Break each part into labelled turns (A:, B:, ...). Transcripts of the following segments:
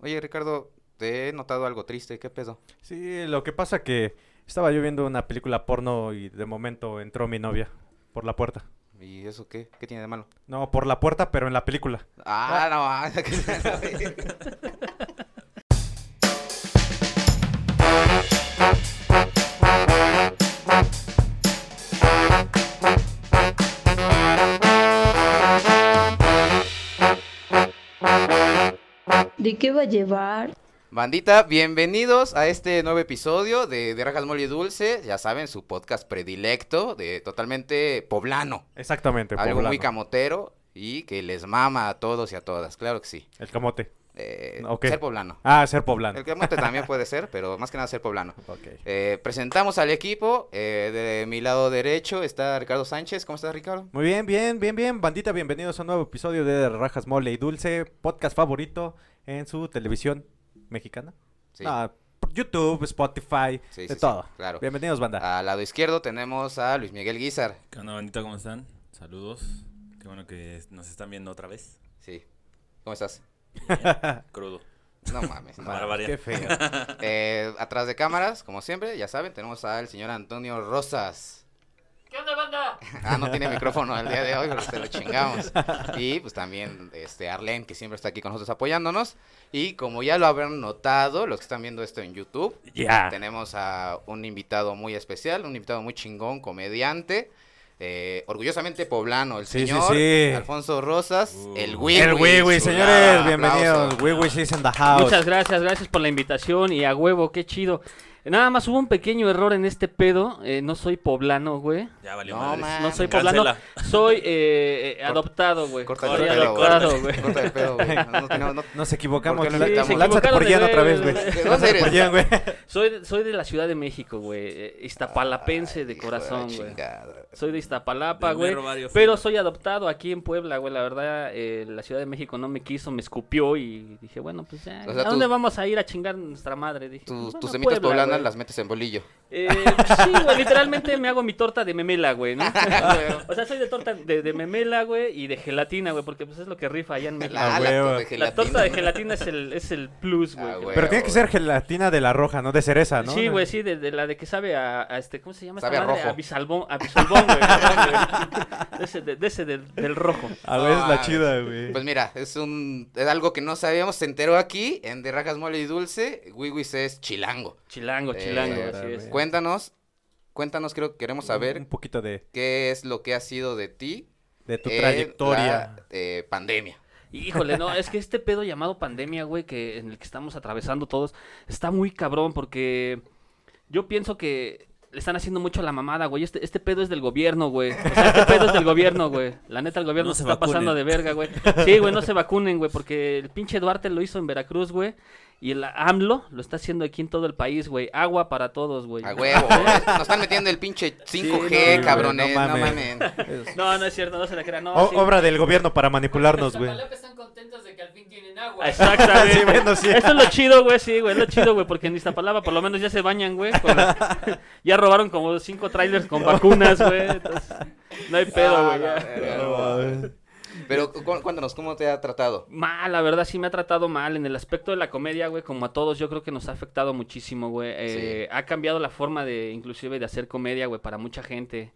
A: Oye, Ricardo, te he notado algo triste, ¿qué pedo?
B: Sí, lo que pasa que estaba yo viendo una película porno y de momento entró mi novia por la puerta.
A: ¿Y eso qué? ¿Qué tiene de malo?
B: No, por la puerta, pero en la película.
A: Ah, no, ah, que-
C: ¿De qué va a llevar?
A: Bandita, bienvenidos a este nuevo episodio de, de Rajas Mole y Dulce, ya saben, su podcast predilecto de totalmente poblano,
B: Exactamente,
A: algo
B: poblano.
A: muy camotero y que les mama a todos y a todas, claro que sí.
B: El camote.
A: Eh,
B: Ok.
A: Ser poblano.
B: Ah, ser poblano.
A: El camote también puede ser, pero más que nada ser poblano.
B: Ok.
A: Eh, presentamos al equipo, eh, de mi lado derecho está Ricardo Sánchez, ¿cómo estás Ricardo?
B: Muy bien, bien, bien, bien. Bandita, bienvenidos a un nuevo episodio de Rajas Mole y Dulce, podcast favorito en su televisión mexicana.
A: Sí.
B: Ah, YouTube, Spotify,
A: Sí, sí,
B: de
A: sí,
B: todo.
A: claro. Ah,
B: Bienvenidos, banda.
A: Al lado izquierdo tenemos a Luis Miguel Guizar.
D: ¿Qué onda, bandita? ¿Cómo están? Saludos. Qué bueno que es- nos están viendo otra vez.
A: Sí. ¿Cómo estás?
D: Bien, Crudo.
A: No mames. no.
D: Para variar.
B: Qué feo.
A: Eh, atrás de cámaras, como siempre, ya saben, tenemos al señor Antonio Rosas.
E: ¿Qué onda, banda?
A: Ah, no tiene micrófono el día de hoy, pero se lo chingamos. Y pues también este Arlen, que siempre está aquí con nosotros apoyándonos. Y como ya lo habrán notado, los que están viendo esto en YouTube,
B: Ya.
A: tenemos a un invitado muy especial, un invitado muy chingón, comediante. eh, orgullosamente poblano, el
B: Sí, sí,
A: señor
B: sí.
A: Alfonso Rosas,
D: Uh.
A: el Wiwi.
B: El
A: Chulada,
B: Wiwi, señores, bienvenidos.
A: aplausos.
B: Wiwi is in the house.
E: Muchas gracias, gracias por la invitación y a huevo, qué chido. Nada más hubo un pequeño error en este pedo. eh, no soy poblano, güey.
D: Ya valió
A: No,
D: madres.
A: man.
E: No soy
D: Cancela.
E: poblano. Soy eh, eh, adoptado, güey.
A: Corta
E: soy
A: el
D: Corta,
A: pelo,
E: adoptado,
A: güey.
E: güey.
A: Corta el pelo, güey. No, no, no, no-
B: Nos equivocamos.
A: ¿Por qué no
B: Sí,
A: estamos?
B: se Lánzate por
E: equivocaron de
B: Jan otra vez,
E: ver,
B: güey.
E: güey.
A: ¿De dónde
B: Por
A: eres?
B: Jan, güey.
E: Soy, de- soy de la Ciudad de México, güey. eh, Iztapalapense
A: Ay,
E: de
A: hijo la
E: corazón, güey.
A: chingada.
E: Soy de Iztapalapa,
D: Del
E: güey.
D: mero barrio
E: Pero
D: fino.
E: soy adoptado aquí en Puebla, güey. La verdad, eh, la Ciudad de México no me quiso, me escupió y dije, bueno, pues ya.
A: O sea,
E: ¿A dónde
A: tus-
E: vamos a ir a chingar nuestra madre? Dije, "Pues,
A: Tus,
E: bueno,
A: tus semitas
E: Puebla,
A: poblanas
E: güey.
A: las metes en bolillo.
E: Eh, sí, güey, literalmente me hago mi torta de memela, güey, ¿no? o sea, soy de torta de, de memela, güey, y de gelatina, güey, porque pues es lo que rifa allá en México.
A: La, la
B: huevo.
A: torta de
E: La torta de
A: ¿no?
E: gelatina es el, es el plus, güey.
A: Ah,
E: que-
A: güey.
B: Pero tiene que ser gelatina de la roja, no de cereza, ¿no?
E: Sí, güey, sí, de, de la de que sabe a, a este, ¿cómo se llama?
A: Sabe a
E: esta madre?
A: rojo.
E: A bisalbón, a bisalbón, güey. perdón, güey. De ese, de, de ese del, del rojo.
B: A ver, es
A: Ah,
B: la chida, güey.
A: Pues mira, es un es algo que no sabíamos, se enteró aquí en De Rajas Mole y Dulce, Wiwis es chilango.
E: Chilango,
A: Eh,
E: chilango, así es.
B: Sí.
A: Cuéntanos, cuéntanos, creo que queremos
B: Un
A: saber
B: poquito de,
A: qué es lo que ha sido de ti
B: de tu
A: en
B: trayectoria.
A: Eh, la, eh, pandemia.
E: Híjole, no, es que este pedo llamado pandemia, güey, que en el que estamos atravesando todos, está muy cabrón porque yo pienso que le están haciendo mucho la mamada, güey. Este, este pedo es del gobierno, güey. O sea, este pedo es del gobierno, güey. La neta, el gobierno
D: No
E: se,
D: se
E: está pasando
D: vacunen.
E: de verga, güey. Sí, güey, no se vacunen, güey, porque el pinche Duarte lo hizo en Veracruz, güey. Y el AMLO lo está haciendo aquí en todo el país, güey. Agua para todos, güey.
A: A huevo, güey. nos están metiendo el pinche 5G,
B: güey, no
A: cabrones, no
B: mames.
A: mamen.
B: Es-
E: No, no es cierto, no se la crean. No,
B: o-
E: sí.
B: Obra del gobierno para manipularnos, güey.
F: Ojalá que están contentos de que al fin tienen agua.
E: Exactamente.
B: Sí, bueno, sí.
E: Eso es lo chido, güey, sí, güey, es lo chido, güey, porque en Iztapalapa por lo menos ya se bañan, güey. con la- ya robaron como cinco trailers con vacunas, güey. entonces, no hay pedo,
A: Ah,
E: güey.
A: la
E: ya.
A: verga, no mames. Pero cu- cuéntanos, ¿cómo te ha tratado?
E: Mal, la verdad sí me ha tratado mal. En el aspecto de la comedia, güey, como a todos, yo creo que nos ha afectado muchísimo, güey. Eh, Ha cambiado la forma de, inclusive, de hacer comedia, güey, para mucha gente.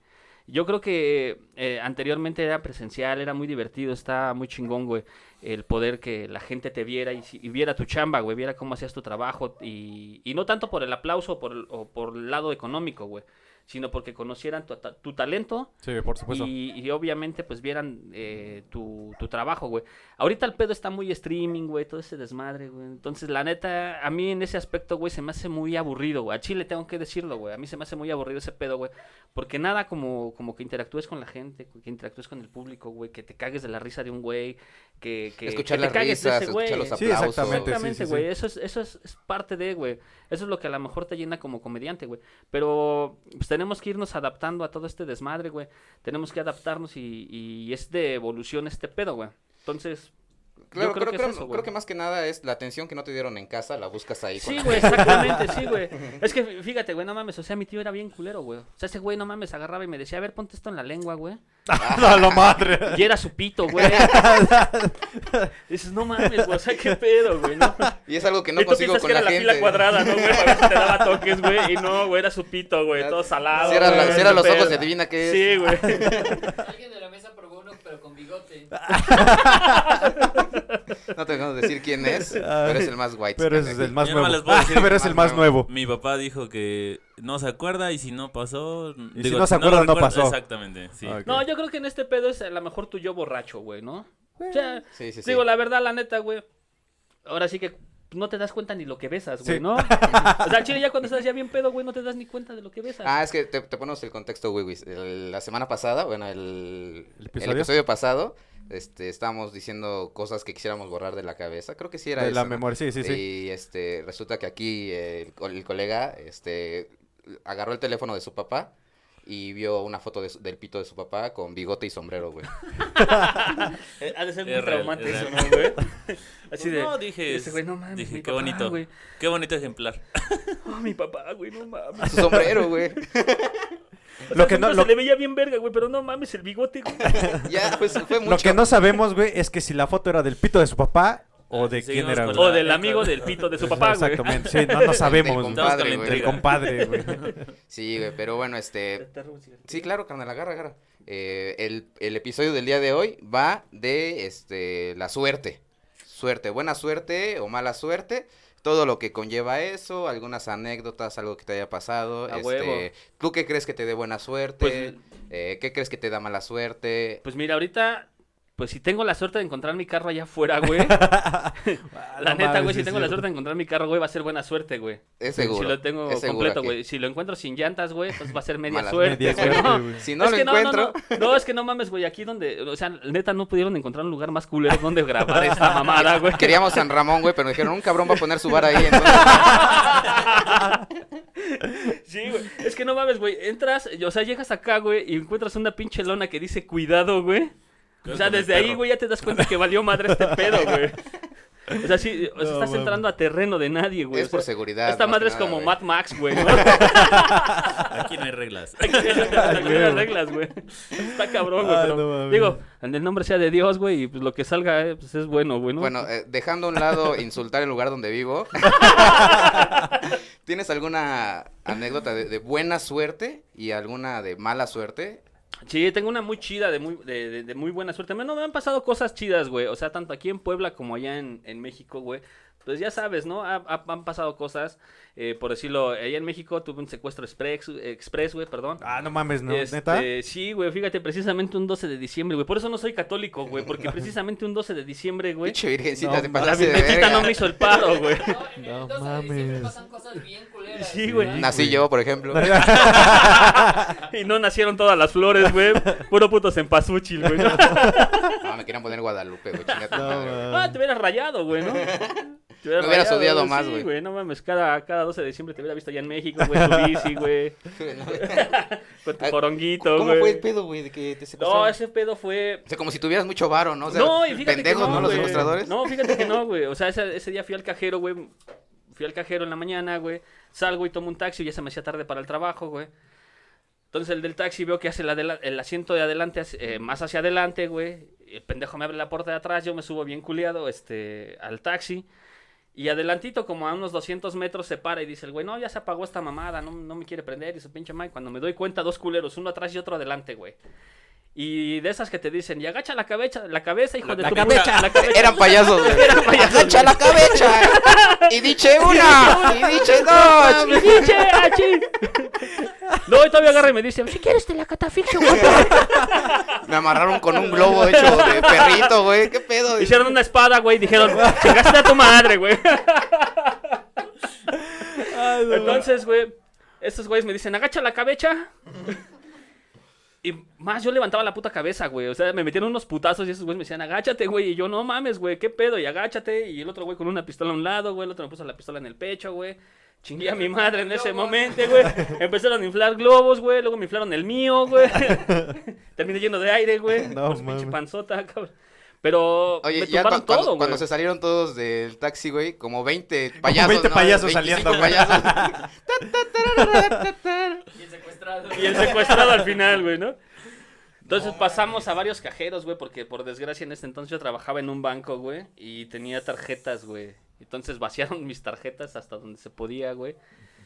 E: Yo creo que eh, anteriormente era presencial, era muy divertido, estaba muy chingón, güey. El poder que la gente te viera y, si- y viera tu chamba, güey, viera cómo hacías tu trabajo. Y, y no tanto por el aplauso o por, o por el lado económico, güey, sino porque conocieran tu ta- tu talento
B: Sí, por supuesto.
E: y, y obviamente, pues vieran eh, tu, tu trabajo, güey. Ahorita el pedo está muy streaming, güey, todo ese desmadre, güey. Entonces, la neta, a mí en ese aspecto, güey, se me hace muy aburrido, güey. A Chile tengo que decirlo, güey. A mí se me hace muy aburrido ese pedo, güey. Porque nada como, como que interactúes con la gente, que interactúes con el público, güey. Que te cagues de la risa de un güey. Que, que,
A: Escuchar
E: que te
A: las
E: cagues de
A: risas,
E: ese güey.
A: escuchar los
B: Sí,
A: aplausos.
B: exactamente. sí,
E: Exactamente,
B: sí.
E: güey. Eso, es, eso es, es parte de, güey. Eso es lo que a lo mejor te llena como comediante, güey. Pero pues, tenemos que irnos adaptando a todo este desmadre, güey. Tenemos que adaptarnos y, y es de evolución este pedo, güey. Entonces,
A: Claro,
E: Yo
A: creo,
E: creo que es
A: creo-
E: eso, güey.
A: creo que más que nada es la atención que no te dieron en casa, la buscas ahí.
E: Sí,
A: con-
E: güey, exactamente, sí, güey. Es que fíjate, güey, no mames, o sea, mi tío era bien culero, güey. O sea, ese güey, no mames, agarraba y me decía, a ver, ponte esto en la lengua, güey.
B: ¡A la madre!
E: Y era su pito, güey. Dices, no mames, güey, o sea, qué pedo, güey, ¿no?
A: Y es algo que no
E: y tú
A: consigo
E: piensas
A: con
E: que era
A: la
E: la
A: gente.
E: fila cuadrada, ¿no, güey? A ver si te daba toques, güey. Y no, güey, era su pito, güey, todo salado.
A: Cierra la-
E: güey,
A: cierra
E: qué
A: los ojos
E: pedo.
A: y adivina qué es.
E: Sí, güey.
F: Alguien de la mesa probó uno, pero con bigote.
A: No te vamos a decir quién es, pero es el más white.
B: Pero
A: skin
B: es
A: de
B: el
A: aquí.
B: más
D: Yo
B: nuevo.
D: nomás les puedo decir
B: pero
A: que
B: es el
A: más
B: más nuevo.
D: Mi papá dijo que no se acuerda y si no pasó.
B: si no se acuerda,
D: lo
B: no
D: recuerda-
B: pasó.
D: Exactamente, sí.
B: Ok.
E: No, yo creo que en este pedo es a lo mejor tu yo borracho, güey, ¿no? O sea,
A: Sí, sí, sí.
E: digo, la verdad, la neta, güey. Ahora sí que no te das cuenta ni lo que besas, güey,
B: Sí.
E: ¿no? O sea, al chile, ya cuando estás ya bien pedo, güey, no te das ni cuenta de lo que besas.
A: Ah, es que te, te ponemos el contexto, Wiwis. El- La semana pasada, bueno, el,
B: ¿El episodio?
A: pasado, este, estábamos diciendo cosas que quisiéramos borrar de la cabeza. Creo que sí era
B: De
A: eso,
B: la
A: ¿no?
B: memoria, sí, sí, sí.
A: Y este, resulta que aquí eh, el, co- el colega este, agarró el teléfono de su papá y vio una foto de su- del pito de su papá con bigote y sombrero, güey.
E: Eh, ha de ser
D: Es
E: muy
D: real,
E: traumante
D: es
E: eso,
D: real.
E: ¿no, güey? Así
D: Pues
E: de.
D: no, dije,
E: ese güey, no mames.
D: dije,
E: mi
D: qué
E: papá,
D: bonito.
E: güey.
D: Qué bonito ejemplar.
E: Oh, mi papá, güey, no mames.
A: Su sombrero, güey.
E: O
B: Lo
E: sea,
B: que no,
E: siempre
B: lo-
E: Se le veía bien verga, güey, pero no mames, el bigote, güey.
A: Ya, pues fue mucho.
B: lo que no sabemos, güey, es que si la foto era del pito de su papá o de quién
D: Seguimos
B: era,
D: con
B: güey.
E: O del amigo del pito de su papá, güey.
B: Exactamente, sí, no, no sabemos,
A: Del
B: güey.
D: Estamos con
A: compadre,
D: la
A: güey.
B: Del
D: intriga.
B: compadre, güey.
A: Sí, güey, pero bueno, este,
E: Te robo un cigarro.
A: Sí, claro, carnal, agarra, agarra. Eh, el, el episodio del día de hoy va de este la suerte. Suerte, buena suerte o mala suerte. Todo lo que conlleva eso, algunas anécdotas, algo que te haya pasado.
E: A
A: este,
E: huevo.
A: ¿Tú qué crees que te dé buena suerte? Eh, ¿Qué crees que te da mala suerte?
E: Pues mira, ahorita, pues si tengo la suerte de encontrar mi carro allá afuera, güey.
B: Ah,
E: la neta, güey, si tengo la suerte de encontrar mi carro, güey, va a ser buena suerte, güey.
A: Es
E: Si
A: seguro.
E: lo tengo
A: es seguro
E: completo,
A: aquí.
E: güey. Si lo encuentro sin llantas, güey, pues va a ser media
A: Mala
E: suerte,
B: media
E: güey.
B: suerte,
E: No,
B: güey.
A: Si no
E: Es
A: lo
E: que
A: encuentro,
E: No, no, no, es que no mames, güey. Aquí donde, o sea, neta no pudieron encontrar un lugar más culero donde grabar esta mamada, güey.
A: queríamos San Ramón, güey, pero nos dijeron, un cabrón va a poner su bar ahí. entonces,
E: Sí, güey. Es que no mames, güey. Entras, y, o sea, llegas acá, güey, y encuentras una pinche lona que dice cuidado, güey. O sea,
D: Con el
E: desde ahí,
D: perro.
E: güey, ya te das cuenta que valió madre este pedo, güey. O sea, sí, o sea,
B: No,
E: estás
B: mames.
E: entrando a terreno de nadie, güey.
A: es
E: o
A: por
E: sea,
A: seguridad.
E: Esta
A: más que
E: madre es
A: nada,
E: como
A: güey.
E: Mad Max, güey. ¿no?
D: Aquí no hay reglas.
E: las reglas, güey. Está cabrón, güey.
B: Ay,
E: pero,
B: no mames.
E: digo, el nombre sea de Dios, güey, y pues lo que salga eh, pues es bueno, güey, ¿no?
A: Bueno, eh, dejando a un lado insultar el lugar donde vivo, ¿tienes alguna anécdota de, de buena suerte y alguna de mala suerte?
E: Sí, tengo una muy chida, de muy, de, de- de muy buena suerte. Me, no, me han pasado cosas chidas, güey. O sea, tanto aquí en Puebla como allá en, en México, güey. Pues ya sabes, ¿no? Ha- ha- han pasado cosas, eh, por decirlo, allá en México tuve un secuestro express, express güey, perdón.
B: Ah, no mames, no,
E: Este,
B: neta.
E: Sí, güey, fíjate, precisamente un 12 de diciembre, güey. Por eso no soy católico, güey, porque precisamente un 12 de diciembre, güey,
A: Pinche virgencita,
B: No,
A: te
E: la
A: pasaste de
E: virgencita
A: verga.
E: Ah, no me hizo el paro, güey.
F: No, en el
B: No
F: 12 de diciembre
B: mames.
F: pasan cosas bien culeras.
E: Sí, güey.
F: ¿verdad?
A: Nací yo, por ejemplo.
E: Y no nacieron todas las flores, güey. Puro puto cempasúchil, güey. ¿no?
A: No, me querían poner Guadalupe, güey. chinga tu
B: No,
A: madre, güey.
E: Ah, te hubieras rayado, güey, ¿no? Te
A: Me hubieras
E: rayado,
A: odiado
E: güey,
A: más,
E: sí,
A: güey.
E: No mames, cada, cada 12 de diciembre te hubiera visto allá en México, güey, en tu bici, güey, con tu
A: Ah,
E: coronguito,
A: ¿Cómo
E: güey.
A: fue el pedo, güey, de que te secuestraron?
E: No, ese pedo fue...
A: O sea, como si tuvieras mucho varo, ¿no? O sea,
E: no, y fíjate
A: pendejos,
E: que no,
A: ¿no? Los
E: güey.
A: secuestradores.
E: No, fíjate que no, güey. O sea, ese, ese día fui al cajero, güey. Fui al cajero en la mañana, güey. Salgo y tomo un taxi, ya se me hacía tarde para el trabajo, güey. Entonces el del taxi veo que hace el, adela- el asiento de adelante, hacia- eh, más hacia adelante, güey. El pendejo me abre la puerta de atrás, yo me subo bien culiado este, al taxi. Y adelantito, como a unos 200 metros, se para y dice el güey, no, ya se apagó esta mamada, no, no me quiere prender y su pinche madre. Cuando me doy cuenta, dos culeros, uno atrás y otro adelante, güey. Y de esas que te dicen, y agacha la cabeza, la cabeza, hijo
D: La-
E: de
D: la
E: tu
D: cabeza.
E: puta- la cabeza.
A: E-, Eran payasos, güey.
E: Eran payasos,
A: ¡Agacha
E: güey.
A: la cabeza! ¡Y diche una! ¡Y diche dos!
E: ¡Me pinche, achí! No, y todavía agarra y me dice, si quieres te la catafixio, güey.
A: Me amarraron con un globo hecho de perrito, güey. ¿Qué pedo?
E: Hicieron una espada, güey, y dijeron, chingaste a tu madre, güey. Entonces, güey, estos güeyes me dicen, agacha la cabeza. Y más, yo levantaba la puta cabeza, güey. O sea, me metieron unos putazos y esos güeyes me decían, agáchate, güey. Y yo, no mames, güey, qué pedo, y agáchate. Y el otro güey con una pistola a un lado, güey. El otro me puso la pistola en el pecho, güey. Chingué a mi madre en ese
F: Globos.
E: momento, güey. Empezaron a inflar globos, güey. Luego me inflaron el mío, güey. Terminé lleno de aire, güey.
B: No
E: No, pinche
B: mames.
E: panzota, cabrón. Pero
A: Oye,
E: me
A: ya
E: tumbaron
A: cu-
E: todo,
A: cuando,
E: güey.
A: cuando se salieron todos del taxi, güey, como 20 payasos.
B: 20
A: ¿no? 25
B: payasos saliendo, güey.
A: payasos.
F: Y el secuestrado.
E: Y el secuestrado al final, güey, ¿no? Entonces pasamos a varios cajeros, güey, porque por desgracia en ese entonces yo trabajaba en un banco, güey, y tenía tarjetas, güey. Entonces vaciaron mis tarjetas hasta donde se podía, güey.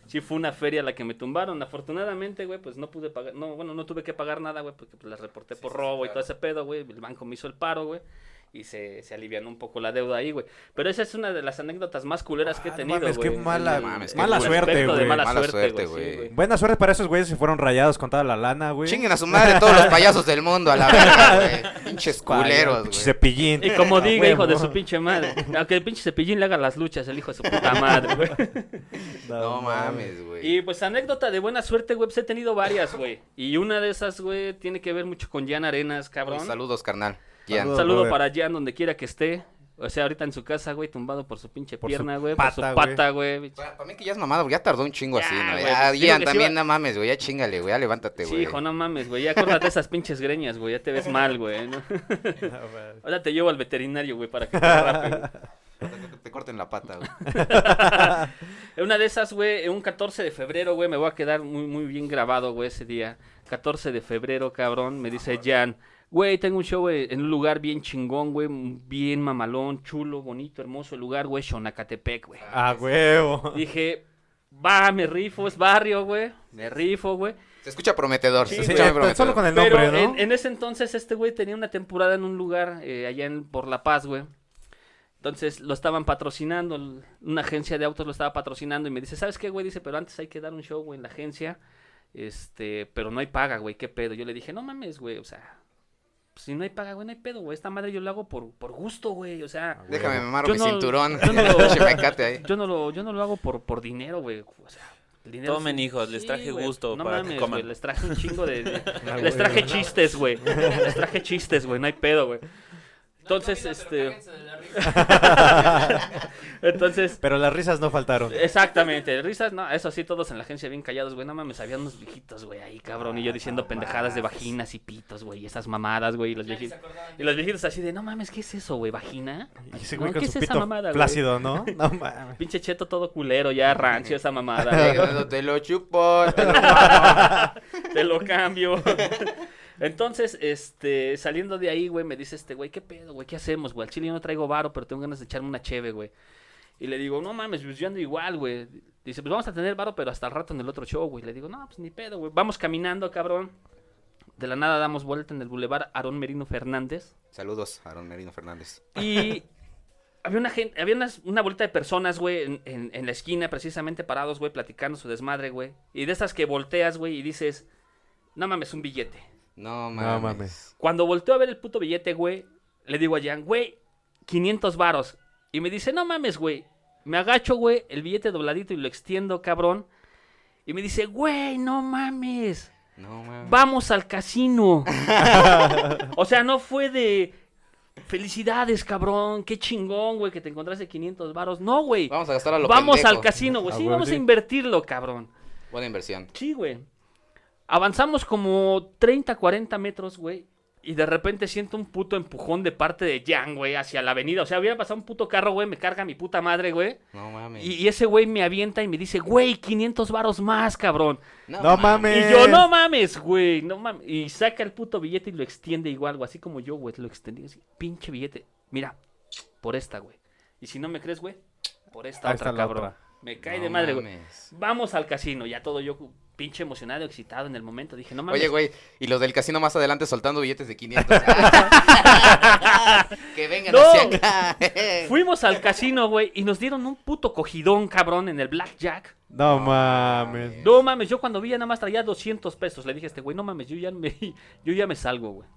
E: Sí fue una feria la que me tumbaron. Afortunadamente, güey, pues no pude pagar, no, bueno, no tuve que pagar nada, güey, porque pues las reporté por robo y todo ese pedo, güey. El banco me hizo el paro, güey. Y se, se alivianó un poco la deuda ahí, güey. Pero esa es una de las anécdotas más culeras que he
B: Ah, no
E: tenido,
B: mames, qué
E: güey.
B: mala-
E: En el-
A: mames,
E: en
A: mala
E: el
B: suerte,
E: aspecto de
B: güey.
E: Mala,
A: Mala
E: suerte,
A: suerte,
E: güey, sí,
A: güey.
E: güey.
B: Buena suerte para esos güeyes, se fueron rayados con toda la lana, güey.
A: Chinguen a su madre todos los payasos del mundo a la verga, güey. Pinches culeros,
B: Pinche
A: güey.
B: Cepillín.
E: Y como
B: Ah,
E: diga,
B: huevo.
E: hijo de su pinche madre. Aunque el pinche cepillín le haga las luchas, el hijo de su puta madre, güey.
A: No mames, güey.
E: Y pues anécdota de buena suerte, güey. pues, he tenido varias, güey. Y una de esas, güey, tiene que ver mucho con Jan Arenas, cabrón.
A: Saludos, carnal. Gian.
E: Un
B: Saludos.
E: saludo
B: brother.
E: para Jan, donde quiera que esté. O sea, ahorita en su casa, güey, tumbado por su pinche
B: Por su
E: pierna, güey. Por
B: pata,
E: su
B: güey.
E: pata, güey.
A: Para, para mí que ya es mamado, ya tardó un chingo
E: Ya,
A: así, ¿no?
E: güey,
A: Ya,
E: pues, digo
A: Gian,
E: que sí
A: también,
E: va-
A: no mames, güey. Ya chingale, güey. Ya levántate,
E: Sí,
A: güey.
E: hijo, no mames, güey. Ya córtate esas pinches greñas, güey. Ya te ves mal, güey. ¿no?
B: No mames.
E: Ahora te llevo al veterinario, güey, para que te rape, güey.
A: Te- Te corten la pata, güey.
E: En una de esas, güey, un 14 de febrero, güey, me voy a quedar muy, muy bien grabado, güey, ese día. 14 de febrero, cabrón, me dice Jan, güey, tengo un show güey, en un lugar bien chingón, güey, bien mamalón, chulo, bonito, hermoso el lugar, güey, Xonacatepec, güey.
B: Ah, huevo.
E: Dije, va, me rifo, es barrio, güey, me rifo, güey.
A: Se escucha prometedor.
E: Sí,
A: se
E: güey.
A: escucha muy
B: Tan
A: prometedor.
B: solo con el
E: Pero
B: nombre, ¿no?
E: en, en ese entonces este güey tenía una temporada en un lugar eh, allá en, por La Paz, güey. Entonces lo estaban patrocinando, l- una agencia de autos lo estaba patrocinando y me dice, ¿sabes qué, güey? Dice, pero antes hay que dar un show, güey, en la agencia. Este, pero no hay paga, güey, qué pedo. Yo le dije, no mames, güey, o sea, si no hay paga, güey, no hay pedo, güey. Esta madre yo lo hago por, por gusto, güey, o
B: Ah,
E: sea,
A: Déjame, me marro
E: Yo
A: mi
E: no-
A: cinturón.
E: yo no lo-
A: Pinche mecate ahí.
E: yo no lo, yo no lo hago por, por dinero, güey, o sea. el dinero
D: Tomen,
E: sí-
D: hijos, les traje
E: güey,
D: gusto
E: no
D: para que
E: mames,
D: coman.
E: güey, les traje un chingo de- de
B: Ah, güey.
E: les traje chistes, güey. Les traje chistes, güey. No hay pedo, güey. Entonces, este. Entonces,
B: Pero las risas no faltaron.
E: Eh, exactamente. Risas, no. Eso sí, todos en la agencia bien callados, güey. No mames, había unos viejitos, güey, ahí, cabrón. Y yo
B: Ah,
E: diciendo pendejadas de vaginas y pitos, güey. Y esas mamadas, güey. Y los viejitos. Y los viejitos así de, no mames, ¿qué es eso, güey? ¿Vagina?
B: Y ese
E: No,
B: güey con
E: ¿qué
B: su
E: es esa
B: pito
E: mamada, güey?
B: plácido, ¿no? No mames.
E: Pinche cheto todo culero, ya rancio esa mamada, güey.
A: Te- Te lo chupo. te lo-
E: Te lo cambio. Entonces, este, saliendo de ahí, güey, me dice este güey, ¿qué pedo, güey? ¿Qué hacemos, güey? Al chile yo no traigo varo, pero tengo ganas de echarme una cheve, güey. Y le digo, no mames, pues yo ando igual, güey. Dice, pues vamos a tener varo, pero hasta el rato en el otro show, güey. Le digo, no, pues ni pedo, güey. Vamos caminando, cabrón. De la nada damos vuelta en el bulevar Aarón Merino Fernández.
A: Saludos, Aaron Merino Fernández.
E: Y había una gente, había unas- una bolita de personas, güey, en, en- en la esquina, precisamente parados, güey, platicando su desmadre, güey. Y de esas que volteas, güey, y dices, no mames, un billete.
A: No mames.
B: No mames.
E: Cuando volteo a ver el puto billete, güey, le digo a Jan, güey, 500 varos. Y me dice, no mames, güey. Me agacho, güey, el billete dobladito y lo extiendo, cabrón. Y me dice, güey, no mames.
A: No mames.
E: Vamos al casino. o sea, no fue de felicidades, cabrón. Qué chingón, güey, que te encontraste 500 varos. No, güey.
A: Vamos a gastar a lo
E: Vamos al
A: pendejo.
E: casino, güey.
B: A
E: Sí,
B: huevo,
E: vamos a
B: sí.
E: invertirlo, cabrón.
A: Buena inversión.
E: Sí, güey. Avanzamos como 30, 40 metros, güey. Y de repente siento un puto empujón de parte de Jan, güey, hacia la avenida. O sea, había pasado un puto carro, güey, me carga mi puta madre, güey.
A: No mames.
E: Y, y ese güey me avienta y me dice, güey, 500 varos más, cabrón.
B: No mames.
E: Y yo, no mames, güey, no mames. Y saca el puto billete y lo extiende igual, güey, así como yo, güey, lo extendí así. Pinche billete. Mira, por esta, güey. Y si no me crees, güey, por esta
B: Ahí
E: otra,
B: está la
E: cabrón.
B: otra.
E: Me cae
A: No
E: de madre, güey.
A: mames.
E: Vamos al casino, ya todo yo pinche emocionado, excitado en el momento. Dije, no mames.
A: Oye, güey, y los del casino más adelante soltando billetes de 500. que vengan
E: No.
A: hacia acá.
E: Fuimos al casino, güey, y nos dieron un puto cogidón, cabrón, en el blackjack.
B: No mames.
E: No mames, yo cuando vi ya nada más traía 200 pesos. Le dije a este güey, no mames, yo ya me, yo ya me salgo, güey.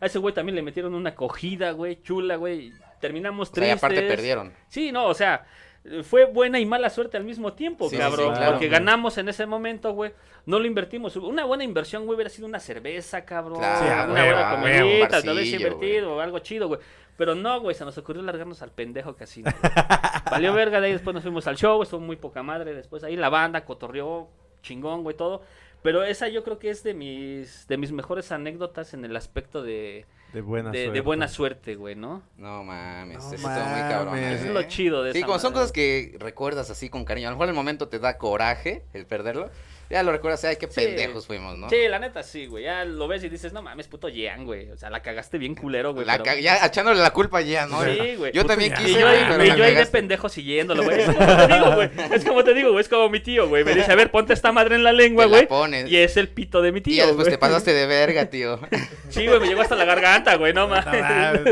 E: A ese güey también le metieron una cogida, güey, chula, güey. Terminamos
A: O sea, y
E: tristes.
A: aparte perdieron.
E: Sí, no, o sea, eh, fue buena y mala suerte al mismo tiempo,
A: Sí, sí,
E: cabrón.
A: sí, claro,
E: porque
B: güey.
E: ganamos en ese momento, güey. No lo invertimos. Una buena inversión, güey, hubiera sido una cerveza, cabrón.
A: Claro,
E: una
B: güey,
E: buena
B: a
E: comidita,
A: huevo,
E: tal vez
A: barcillo,
E: invertido, algo chido, güey. Pero no, güey, se nos ocurrió largarnos al pendejo casino. güey. Valió verga, de ahí después nos fuimos al show, estuvo muy poca madre. Después ahí la banda cotorreó, chingón, güey, todo. Pero esa yo creo que es de mis, de mis mejores anécdotas en el aspecto de,
B: De buena
E: de,
B: suerte.
E: de buena suerte, güey, ¿no?
A: No mames,
B: No
A: eso estuvo muy cabrón.
B: mames.
E: Eso
A: ¿eh?
E: es lo chido de
A: Sí,
E: esa
A: como son
E: madre.
A: cosas que recuerdas así con cariño. A lo mejor en el momento te da coraje el perderlo. Ya lo recuerdas, ay, qué
E: Sí.
A: pendejos fuimos, ¿no?
E: Sí, la neta sí, güey. Ya lo ves y dices, no mames, puto Jean, güey. O sea, la cagaste bien culero, güey.
A: La
E: pero-
A: ca- Ya echándole la culpa ya, ¿no?
E: Sí, güey.
A: Yo
E: Puto
A: también
E: Jean.
A: quise,
E: Y yo,
A: güey, pero
E: y
A: la
E: yo ahí de
A: cagaste.
E: pendejo siguiéndolo, güey. Es como te digo, güey. Es como te digo, güey. Es como mi tío, güey. Me dice, a ver, ponte esta madre en la lengua,
A: Te la
E: güey.
A: pones.
E: Y es el pito de mi
A: Y
E: tío.
A: ya después
E: güey.
A: te pasaste de verga, tío.
E: Sí, güey, me llegó hasta la garganta, güey. No
B: ah,
E: mames.
B: A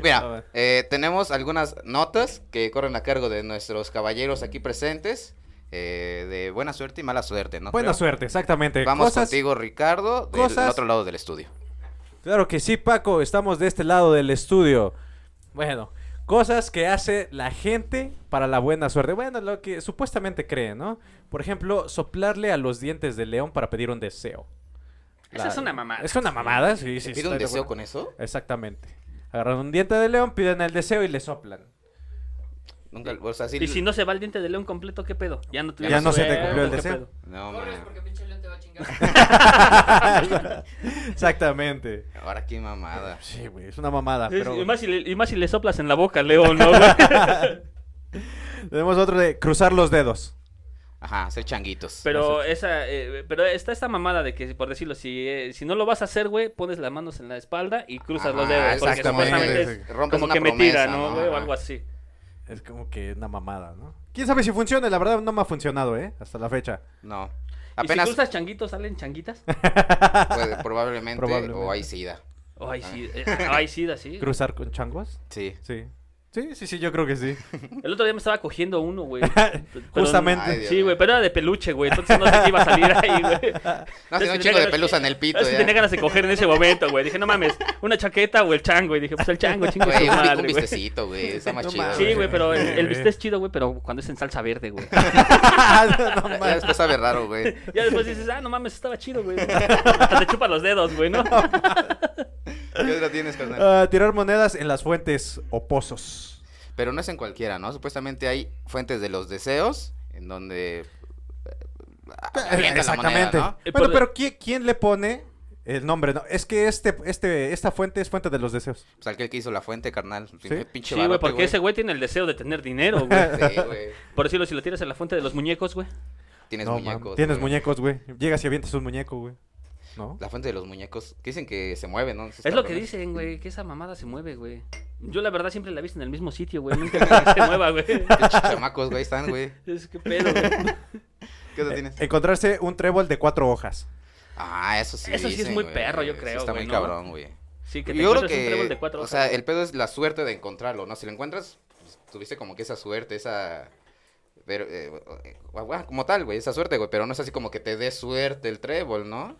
A: Mira,
B: ver.
A: eh, tenemos algunas notas que corren a cargo de nuestros caballeros aquí presentes. eh, de buena suerte y mala suerte, ¿no?
B: Buena
A: Creo.
B: suerte, exactamente.
A: Vamos
B: Cosas-
A: contigo, Ricardo, del
B: cosas-
A: otro lado del estudio.
B: Claro que sí, Paco, estamos de este lado del estudio. Bueno, cosas que hace la gente para la buena suerte. Bueno, lo que supuestamente cree, ¿no? Por ejemplo, soplarle a los dientes del león para pedir un deseo.
E: Esa
B: La-
E: es una
A: Ah,
E: mamada.
B: Es una mamada, sí, sí.
A: ¿Pide un
B: estoy de
A: deseo
B: acuerdo.
A: con eso?
B: Exactamente. Agarran un diente de león, piden el deseo y le soplan.
A: Nunca, o sea, sí-
E: Y si no se va el diente de león completo, ¿qué pedo? Ya no,
A: Ya no se
E: suerte,
A: te cumplió el
E: ¿qué
B: deseo.
E: pedo?
A: No,
F: Corres
A: man.
F: porque pinche león te va a chingar.
B: Exactamente.
A: Ahora qué mamada.
B: Sí, güey, es una mamada.
E: Sí,
B: Pero...
E: sí, Y, más si le, y más si le soplas en la boca, León, ¿no? güey?
B: Tenemos otro de cruzar los dedos.
A: Ajá, ser changuitos.
E: Pero esa, eh, pero está esta mamada de que, por decirlo, si, eh, si no lo vas a hacer, güey, pones las manos en la espalda y cruzas los
A: Ajá,
E: dedos. Porque
A: Ah, exactamente.
E: supuestamente
B: Sí,
E: es
A: sí. Rompes
E: como
A: una
E: que me tira,
A: promesa,
E: ¿no?
A: ¿no?
E: güey? O
A: Ajá.
E: algo así.
B: Es como que una mamada, ¿no? ¿Quién sabe si funciona? La verdad no me ha funcionado, ¿eh? Hasta la fecha.
A: No.
E: ¿Y si
A: Apenas
E: cruzas changuitos, salen changuitas?
A: puede- probablemente,
B: Probablemente.
A: o hay sida.
E: Ay, sí, eh,
A: Ah.
E: ay, sí, da, sí.
B: ¿Cruzar con changos?
A: Sí.
B: Sí. Sí, sí, sí, yo creo que sí.
E: El otro día me estaba cogiendo uno, güey. Pero-
B: Justamente.
A: Ay, Dios
E: Sí,
A: mío.
E: güey, pero era de peluche, güey. Entonces no sé qué iba a salir ahí, güey.
A: No, tiene
E: Entonces
A: un
E: tenía
A: chingo de
E: ganas-
A: pelusa en el pito. ¿eh?
E: Entonces tenía
A: ya.
E: ganas de coger en ese momento, güey. Dije, no mames, una chaqueta o el chango. Y dije, pues el chango, chingo
A: Güey,
E: su
A: un, bi-
E: madre,
A: un
E: güey.
A: vistecito, Ah, güey. Está más
B: No
A: chido.
B: mames.
E: Sí, güey, pero el, el
B: Güey.
E: bistec es chido, güey, pero cuando es en salsa verde, güey.
B: Ah, No
A: Ya
B: mames.
A: después sabe raro, güey.
E: Ya después dices, ah, no mames, estaba chido, güey. Hasta te chupa los dedos, güey, ¿no?
A: ¿Qué otra tienes, carnal?
B: Ah, tirar monedas en las fuentes o pozos.
A: Pero no es en cualquiera, ¿no? Supuestamente hay fuentes de los deseos en donde... eh, avientas Ah, la moneda,
B: Eh, Exactamente.
A: ¿no?
E: Eh, por
B: Bueno,
E: de-
B: pero ¿quién, quién le pone el nombre? No, es que este, este, esta fuente es fuente de los deseos.
A: Pues aquel que hizo la fuente, carnal. Sí, pinche
E: Sí, güey,
A: barote,
E: porque ese güey tiene el deseo de tener dinero, güey.
A: Sí, güey.
E: Por decirlo, si lo tiras en la fuente de los muñecos, güey.
A: Tienes
B: No, mam,
A: muñecos.
B: Tienes
A: güey.
B: muñecos, güey. Llegas y avientas un muñeco, güey. ¿No?
A: La fuente de los muñecos. Que dicen que se mueve, ¿no?
E: Es lo que dicen, güey, que esa mamada se mueve, güey. Yo la verdad siempre la he visto en el mismo sitio, güey. Nunca vi que se mueva, güey.
A: Pinches chamacos, güey, están, güey.
E: Es que pedo, güey.
A: ¿Qué otra tienes?
B: Eh, Encontrarse un trébol de cuatro hojas.
A: Ah, eso sí.
E: Eso sí es
A: dicen,
E: muy
A: güey.
E: perro, yo
A: Sí
E: creo,
A: Está
E: güey,
A: muy
E: ¿no?
A: cabrón, güey.
E: Sí, que te
A: Yo creo
E: encuentras un trébol
A: que.
E: de cuatro
A: O
E: hojas.
A: sea, el pedo es la suerte de encontrarlo, ¿no? Si lo encuentras, pues, tuviste como que esa suerte, esa. Pero, eh, eh, ah, como tal, güey, esa suerte, güey. Pero no es así como que te dé suerte el trébol, ¿no?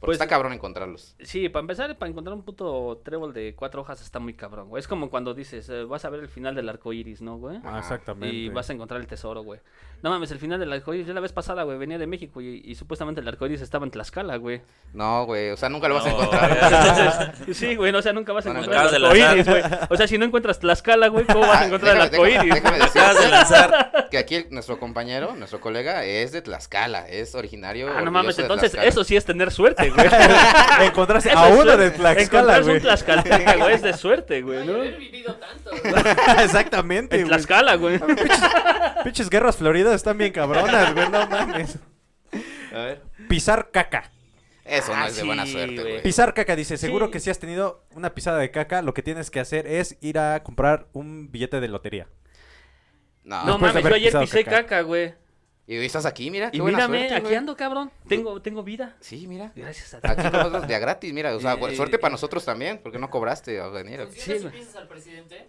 A: Porque
E: Pues-
A: está cabrón encontrarlos.
E: Sí, para empezar, para encontrar un puto trébol de cuatro hojas está muy cabrón, güey. Es como cuando dices, eh, vas a ver el final del arco iris, ¿no, güey?
A: Ah,
B: exactamente.
E: Y vas a encontrar el tesoro, güey. No mames, el final del arcoíris. Yo la vez pasada, güey, venía de México y, y supuestamente el arcoíris estaba en Tlaxcala, güey.
A: No, güey, o sea, nunca lo vas a
D: No,
A: encontrar.
E: Entonces, sí, güey, no, o sea, nunca vas a
A: No, no,
E: encontrar el
D: acabas de
E: arcoíris, güey. O sea, si no encuentras Tlaxcala, güey, ¿cómo vas a
A: Ah,
E: encontrar el
A: déjame- déjame-
E: arcoíris?
A: déjame
D: Acabas
A: decirte
D: de lanzar.
A: que aquí el- nuestro compañero, nuestro colega, es de Tlaxcala, es originario.
E: Ah, no
A: orgulloso
E: mames,
A: de
E: entonces
A: Tlaxcala.
E: eso sí es tener suerte, güey.
B: Encontrarse
E: Eso
B: a
E: es
B: uno
E: suerte.
B: de Tlaxcala,
E: Encontrarse
B: güey.
E: un Tlaxcalteca, güey, es de suerte, güey,
F: Ay,
E: ¿no?
F: haber
E: En
F: vivido tanto, güey.
B: Exactamente, güey.
E: Tlaxcala, güey.
B: Pinches guerras floridas están bien cabronas, güey. No mames.
A: A ver.
B: Pisar caca.
A: Eso no
E: Ah,
A: es de buena
E: sí,
A: suerte,
E: güey.
A: güey.
B: Pisar caca, dice. Seguro
E: Sí.
B: que si has tenido una pisada de caca, lo que tienes que hacer es ir a comprar un billete de lotería.
A: No.
E: No
B: Después de
E: mames, yo
B: haber
E: ayer
B: pisado
E: pisé
B: caca.
E: caca, güey.
A: Y estás aquí, mira. Ah, Qué
E: Y
A: buena
E: mírame,
A: suerte,
E: aquí
A: güey. Ah,
E: ando, cabrón. Tengo, tengo vida.
A: Sí, mira.
E: Gracias a Dios.
A: Aquí nosotros de a gratis, mira. O sea,
E: Eh,
A: suerte
E: eh,
A: para nosotros también, porque no cobraste a venir.
E: Sí,
F: ¿Funciona si
E: güey.
F: piensas al presidente?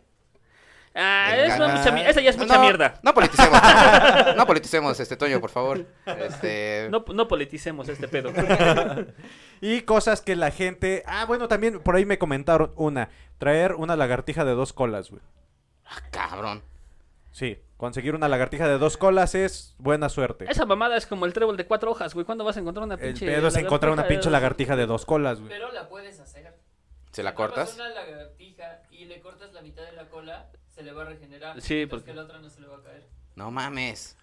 E: Ah,
A: Me
E: es una
A: encanta.
E: mucha mi- esa ya es mucha
A: no,
E: mierda.
A: No politicemos. no, no politicemos, este Toño, por favor.
B: Eh.
A: Este.
E: No, no politicemos este pedo.
B: Y cosas que la gente. Ah, bueno, también por ahí me comentaron una. Traer una lagartija de dos colas, güey.
A: Cabrón.
B: Sí, conseguir una lagartija de dos colas es buena suerte.
E: Esa mamada es como el trébol de cuatro hojas, güey. ¿Cuándo vas a encontrar una
B: El
E: pinche
B: pedo es encontrar una pinche lagartija de dos colas, güey.
F: Pero la puedes hacer.
A: ¿Se la
F: Si
A: cortas?
F: una lagartija y le cortas la mitad de la cola, se le va a regenerar.
E: Sí,
F: mientras
E: porque-
F: que la otra no se le va a caer.
A: No mames.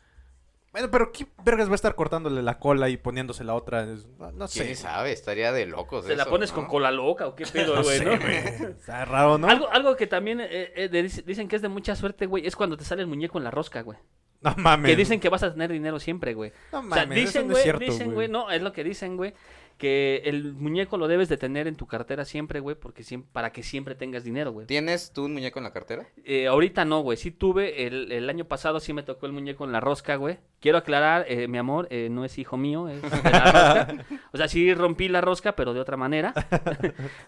B: Bueno, pero ¿qué vergas va a estar cortándole la cola y poniéndose la otra? Es- No, no sé.
A: ¿Quién sabe? Estaría de locos
E: ¿Te la
A: eso,
E: pones
A: ¿no?
E: con cola loca o qué pedo,
B: No
E: güey?
B: sé,
E: ¿no?
B: güey. Está raro, ¿no?
E: Algo, algo que también eh, eh, de- dicen que es de mucha suerte, güey, es cuando te sale el muñeco en la rosca, güey.
B: No mames.
E: Que dicen que vas a tener dinero siempre, güey.
B: No
E: O sea,
B: mames, eso
E: dicen,
B: no es
E: güey,
B: cierto,
E: dicen, güey, no, es lo que dicen, güey, que el muñeco lo debes de tener en tu cartera siempre, güey, porque siem- para que siempre tengas dinero, güey.
A: ¿Tienes tú un muñeco en la cartera?
E: Eh, ahorita no, güey, sí tuve, el, el año pasado sí me tocó el muñeco en la rosca, güey. Quiero aclarar, eh, mi amor, eh, no es hijo mío, es de la rosca. O sea, sí rompí la rosca, pero de otra manera.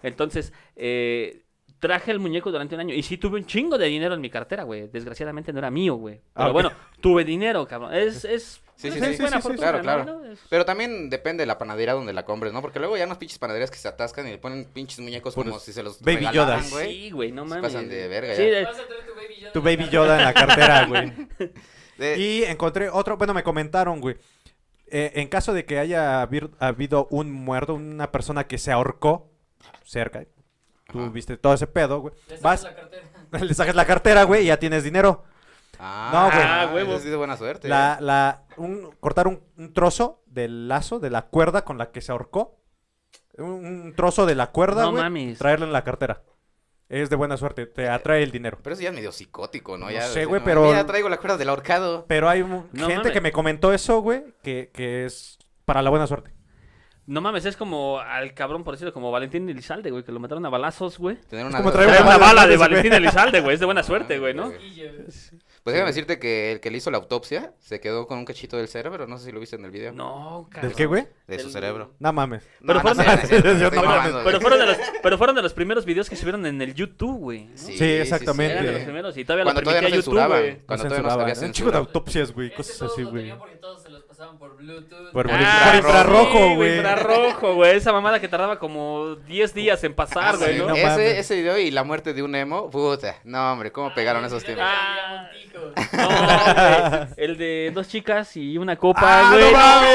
E: Entonces, eh, traje el muñeco durante un año y sí tuve un chingo de dinero en mi cartera, güey. Desgraciadamente no era mío, güey. Pero
B: Ah, ok.
E: bueno, tuve dinero, cabrón. Es, es,
A: Sí,
E: es
A: sí, sí,
E: buena
B: sí, sí, sí.
E: fortuna,
A: Claro,
E: ¿no? Es-
A: Pero también depende de la panadería donde la compres, ¿no? Porque luego ya unas pinches panaderías que se atascan y le ponen pinches muñecos como
B: Puros
A: si se los
B: Baby
A: regalaran,
B: Yodas.
A: güey.
E: Sí, güey, no
A: Se
E: mames.
A: pasan de verga
E: Sí,
A: ya.
E: de-
F: Vas a tener tu baby Yoda.
B: Tu
F: en la
B: baby
F: cara.
B: Yoda en la cartera, güey.
A: De-
B: Y encontré otro, bueno, me comentaron, güey. eh, en caso de que haya habir- habido un muerto, una persona que se ahorcó cerca, tú
A: Ajá.
B: viste todo ese pedo, güey.
F: Le sacas
B: Vas,
F: la cartera.
B: le sacas la cartera, güey, y ya tienes dinero.
A: Ah,
B: güey.
A: ah,
E: huevo.
A: eso sí de buena suerte.
B: La, la, un, cortar un, un trozo del lazo, de la cuerda con la que se ahorcó. Un, un trozo de la cuerda,
E: No
B: güey,
E: mames. Eh.
B: traerlo en la cartera. Es de buena suerte, te atrae el dinero.
A: Pero eso ya es medio psicótico, ¿no?
B: No
A: ya,
B: sé,
A: decir,
B: güey,
A: no,
B: pero-
A: Mira, traigo la cuerda del ahorcado.
B: Pero hay mu-
E: No
B: gente
E: mames.
B: que me comentó eso, güey, que, que es para la buena suerte.
E: No mames, es como al cabrón, por decirlo, como Valentín Elizalde, güey, que lo mataron a balazos, güey.
A: Tener
B: Es
A: una,
B: como
A: dos-
B: traer
E: Trae una
B: bala,
E: bala
B: ¿no?
E: de
B: Ese güey.
E: Valentín Elizalde, güey, es de buena
A: Ah,
E: suerte, güey, ¿no?
A: güey.
F: Guille, güey.
A: Pues déjame decirte que el que le hizo la autopsia se quedó con un cachito del cerebro. No sé si lo viste en el video.
E: No, cabrón.
B: ¿Del qué, güey?
A: De su
E: Del-
A: cerebro.
B: No mames.
A: no,
E: Pero
A: no
E: fueron-
A: sé, no es cierto,
B: Yo
A: estoy
B: no mames,
A: mamando, güey.
E: Pero fueron, de los, pero fueron de los primeros videos que subieron en el YouTube, güey. ¿no?
B: Sí, exactamente.
E: Eran de
A: sí.
E: los primeros y todavía
A: Cuando
E: lo
A: todavía no
E: permitía YouTube,
A: censuraban. Cuando
B: No
E: güey.
A: todavía no
B: censuraban.
A: sabía
B: ¿eh? Un chico de
A: censurar.
B: autopsias, güey,
F: Es que
B: cosas
F: todos
B: así,
F: lo
B: güey.
F: tenían porque todos se los pasaban por Bluetooth.
B: Por-
F: Ah,
B: infrarrojo,
E: sí,
B: güey.
E: Infrarrojo, güey. Esa mamada que tardaba como 10 días en pasar,
A: Ah,
E: güey,
A: sí,
E: ¿no?
B: no mames.
A: ese, ese video y la muerte de un emo, puta. No, hombre, ¿cómo pegaron
F: el
A: esos
F: video
A: tiempos?
F: de
E: Ah.
F: Gabriel Montijo.
E: No, güey. El de dos chicas y una copa,
B: Ah,
E: güey.
B: no mames,
E: No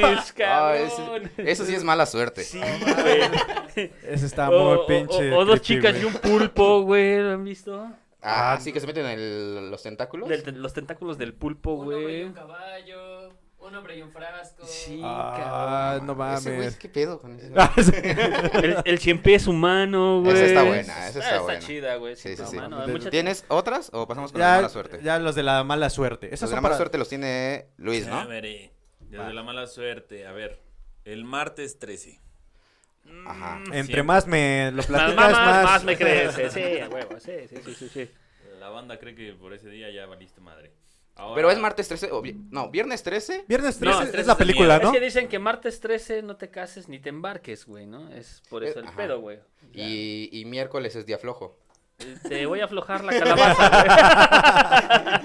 E: mames,
A: Ah,
E: cabrón.
A: ese- eso sí es mala suerte.
E: Sí, güey.
B: Ese está
E: O-
B: muy
E: o-
B: pinche.
E: O, o oh, dos
B: creepy,
E: chicas
B: güey.
E: y un pulpo, güey. ¿Lo han visto?
A: Ah, sí que se meten el- los tentáculos. Ah,
E: Del- los tentáculos del pulpo,
F: Un hombre y
E: güey.
F: un caballo. Un hombre y un frasco.
E: Sí,
B: Ah, no
A: Ese güey,
B: mames.
A: ¿qué pedo con ese?
B: Ah, sí.
E: cabrón. El, el cien pies humano, güey.
A: Esa está buena, esa está buena.
E: chida, güey.
A: Sí, sí, sí.
E: humano, hay muchas-
A: ¿Tienes otras o pasamos con la
B: ya,
A: mala suerte?
B: ya los de la mala suerte.
A: Los
B: Esas
A: de la
B: son
A: mala
B: para-
A: suerte los tiene Luis,
D: A
A: Pues, ¿no?
D: ver, eh, desde la mala suerte. A ver, el martes 13.
A: Ajá. Eh,
E: mm.
B: Entre
D: Siempre.
B: más me lo
E: Más,
B: platicas,
E: más,
B: más...
E: más, más me crece. Sí, a huevo. Sí, sí, sí, sí. sí.
D: La banda cree que por ese día ya valiste madre. Ahora-
A: Pero es martes 13, o vi- no, viernes 13.
B: Viernes
D: No,
B: 13
D: 13
B: es la
D: es de
B: película, ¿no?
D: miedo.
E: Es que dicen que martes 13 no te cases ni te embarques, güey, ¿no? Es por eso el
A: Eh, Ajá.
E: pedo, güey. Eh,
A: Y, y miércoles es día flojo.
E: Te voy a aflojar la calabaza,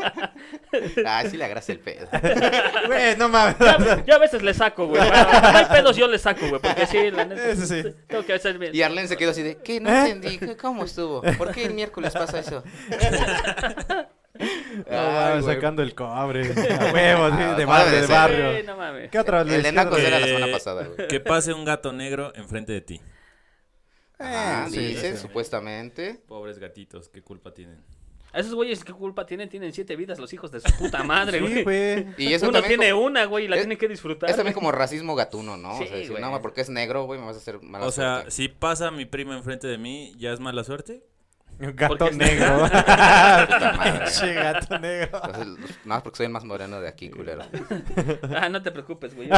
E: güey.
A: Ah, sí le agarras el pedo.
B: Güey, no mames.
E: Ya, ya a veces le saco, güey. Bueno, no hay pedos, yo le saco, güey. Porque sí, la neta.
B: Eso sí.
E: Tengo que hacer.
A: Y Arlen se quedó así de, ¿qué? No
B: ¿Eh?
A: entendí, ¿qué- ¿cómo estuvo? ¿Por qué el miércoles pasa eso?
B: No
A: Ay,
B: mames,
A: güey.
B: Ah, sacando el cobre. A huevo, sí,
A: Ah,
B: de
A: no
B: madre, de
A: mames, eh.
E: Güey,
B: barrio.
E: no mames.
B: ¿Qué otra
A: El
B: Luis?
A: de
B: ¿Qué otra
A: Nacos Pues
B: vez?
A: era la
D: Eh,
A: semana pasada, güey.
D: Que pase un gato negro enfrente de ti.
A: Ah,
B: Eh, sí,
A: dicen,
B: sí, sí.
A: supuestamente.
D: Pobres gatitos, ¿qué culpa tienen?
E: A esos güeyes, ¿qué culpa tienen? Tienen siete vidas los hijos de su puta madre,
B: Sí,
E: güey.
B: güey.
A: Y eso
E: Uno
A: también
E: tiene
A: como-
E: una, güey, y la
A: es-
E: tiene que disfrutar.
A: Es también
E: güey.
A: como racismo gatuno, ¿no?
E: Sí,
A: o sea, decir,
E: güey.
A: no, porque es negro, güey, me vas a hacer mala
D: O sea,
A: suerte.
D: si pasa mi prima enfrente de mí, ¿ya es mala suerte?
B: Un gato
E: Porque es
B: negro.
A: Puta madre.
B: Pinche gato negro.
A: Entonces, los- nada más porque soy el más moreno de aquí, culero.
E: Ah, no te preocupes, güey. Yo,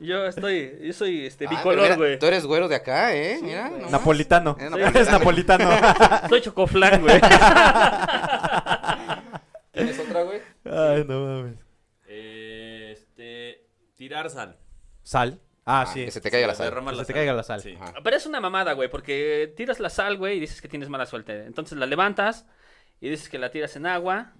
E: yo estoy. Yo soy este,
A: Ah,
E: bicolor,
A: mira,
E: güey.
A: Tú eres güero de acá, ¿eh? Mira.
E: güey.
A: nomás.
B: Napolitano.
A: Es
B: Es napolitano.
E: Soy chocoflan, güey.
A: ¿Tienes otra, güey?
B: Ay, no mames.
D: Eh, Este. Tirar sal.
B: Sal. Ah, sí.
A: Que se te caiga la sal.
D: derrama
B: Que
D: la
B: se te
D: sal.
B: caiga la sal.
D: Sí.
A: Ajá.
E: Pero es una mamada, güey, porque tiras la sal, güey, y dices que tienes mala suerte. Entonces la levantas y dices que la tiras en agua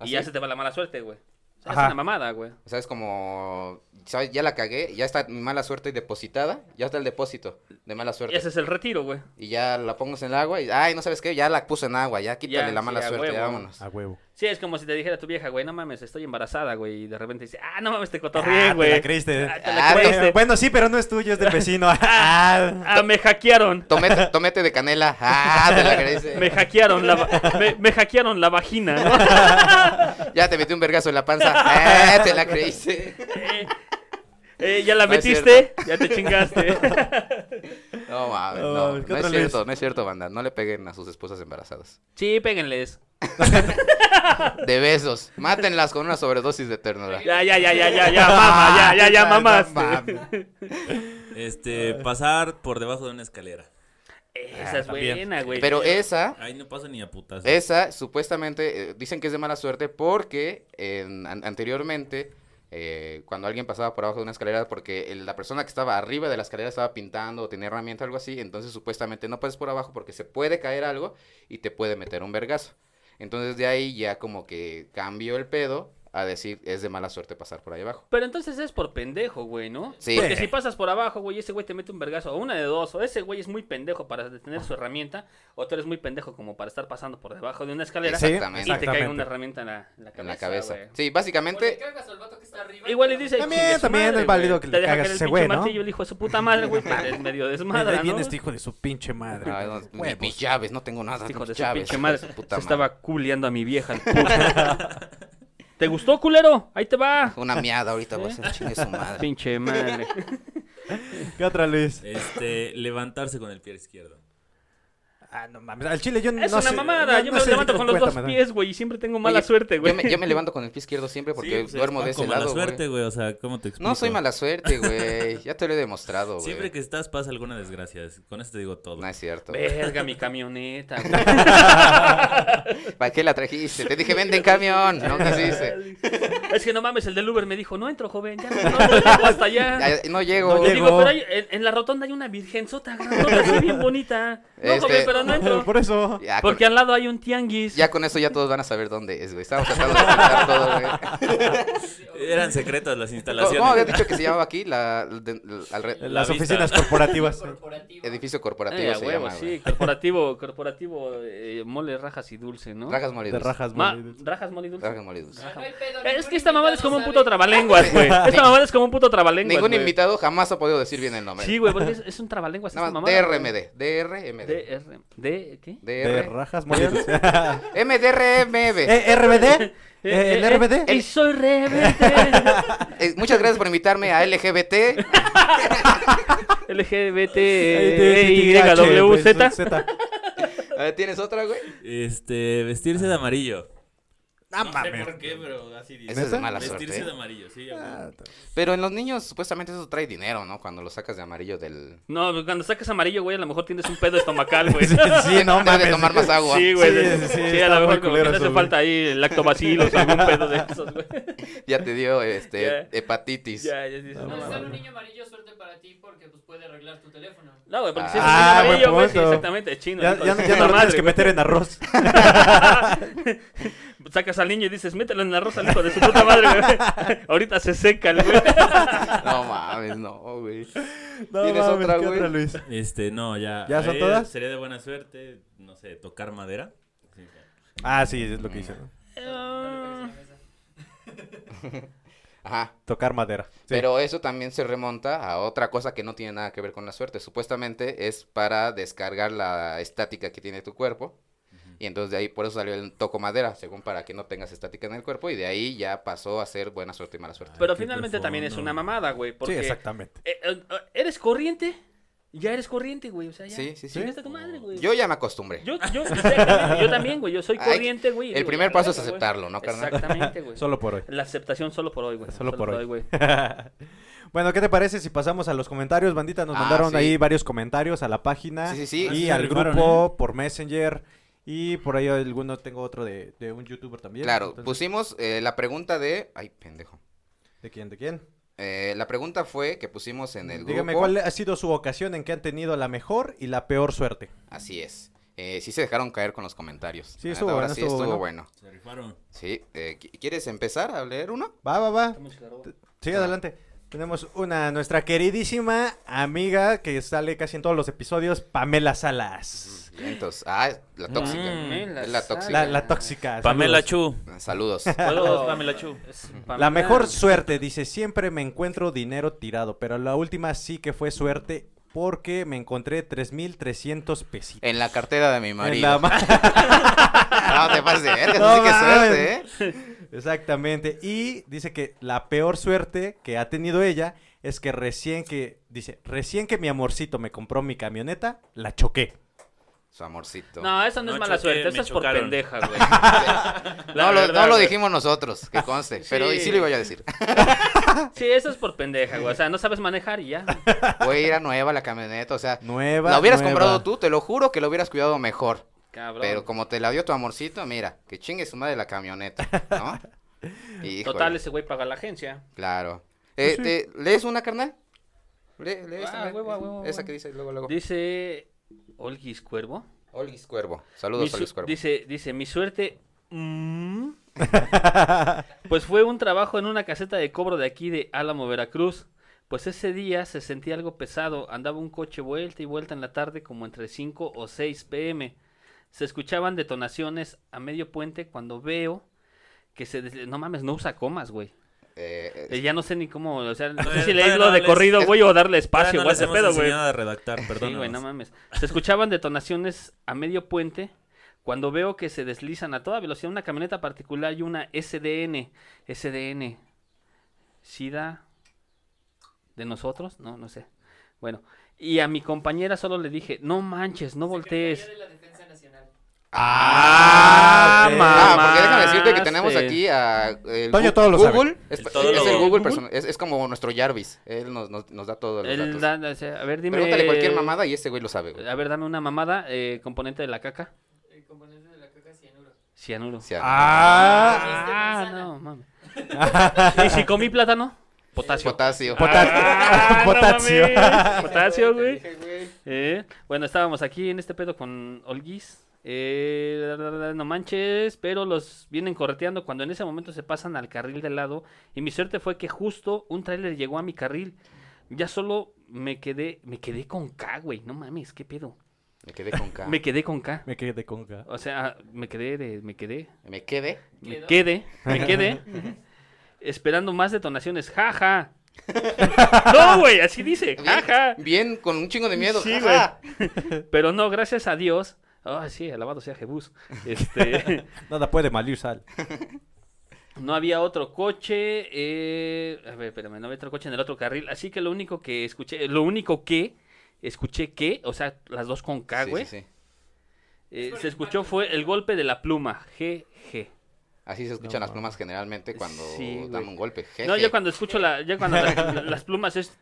E: y
A: ¿Ah,
E: ya
A: sí?
E: se te va la mala suerte, güey. O sea, es
B: Ajá.
E: una mamada, güey.
A: O sea, es como, ¿sabes? Ya la cagué, ya está mi mala suerte depositada, ya está el depósito de mala
E: Y
A: suerte.
E: ese es el retiro, güey.
A: Y ya la pongo en el agua y, ay, no sabes qué, ya la puse en agua, ya quítale
E: Ya,
A: la mala
E: sí, a
A: suerte,
E: huevo.
A: vámonos.
B: A huevo.
E: Sí, es como si te dijera tu vieja, güey, no mames, estoy embarazada, güey. Y de repente dice, ah, no mames, te
B: Ah,
E: cotorrié,
B: te
E: güey.
B: la creíste.
E: Ah, te la
B: Bueno,
E: creíste.
B: Bueno, sí, pero no es tuyo, es del vecino. Ah.
E: Ah, me hackearon.
A: Tomete, tomete de canela. Ah, te la agradece.
E: Me hackearon la, va- me, me hackearon la vagina, ¿no?
A: Ya te metí un vergazo en la panza. Ah, te la creíste.
E: Eh, eh, ya la
A: No es
E: metiste, ya te chingaste.
A: No mames,
B: No
A: no.
B: mames, ¿qué
A: No es
B: otra vez?
A: cierto, no es cierto, banda. No le peguen a sus esposas embarazadas.
E: sí, péguenles.
A: De besos. Mátenlas con una sobredosis de ternura.
E: Ya, ya, ya, ya, ya, ya, mamá, ya, ya, ya, mamás.
D: Este, pasar por debajo de una escalera.
E: Esa es
B: también.
E: buena, güey.
A: Pero esa
D: Ahí no paso ni a putas.
A: Esa, supuestamente, eh, dicen que es de mala suerte porque en- an- anteriormente, eh, cuando alguien pasaba por abajo de una escalera, porque el- la persona que estaba arriba de la escalera estaba pintando o tenía herramienta o algo así, entonces supuestamente no pases por abajo porque se puede caer algo y te puede meter un vergazo. Entonces de ahí ya como que cambió el pedo a decir es de mala suerte pasar por ahí abajo.
E: Pero entonces es por pendejo, güey, ¿no?
A: Sí.
E: Porque
B: Sí.
E: si pasas por abajo, güey, ese güey te mete un vergazo. O una de dos. O ese güey es muy pendejo para tener su herramienta. O tú eres muy pendejo como para estar pasando por debajo de una escalera.
A: Sí,
E: y
A: exactamente.
E: te caiga una herramienta en la, en la cabeza.
A: En la cabeza.
E: güey.
A: Sí,
F: O le
A: básicamente,
F: cagas al vato que está arriba.
E: Igual y dice.
B: También,
E: "Chingue su
B: también
E: madre,
B: es válido
E: güey".
B: que
E: Te
B: le
E: deja
B: cagas
E: caer
B: ese
E: el
B: güey,
E: pinche
B: ¿no?
E: martillo, el hijo de su puta madre, güey. Es medio desmadre.
B: Ahí
E: ¿no?
B: viene este hijo de su pinche madre.
A: Ay, no, mi-
B: Huevos.
A: mis llaves, no tengo nada.
E: Hijo
A: mis
E: de su
A: llaves,
E: pinche madre. pues,
A: su puta
E: Se estaba culeando a mi vieja. el puto. ¿Te gustó, culero? Ahí te va.
A: Una miada ahorita, va a ser chingue su madre.
E: ¿Eh? Pinche madre.
B: ¿Qué otra, Luis?
D: Este, levantarse con el pie izquierdo.
B: Ah, no mames. Al chile yo no
E: Es una
B: sé-
E: mamada.
B: no-
E: yo
B: no
E: me
B: sé,
E: levanto con los dos
B: cuéntame,
E: pies, güey, y siempre tengo mala
A: Oye,
E: suerte, güey.
A: Yo me, yo me levanto con el pie izquierdo siempre porque
D: Sí, pues,
A: duermo
D: es
A: de ese
D: como la
A: lado. güey.
D: suerte, güey. O sea, ¿cómo te explico?
A: No soy mala suerte, güey. Ya te lo he demostrado, güey.
D: Siempre que estás pasa alguna desgracia. Con eso te digo todo.
A: No es cierto.
E: Verga, mi camioneta, güey.
A: ¿Para qué la trajiste? Te dije, vende en camión. No quisiste.
E: Es que no mames, el del Uber me dijo, no entro, joven, ya no, no, no llego hasta allá.
A: Ya, No llego.
B: No
E: Le
B: llego.
E: digo, pero hay- en, en la rotonda hay una virgenzota, grandota, así bien bonita. No,
A: Este-
E: joven, pero no entro.
B: Por eso.
A: Ya, Ah, con,
E: Porque al lado hay un tianguis.
A: ya con eso ya todos van a saber dónde es, güey. Estamos tratando de contar todo, güey.
D: Eran secretas las
A: ¿Cómo- ¿Cómo habías
D: instalaciones.
A: dicho que se llamaba aquí? La, de- la- al re-
B: Las
D: vista.
B: oficinas corporativas.
F: Corporativo.
A: edificio
E: Eh,
A: corporativo
E: a
A: se
E: huevo,
A: llama,
E: sí,
A: güey.
E: corporativo, corporativo, eh, mole, rajas y dulce, ¿no?
A: Rajas
B: De
A: molidos.
B: rajas,
E: Ma-
B: molidas.
E: rajas, mole y dulce.
A: Rajas molidos.
F: No hay pedo,
E: Es
F: ningún
E: que esta mamada es
F: invitado
E: como un
F: sabe.
E: puto trabalenguas, güey. Esta mamada es como un puto trabalenguas.
A: Ningún
E: güey.
A: invitado jamás ha podido decir bien el nombre.
E: Sí, güey, porque es, es un trabalenguas.
A: Nada
E: esta
A: más,
E: mamada, güey.
A: DRMD. DRMD.
E: DR. ¿De qué?
B: De
A: DR.
B: rajas molidas.
A: MDRMB.
B: Eh, ¿RBD? Eh, ¿El
E: Eh, eh,
B: RBD?
E: eh, soy rebelde.
A: Eh, muchas gracias por invitarme a LGBT.
E: LGBT eh, pues,
B: LGBTYWZ.
A: A ver, ¿Tienes otra, güey?
D: Este, vestirse de amarillo.
B: No
D: sé
B: mames.
D: por qué, pero así dice.
A: Eso es de mala
D: Vestirse
A: suerte.
D: de
A: ¿eh?
D: amarillo, sí. a huevo.
A: Pero en los niños, supuestamente eso trae dinero, ¿no? Cuando lo sacas de amarillo del.
E: No, pues, cuando sacas amarillo, güey, a lo mejor tienes un pedo estomacal, güey.
B: Sí, sí, no
A: Debe de
B: mames.
A: tomar más agua.
E: Sí, güey.
B: Sí,
E: de-
B: sí,
E: Sí,
B: sí,
E: a
B: está
E: lo
B: muy
E: mejor como que
B: culero
E: te hace
B: eso,
E: falta ahí lactobacilos o algún pedo de esos, güey.
A: Ya te dio este
E: Ya.
A: hepatitis.
E: Ya, ya dices, no,
F: No,
E: mames.
F: ser un niño amarillo, suerte para ti, porque pues puede arreglar tu teléfono.
E: No, güey, porque si es
B: Ah,
E: un niño amarillo,
B: buen
E: güey, sí,
B: punto.
E: exactamente, es chino.
B: Ya,
E: hijo
B: ya,
E: de
B: ya
E: su
B: no lo
E: madre,
B: tienes que
E: güey.
B: meter en arroz.
E: Sacas al niño y dices, mételo en la rosa, hijo de su puta madre, güey. Ahorita se seca, el güey.
A: No mames, no, güey.
B: No
A: ¿Tienes
B: mames,
A: otra,
B: ¿qué
A: güey?
B: Luis?
D: Este, no, ya.
B: ¿Ya son
D: ahí
B: todas?
D: Sería de buena suerte, no sé, tocar madera. Sí, ya.
B: Ah, sí, es lo
A: Mm.
B: que hice. ¿no?
E: Eh,
A: Ajá.
B: Tocar madera. Sí.
A: Pero eso también se remonta a otra cosa que no tiene nada que ver con la suerte. Supuestamente es para descargar la estática que tiene tu cuerpo. Y entonces de ahí por eso salió el toco madera, según para que no tengas estática en el cuerpo. Y de ahí ya pasó a ser buena suerte y mala suerte.
E: Pero
D: qué
E: finalmente también es
D: profundo.
E: una mamada, güey.
B: Sí,
E: Porque
B: exactamente.
E: eh, eh, eh, ¿Eres corriente? Ya eres corriente, güey. O
B: Ah.
E: sea, ya.
A: Sí, sí, sí.
E: Chingaste a tu madre, güey.
A: Yo ya me acostumbré.
E: Yo, yo, exactamente, yo también, güey. Yo soy
A: Ay,
E: corriente, güey. y
A: el
E: digo,
A: primer
E: ya,
A: paso es
E: güey.
A: aceptarlo, ¿no, carnal?
E: Exactamente, güey.
B: Solo por hoy.
E: La aceptación solo por hoy, güey.
B: Solo por hoy.
E: güey.
B: bueno, ¿qué te parece si pasamos a los comentarios? Bandita, nos
A: Ah,
B: mandaron
A: sí.
B: ahí varios comentarios a la página
A: Sí, sí, sí.
B: y
D: Sí,
B: al
D: se rifaron,
A: ¿eh?
B: grupo por Messenger y por ahí alguno tengo otro de, de un youtuber también.
A: Claro,
B: Entonces,
A: pusimos eh, la pregunta de... Ay, pendejo.
B: ¿De quién? ¿De quién?
A: Eh, la pregunta fue que pusimos en el
B: Dígame,
A: grupo.
B: ¿cuál ha sido su ocasión en que han tenido la mejor y la peor suerte?
A: Así es. Eh, sí se dejaron caer con los comentarios.
B: Sí,
A: La
B: estuvo
A: neta, ahora
B: bueno,
A: sí
B: estuvo
A: estuvo
B: bueno.
A: bueno.
D: Se rifaron.
A: Sí. eh, ¿qui- ¿Quieres empezar a leer uno?
B: Va, va, va.
E: Estamos claros.
A: Ah.
B: Sí, adelante. Tenemos una, nuestra queridísima amiga que sale casi en todos los episodios, Pamela Salas.
A: Entonces, ah, la tóxica.
D: Mm.
A: Es la tóxica.
B: La, la tóxica.
D: Pamela
B: saludos.
D: Chu.
A: Saludos.
D: Saludos, Pamela Chu.
E: Es
B: La
E: Pamela-
B: mejor suerte, dice, siempre me encuentro dinero tirado, pero la última sí que fue suerte porque me encontré 3.300 pesitos.
A: En la cartera de mi Eh, marido.
B: En la ma-
A: No te pases de verga,
B: No
A: sí que
B: mames.
A: suerte, ¿eh?
B: Exactamente. Y dice que la peor suerte que ha tenido ella es que recién que, dice, recién que mi amorcito me compró mi camioneta, la choqué.
A: Su amorcito. No,
E: No, eso no, es
D: No,
E: mala
D: choqué,
E: suerte,
D: me
E: eso es por
D: chocaron.
E: pendeja, güey.
A: lo,
E: verdad,
A: no lo
E: güey.
A: dijimos nosotros, que conste. Pero sí lo iba yo a decir.
E: Sí, eso es por pendeja, güey. O sea, no sabes manejar y ya.
A: Güey, era nueva la camioneta, o sea.
B: Nueva.
A: La hubieras
B: nueva.
A: comprado tú, te lo juro que lo hubieras cuidado mejor.
E: Cabrón.
A: Pero como te la dio tu amorcito, mira, que chingue su madre la camioneta, ¿no? Híjole,
E: Total, ese güey paga la agencia.
A: Claro. Eh, te- ¿Lees una, carnal? Le- lee esa,
E: Pues Ah,
A: lee-
E: huevo, huevo,
A: esa
E: huevo.
A: que dice luego, luego.
E: Dice Olguis Cuervo.
A: Olguis Cuervo.
E: Mi
A: Saludos,
E: su-
A: Olguis Cuervo.
E: Dice, dice, mi suerte. mm, pues fue un trabajo en una caseta de cobro de aquí de Álamo, Veracruz. Pues ese día se sentía algo pesado. Andaba un coche vuelta y vuelta en la tarde, como entre 5 o 6 pm. Se escuchaban detonaciones a medio puente cuando veo que se. des- No mames, no usa comas, güey.
A: Eh, eh,
E: Eh, Ya no sé ni cómo. O sea, no sé
D: Todavía-
E: si
D: todavía
E: leerlo
D: no
E: de
D: les-
E: corrido, güey, o
D: Todavía
E: darle espacio,
D: no
E: güey.
D: les
E: ese
D: hemos
E: pedo, güey.
D: enseñado a redactar, perdón.
E: Sí, güey, no mames. Se escuchaban detonaciones a medio puente cuando veo que se deslizan a toda velocidad una camioneta particular y una SDN. SDN. ¿Sida de nosotros? No, no sé. Bueno, y a mi compañera solo le dije, no manches, no voltees.
F: de la Defensa Nacional.
A: Ah,
B: ok.
A: Ah,
E: mamaste.
A: porque déjame decirte que tenemos aquí a eh, el
B: Toño
A: Gu-
B: todo lo sabe.
A: Google. Es,
D: El todo
A: es
D: lo-
A: el Google
E: ¿Google?
A: persona- es, es como nuestro Jarvis. Él nos, nos- nos da todos los
E: Él
A: datos.
E: da- da- o sea, a ver, dime.
A: Pregúntale cualquier mamada y ese güey lo sabe, güey.
E: A ver, dame una mamada, eh, componente de la caca.
F: El componente de la caca es cianuro.
E: Cianuro.
A: O sea,
B: Ah.
E: Ah,
F: Manzana.
E: no, mames. ¿Y si comí plátano? Potasio.
A: potasio.
B: Potas-
E: Ah, no
B: Potasio.
E: mames. Potasio,
F: Te
E: güey.
F: dije, güey.
E: Eh, bueno, estábamos aquí en este pedo con Olguis. Eh, la, la, la, no manches, pero los vienen correteando cuando en ese momento se pasan al carril de lado. Y mi suerte fue que justo un tráiler llegó a mi carril. Ya solo me quedé, me quedé con K, güey. No mames, qué pedo.
A: Me quedé con K.
E: Me quedé con K.
B: Me quedé con K.
E: O sea, me quedé de, me quedé.
A: Me quedé.
E: Me
F: ¿Quedó?
E: quedé, me quedé. esperando más detonaciones. Jaja. no, güey, así dice.
A: Bien,
E: Jaja.
A: bien, con un chingo de miedo.
E: Sí,
A: Ajá.
E: Pero no, gracias a Dios. Ah, sí, alabado sea Jebús. Este,
B: Nada puede mal ir sal.
E: no había otro coche. eh, a ver, espérame, no había otro coche en el otro carril. Así que lo único que escuché, lo único que escuché que, o sea, las dos con K,
A: Sí,
E: güey,
A: sí, sí.
E: eh, se escuchó fue el golpe de la pluma. GG.
A: Así se escuchan las plumas generalmente cuando
E: Sí, güey.
A: dan un golpe. Jeje.
E: No, yo cuando escucho la, yo cuando las, las plumas es.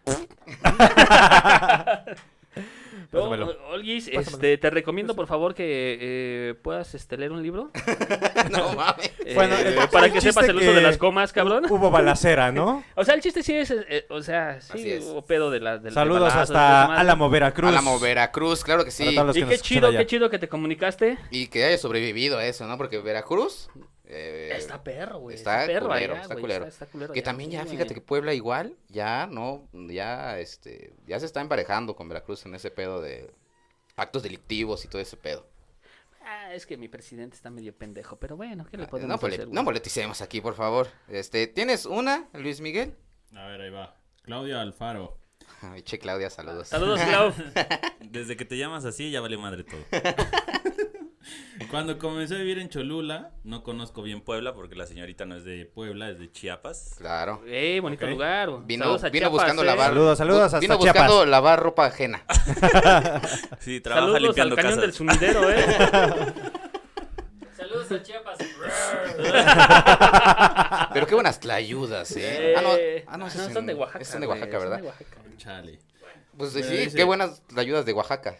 E: No,
B: Pásamelo.
E: Olguis, este, te recomiendo por favor que eh, puedas este, leer un libro.
A: No mames.
E: Eh,
B: Bueno,
E: para
B: el
E: que
B: chiste
E: sepas el uso
B: que-
E: de las comas, cabrón.
B: Hubo balacera, ¿no?
E: O sea, el chiste sí es, eh, eh, o sea,
A: Así
E: sí,
A: es.
E: o pedo de la... del- de
B: Saludos
E: balazos, de
B: hasta
E: desmadre.
B: Álamo, Veracruz.
A: Álamo, Veracruz, claro que
B: Para
A: sí.
B: todos los
E: Y
B: que nos
E: qué
B: escuchan
E: chido,
B: allá.
E: qué chido que te comunicaste.
A: Y que haya sobrevivido a eso, ¿no? Porque Veracruz. eh,
E: Está perro, güey.
A: está
E: Está, perro
A: culero,
E: allá,
A: está
E: güey,
A: culero.
E: está culero
A: Que
E: allá,
A: también
E: sí,
A: ya,
E: güey.
A: fíjate que Puebla igual, ya no, ya este, ya se está emparejando con Veracruz en ese pedo de actos delictivos y todo ese pedo.
E: Ah, es que mi presidente está medio pendejo, pero bueno, ¿qué le
A: Ah,
E: podemos
A: No, pole-
E: hacer, güey?
A: no politicemos aquí, por favor. Este, ¿tienes una, Luis Miguel?
D: A ver, ahí va. Claudia Alfaro.
A: Ay, che, Claudia, saludos.
E: Saludos, Clau.
D: Desde que te llamas así ya vale madre todo. Cuando comencé a vivir en Cholula, no conozco bien Puebla porque la señorita no es de Puebla, es de Chiapas.
A: Claro.
E: Ey, Eh, bonito
D: Ok.
E: lugar. güey.
A: Vino,
E: Saludos a
A: vino
E: Chiapas,
A: buscando
E: eh.
A: lavar.
B: Saludos, saludos
A: bu-
B: hasta
A: Vino buscando
B: Chiapas.
A: lavar ropa ajena.
D: Sí, trabaja
E: Saludos al
D: limpiando
E: cañón
D: casas.
E: del sumidero, eh.
F: Saludos a Chiapas.
A: Pero qué buenas tlayudas, ¿eh? Ah, no,
E: Eh,
A: ah, no, esas
E: son de
A: en-
E: Oaxaca.
A: esas son de
E: güey,
A: Oaxaca, ¿verdad?
E: son de Oaxaca.
D: Chale.
A: Pues
D: Bueno,
A: sí,
D: dice-
A: qué buenas tlayudas de Oaxaca.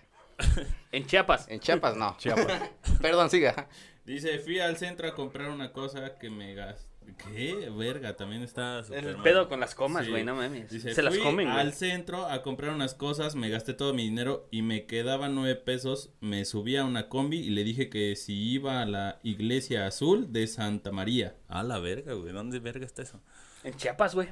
E: En Chiapas.
A: En Chiapas, no.
B: Chiapas.
A: Perdón, siga.
D: Dice, fui al centro a comprar una cosa que me gas- ¿Qué? Verga, también está súper
E: El
D: mal.
E: pedo con las comas,
D: Sí.
E: güey, no mames.
D: Dice,
E: Se las
D: "Fui
E: comen, güey.
D: al centro a comprar unas cosas, me gasté todo mi dinero y me quedaban nueve pesos. Me subí a una combi y le dije que si iba a la iglesia azul de Santa María. A la verga, güey. ¿Dónde verga está eso?
E: En Chiapas, güey.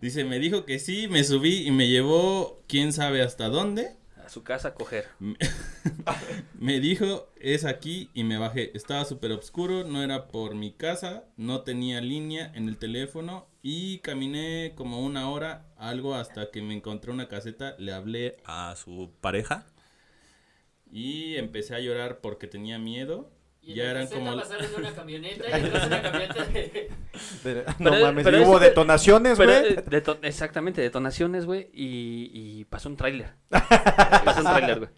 D: Dice, me dijo que sí, me subí y me llevó quién sabe hasta dónde.
E: A su casa a coger.
D: Me- Me dijo, es aquí y me bajé. Estaba súper oscuro, no era por mi casa, no tenía línea en el teléfono y caminé como una hora, algo hasta que me encontré una caseta, le hablé a su pareja y empecé a llorar porque tenía miedo.
F: Y
D: ya eran como...
F: pasaron de una camioneta y después una camioneta de...
B: Pero-
E: Pero-
B: no mames,
E: pero
B: y
E: es-
B: hubo detonaciones,
E: Pero,
B: güey.
E: eh, deto- exactamente, detonaciones, güey. Y, y pasó un tráiler. pasó un tráiler, güey.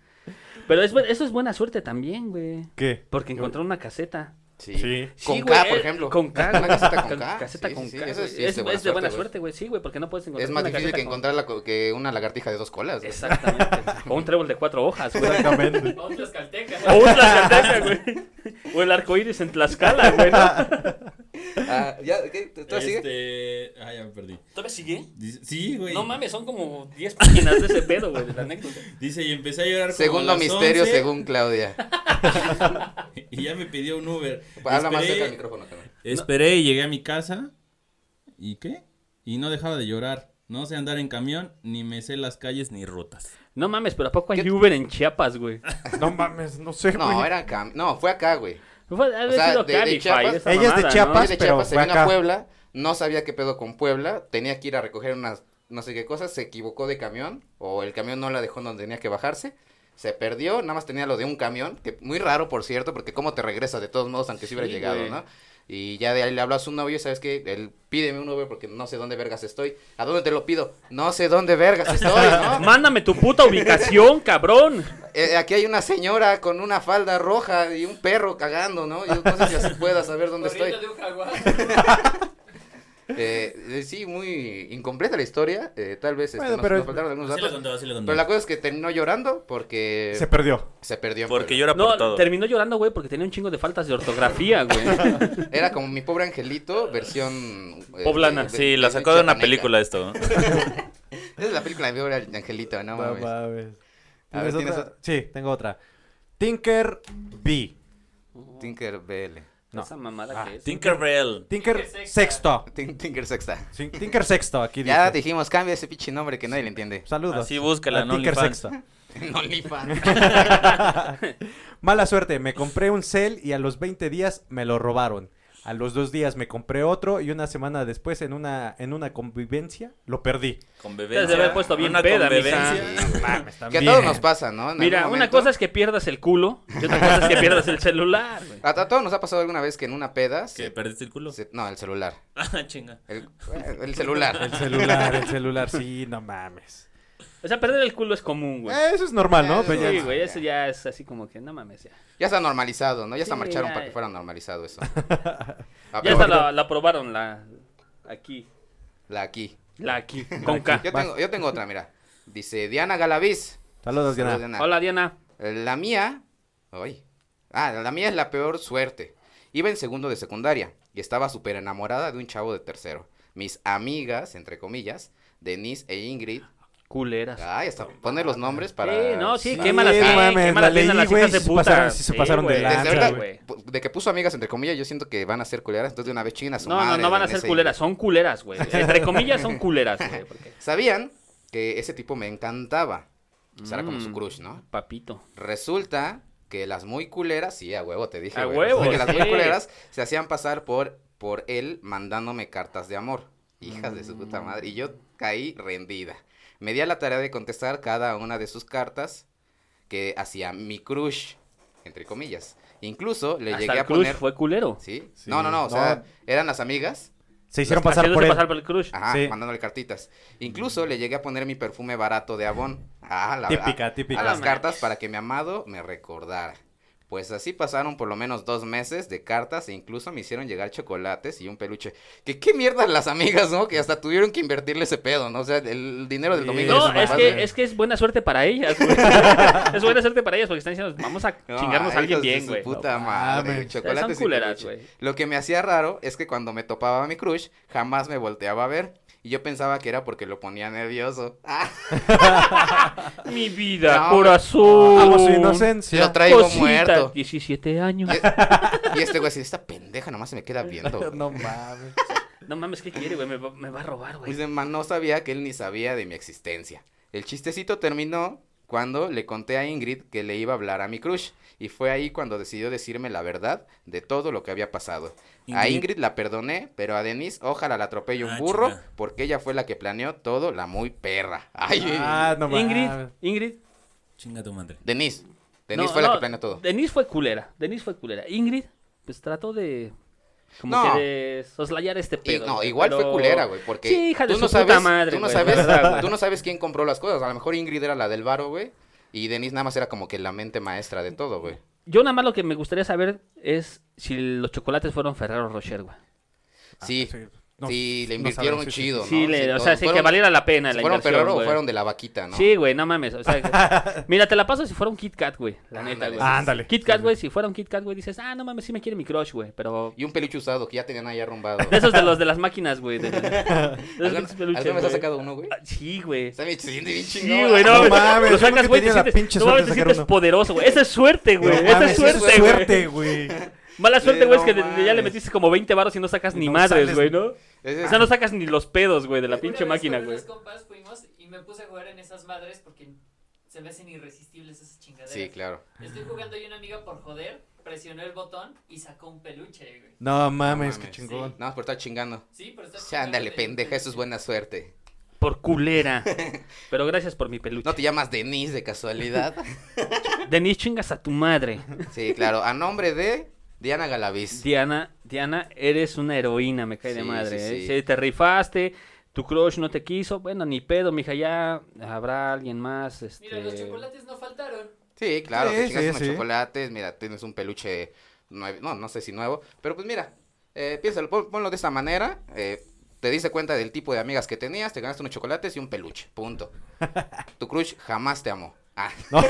E: Pero es, bu- eso es buena suerte también, güey.
B: ¿Qué?
E: Porque encontró una caseta.
A: Sí.
B: Sí.
A: Con
E: Sí,
A: K,
E: güey,
A: por ejemplo.
E: Con K.
A: Una
E: güey.
A: caseta con
E: Con-
A: K.
E: Caseta
A: Sí,
E: con
A: sí,
E: K.
A: sí, eso
E: güey.
A: sí es
E: es,
A: de
E: es
A: buena
E: de buena
A: suerte,
E: suerte, güey. Sí, güey, porque no puedes encontrar
A: Es más
E: una
A: difícil
E: caseta
A: que
E: con- Este.
A: encontrar la co- que una lagartija de dos colas. güey.
E: Exactamente. o un trébol de cuatro hojas, güey.
B: Exactamente.
F: Otros tlaxcaltecas.
E: O un tlaxcalteca, güey. O el arco iris en Tlaxcala, güey. ¿no?
A: Ah, ya, ¿qué? ¿Tú tú sigue?
D: Este... Ah, ya me perdí.
E: ¿Todavía sigue?
D: Dice- Sí, güey.
E: No mames, son como 10 páginas de ese pedo, güey, de la anécdota.
D: Dice, y empecé a llorar como a
A: Segundo
D: las
A: misterio,
D: 11,
A: según Claudia.
D: Y ya me pidió un Uber.
A: Habla más
D: Esperé-
A: cerca del micrófono, carnal.
D: Esperé y llegué a mi casa. ¿Y qué? Y no dejaba de llorar. No sé andar en camión, ni me sé las calles ni rutas.
E: No mames, pero ¿a poco hay
A: ¿Qué-
E: Uber en Chiapas, güey?
B: No mames, no sé, güey.
A: No, era acá. No, fue acá, güey.
E: Fue- ha de
A: O sea,
E: sido
A: de- de
E: Cabify,
A: Chiapas-
E: esa
B: Ella es de
E: mamada, ¿no?
B: Chiapas.
A: Yo de
B: pero
A: Chiapas se
B: fue
A: vino
B: acá.
A: a Puebla, no sabía qué pedo con Puebla, tenía que ir a recoger unas no sé qué cosas, se equivocó de camión o el camión no la dejó en donde tenía que bajarse. Se perdió, nada más tenía lo de un camión, que muy raro por cierto, porque cómo te regresas de todos modos, aunque sí hubiera
E: Sí,
A: llegado,
E: güey.
A: ¿no? Y ya de ahí le habló a su novio, ¿sabes qué? Él pídeme un Uber porque no sé dónde vergas estoy. ¿A dónde te lo pido? No sé dónde vergas estoy, ¿no?
E: Mándame tu puta ubicación, cabrón.
A: Eh, aquí hay una señora con una falda roja y un perro cagando, ¿no? Yo no sé si así pueda saber dónde estoy.
F: Corriendo de un jaguar.
A: Eh, eh, sí, muy incompleta la historia. eh, tal vez este,
B: Bueno,
A: nos,
B: pero-
A: nos faltaron algunos datos. Pero la cosa es que terminó llorando porque
B: Se
A: se,
B: perdió.
A: perdió. pues. en
D: Porque
A: Puebla.
D: llora por
E: No,
D: todo.
E: terminó llorando, güey, porque tenía un chingo de faltas de ortografía, güey.
A: Era como mi pobre angelito, versión. eh,
E: Poblana.
A: de- de-
D: Sí, la sacó de una
A: chiapaneca.
D: película esto.
A: Esa es la película de mi pobre angelito, no
B: No
A: mames.
B: mames.
A: A ver,
B: ¿Tienes
A: ¿tienes
B: otra?
A: otra?
B: Sí, tengo otra. Tinker B.
A: Tinkerbell.
B: No.
E: Esa mamada
D: Ah,
E: que es.
D: Tinkerbell.
B: Tinker
F: Tinker
B: sexto.
A: Tin- Tinker Sexta.
B: Sí, Tinker sexto, aquí dice.
A: Ya dijimos, cambia ese pinche nombre que nadie le entiende.
B: Saludos.
D: Así búscala
B: A
D: en
B: Tinker
D: OnlyFans.
B: sexto.
A: No lipa.
B: Mala suerte, me compré un cel y a los 20 días me lo robaron. A los dos días me compré otro y una semana después en una, en una convivencia lo perdí.
D: Con
E: Te debe haber puesto bien peda, misa.
A: que a todos nos pasa, ¿no? En
E: Mira,
A: algún
E: una
A: momento.
E: cosa es que pierdas el culo y otra cosa es que pierdas el celular, güey.
A: A, a todos nos ha pasado alguna vez que en una peda.
D: ¿Que
A: se-
D: perdiste el culo?
A: se- no, el celular.
D: Ah, chinga.
A: El, el celular.
B: El celular, el celular, sí, no mames.
E: O sea, perder el culo es común, güey.
B: Eh, Eso es normal, ¿no?
A: Eh,
B: Pero ya-
E: Sí, güey, eso ya es así como que no mames ya.
A: Ya está normalizado, ¿no? Ya está
E: Sí,
A: marcharon
E: ya,
A: para
E: ya.
A: que fuera normalizado eso. Ah,
E: Ya
A: pero
E: está,
A: bueno,
E: la, la probaron, la aquí.
A: la aquí.
E: La aquí, con K.
A: Yo tengo, yo tengo otra, mira. Dice Diana Galaviz. Saludos,
B: Saludos, Diana.
A: Diana.
E: Hola, Diana.
A: La mía. Ay. Ah, la mía es la peor suerte. Iba en segundo de secundaria y estaba súper enamorada de un chavo de tercero. Mis amigas, entre comillas, Denise e Ingrid.
E: Culeras.
A: Ay, hasta pone los nombres Ah, para. Ah,
E: Sí, no, sí,
B: Sí,
E: quémalas
B: no
E: bien,
B: mames, la
E: quémalas bien a
B: leí,
E: las
B: güey,
E: hijas de
B: sí se
E: puta.
B: pasaron- sí se
E: Sí,
B: pasaron de
E: güey.
B: lanza,
A: Desde ahorita,
E: güey.
A: de que puso amigas entre comillas, yo siento que van a ser culeras, entonces de una vez chingan a su
E: No, no,
A: madre,
E: no van a
A: Denise
E: ser
A: e
E: culeras, son culeras, güey. Entre comillas son culeras, güey. porque-
A: Sabían que ese tipo me encantaba. O sea, era como
E: Mm.
A: su crush, ¿no?
E: Papito.
A: Resulta que las muy culeras, sí, a huevo te dije.
E: A
A: güey,
E: huevo,
A: resulta Que las
E: sí.
A: muy culeras se hacían pasar por, por él mandándome cartas de amor. Hijas de su
E: Mm.
A: puta madre. Y yo caí rendida. Me di a la tarea de contestar cada una de sus cartas que hacía mi crush, entre comillas. Incluso le
E: Hasta
A: llegué
E: el
A: a
E: crush
A: poner...
E: fue culero.
A: ¿Sí?
B: Sí.
A: No, no, no, o sea,
B: No.
A: eran las amigas
B: Se hicieron pasar
E: Haciéndose
B: por él.
E: pasar por el crush.
A: Ajá,
B: Sí.
A: mandándole cartitas. Incluso le llegué a poner mi perfume barato de Avon. Ah, la
B: Típica,
A: a-
B: típica.
A: A
E: No
A: las
E: mames.
A: cartas para que mi amado me recordara. Pues así pasaron por lo menos dos meses de cartas e incluso me hicieron llegar chocolates y un peluche. Que qué mierda las amigas, ¿no? Que hasta tuvieron que invertirle ese pedo, ¿no? O sea, el dinero del
B: Sí.
A: domingo. de
E: No,
A: sus
E: es
A: papás,
E: que,
A: ¿no?
E: es que es buena suerte para ellas, güey. es buena suerte para ellas porque están diciendo, vamos a
A: No,
E: chingarnos a alguien
A: hijos de
E: bien,
A: su
E: güey.
A: Puta
B: No
A: madre,
B: mames.
A: chocolates
E: Son
A: y
E: culeras,
A: peluche.
E: güey.
A: Lo que me hacía raro es que cuando me topaba a mi crush, jamás me volteaba a ver. Y yo pensaba que era porque lo ponía nervioso. Ah,
E: Mi vida,
A: No,
E: corazón.
B: Amo Ah, su inocencia.
A: lo traigo
E: Cosita,
A: muerto.
E: 17 años.
A: Y este güey así, esta pendeja nomás se me queda viendo. güey".
B: No mames.
E: No mames, ¿qué quiere, güey? Me, va- me va a robar, güey.
A: Dice, "Man, no sabía que él ni sabía de mi existencia. El chistecito terminó cuando le conté a Ingrid que le iba a hablar a mi crush. Y fue ahí cuando decidió decirme la verdad de todo lo que había pasado. A
D: Ingrid.
A: Ingrid la perdoné, pero a Denise, ojalá la atropelle un
D: Ah,
A: burro,
D: chinga.
A: porque ella fue la que planeó todo, la muy perra. Ay,
B: Ah, no mames.
E: Ingrid, Ingrid.
D: Chinga tu madre.
A: Denise. Denise
E: No,
A: fue la
E: no,
A: que planeó todo.
E: Denise fue culera. Denise fue culera. Ingrid, pues trató de. Como
A: No.
E: que de soslayar este
A: Y-
E: pedo.
A: no,
E: güey,
A: igual fue
E: pero-
A: culera, güey, porque
E: Sí, hija de
A: tú, no
E: su puta
A: sabes,
E: madre,
A: tú, no
E: güey, la
A: sabes,
E: verdad, güey.
A: tú no sabes quién compró las cosas. A lo mejor Ingrid era la del varo, güey, y Denise nada más era como que la mente maestra de todo, güey.
E: Yo nada más lo que me gustaría saber es si los chocolates fueron Ferrero Rocher, güey. Ah,
A: Sí,
B: sí. No,
A: sí, le
B: no
A: invirtieron
B: sabemos, sí, sí,
A: chido, ¿no?
E: Sí, le- o
A: todo.
E: sea, sí, que
A: Fueron-
E: valiera la pena
A: si
E: la
A: fueron
E: inversión,
A: Ferrero o
E: güey.
A: fueron de la vaquita, ¿no?
E: Sí, güey, no mames. O sea, que- mira, te la paso si fuera un Kit Kat, güey. La neta,
A: Ándale.
E: güey.
B: Ah, ándale.
E: Kit Kat, güey, si fuera un Kit Kat, güey, dices, ah, no mames, sí me quiere mi crush, güey. Pero.
A: Y un peluche usado que ya tenían ahí arrumbado.
E: De esos de los de las máquinas, güey. De, de- de esos
A: ¿Alguna,
E: pinches peluches,
A: alguna vez
E: güey.
A: has sacado uno, güey?
E: Ah, Sí, güey.
A: Está bien, se siente bien
E: Sí,
A: chingón.
E: güey,
B: No
E: no,
B: mames,
E: mames. Lo
B: yo nunca
E: sacas, güey,
B: tenía
E: te
B: la
E: sientes,
B: pinche
E: no
B: suerte
E: mames,
B: de
E: te
B: sacar
E: sientes
B: uno.
E: poderoso, güey. Esa es suerte, güey.
B: No
E: Esa es
B: mames, eso
E: suerte, güey.
B: güey.
E: Mala
A: Sí,
E: suerte, güey, es
A: no
E: que de- ya le
A: mames.
E: metiste como 20 varos y no sacas ni
B: No
E: madres,
B: sales.
E: güey, ¿no?
A: Ese es-
E: O sea, no sacas ni los pedos, güey, de la
F: Una
E: pinche
F: vez
E: máquina,
F: con
E: güey.
F: unos compas fuimos y me puse a jugar en esas madres porque se me hacen irresistibles esas chingaderas.
A: Sí, claro.
F: Estoy jugando y una amiga por joder presionó el botón y sacó un peluche, güey.
B: No
A: No
B: mames, qué
A: mames.
B: chingón.
A: Nada más por estar chingando.
F: Sí, pero está
A: O sea, ándale, pendeja, eso es buena suerte.
E: Por culera. Pero gracias por mi peluche.
A: ¿No te llamas Denise de casualidad?
E: Denise, chingas a tu madre.
A: Sí, claro. A nombre de Diana Galaviz.
E: Diana, Diana, eres una heroína, me cae de
A: Sí,
E: madre.
A: sí,
E: ¿eh?
A: sí.
E: Sí, te rifaste, tu crush no te quiso. Bueno, ni pedo, mija, ya habrá alguien más. Este...
F: Mira, los chocolates no faltaron.
A: Sí, claro,
B: Sí,
A: te chingas
B: sí,
A: unos
B: sí.
A: chocolates, mira, tienes un peluche nuevo, no, no sé si nuevo, pero pues mira, eh, piénsalo, pon- ponlo de esta manera, eh, te diste cuenta del tipo de amigas que tenías, te ganaste unos chocolates y un peluche, punto. Tu crush jamás te amó. Ah,
B: No,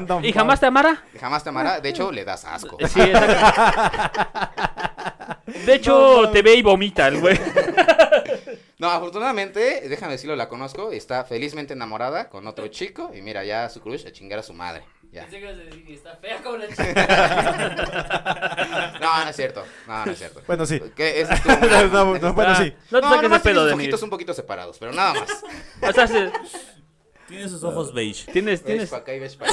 B: no, no
E: ¿Y jamás te amara?
A: jamás te amará, de hecho le das asco.
E: Sí, exacto. De hecho, te ve y vomita el güey.
A: No, afortunadamente, déjame decirlo, la conozco, está felizmente enamorada con otro chico y mira, ya su crush a chingar a su madre. Ya.
F: Pensé que ibas a decir, está fea como la chingada.
A: No, no es cierto, no, no es cierto.
B: Bueno, sí.
A: Que ese estuvo muy-
B: No, no, no, bueno,
E: Ah,
B: sí.
E: No te
A: nomás
E: saques de
A: tiene
E: pedo,
A: sus
E: Denise.
A: ojitos un poquito separados, pero nada más.
E: O sea, se-
D: Tiene sus ojos beige.
E: tienes,
A: Ves
E: tienes.
A: pa' acá y ves pa'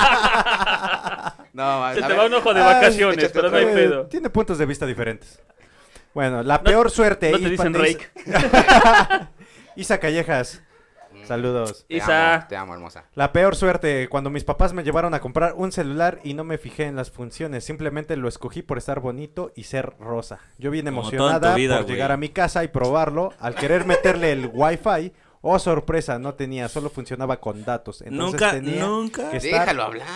A: allá. no, a-
E: Se
A: a
E: te
A: ver,
E: va un ojo de
B: Ay,
E: vacaciones,
A: échate
E: pero no
A: otra
E: hay
B: Eh,
E: pedo.
B: Tiene puntos de vista diferentes. Bueno, la peor suerte.
E: No te
B: Ispa-
E: dicen Rake.
B: Isa Callejas.
A: Mm.
B: Saludos.
A: Te
E: Isa.
A: amo, te amo, hermosa.
B: La peor suerte, cuando mis papás me llevaron a comprar un celular y no me fijé en las funciones, simplemente lo escogí por estar bonito y ser rosa. Yo bien
D: Como todo en tu
B: emocionada
D: vida,
B: por
D: güey.
B: llegar a mi casa y probarlo, al querer meterle el wifi, oh sorpresa, no tenía, solo funcionaba con datos. Entonces
D: nunca,
B: tenía
D: nunca.
B: que estar-
A: Déjalo hablar.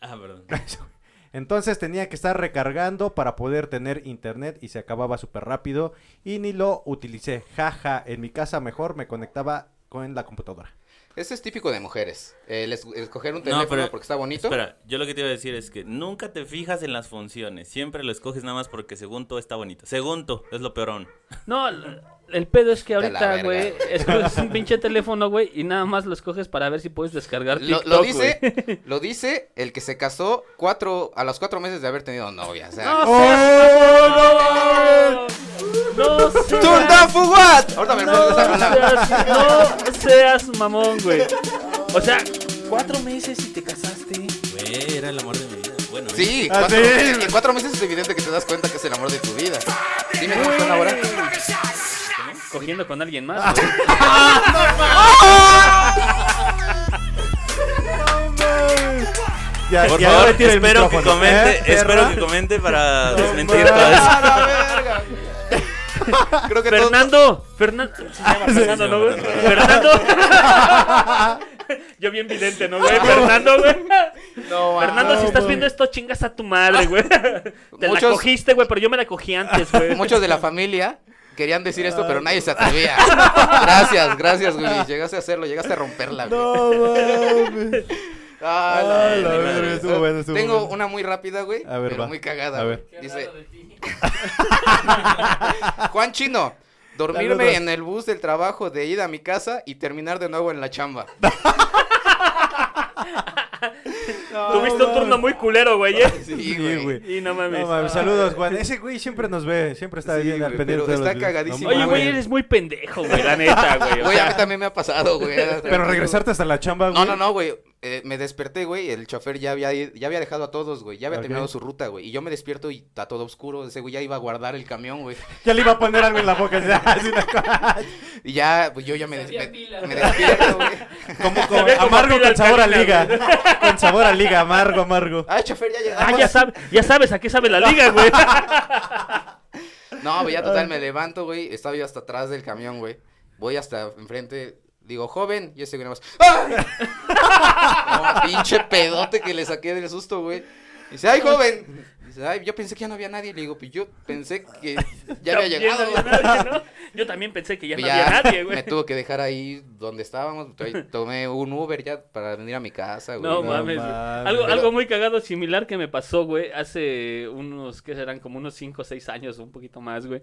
D: Ah, perdón.
B: Entonces tenía que estar recargando para poder tener internet y se acababa súper rápido y ni lo utilicé. Jaja, en mi casa mejor me conectaba con la computadora.
A: Eso es típico de mujeres. El, es- el escoger un
D: No,
A: teléfono
D: pero-
A: porque está bonito.
D: Espera, yo lo que te iba a decir es que nunca te fijas en las funciones. Siempre lo escoges nada más porque según tú está bonito. Según tú, es lo peorón.
E: No, l- el pedo es que
A: Vete a la verga,
E: ahorita, güey,
A: güey.
E: escoges un pinche teléfono, güey, y nada más lo escoges para ver si puedes descargar
A: Lo,
E: TikTok,
A: lo dice,
E: güey.
A: lo dice el que se casó cuatro, a los cuatro meses de haber tenido novia. O sea,
E: No
B: ¡Oh,
E: seas... No, no seas...
A: ¡Turn down for what? Ahorita me
E: No
A: recuerdo esa palabra.
E: seas, no seas mamón, güey. O sea, cuatro meses y te casaste.
D: Güey, era el amor de mi vida. Bueno, eh.
A: Sí,
B: Ah,
A: cuatro,
B: sí.
A: en cuatro meses es evidente que te das cuenta que es el amor de tu vida. Dime cómo están ahora.
E: Cogiendo con alguien más, güey.
B: Ya,
D: Por
B: ya
D: favor,
B: retira el
D: espero que
B: micrófono,
D: comente,
B: ¿eh,
D: espero
B: perra?
D: que comente para desmentir
B: mames.
D: todo eso.
A: ¡A la verga! Creo que todos-
E: Fernando, Fernando, se llama Fernando, ¿no, güey? Fernando. Yo bien vidente, ¿no, güey? Fernando, güey.
A: No,
E: Fernando,
A: ah,
E: si estás viendo esto, chingas a tu madre, güey. Te la
A: Muchos-
E: cogiste, güey, pero yo me la cogí antes, güey.
A: Muchos de la familia querían decir esto, pero nadie se atrevía. Gracias, gracias, Willy. Llegaste a hacerlo, llegaste a romperla. güey.
B: No, mames.
A: Ah,
B: Ah,
A: la
B: la
A: verga.
B: verga, estuvo bueno, estuvo
A: Tengo
B: bueno.
A: una muy rápida, güey,
B: A ver,
A: pero
B: va.
A: muy cagada.
B: A
A: güey.
B: ver.
F: Qué
A: Dice,
F: raro de ti.
A: Juan Chino,
B: Dale
A: dormirme
B: otra.
A: en el bus del trabajo de ida a mi casa y terminar de nuevo en la chamba.
E: Tuviste un turno muy culero, güey, ¿eh?
A: Sí,
B: Sí,
A: güey.
E: Y no mames.
B: No, mames, saludos, Juan. Ese güey siempre nos ve, siempre está
A: Sí,
B: bien al
A: güey,
B: pendiente.
A: pero
B: de los
A: está
B: videos.
A: cagadísimo,
B: No
E: Oye,
B: mames.
E: güey, eres muy pendejo, güey, la neta, güey. o
A: Güey, a mí
E: sea,
A: también me ha pasado, güey.
B: Pero regresarte hasta la chamba, güey.
A: No, no, no, güey. Eh, me desperté, güey. El chofer ya había, ido- ya había dejado a todos, güey. Ya había
B: Ok.
A: terminado su ruta, güey. Y yo me despierto y está todo oscuro. Ese güey ya iba a guardar el camión, güey.
B: Ya le iba a poner algo en la boca. así, así, una cosa.
A: Y ya, pues yo ya me, des-
F: Sabía
A: me-
F: pila.
A: me despierto, güey.
B: como,
E: Se
B: como-
E: ve como
B: amargo
E: pila
B: con sabor a
E: alcalina,
B: liga. Con sabor a liga, amargo, amargo.
A: Ah, chofer, ya llegamos.
E: Ah, ya, sab- ya sabes a qué sabe la liga, güey.
A: No, güey, ya
E: Ah.
A: total, me levanto, güey. Estaba yo hasta atrás del camión, güey. Voy hasta enfrente. Digo, joven. Y ese güey nada más. ¡Ah! No, pinche pedote que le saqué del susto, güey. Dice, ay, joven. Dice, ay, yo pensé que ya no había nadie. Le digo, pues yo pensé que ya había
E: También
A: llegado. Pues
E: había nadie, ¿no? Yo también pensé que ya no
A: Ya
E: había nadie,
A: Me
E: güey.
A: tuvo que dejar ahí donde estábamos. to- Tomé un Uber ya para venir a mi casa, güey.
E: No,
B: No
E: mames. güey.
B: mames.
E: Algo,
A: Pero-
E: algo muy cagado similar que me pasó, güey, hace unos, ¿qué serán? Como unos 5 o 6 años, un poquito más, güey.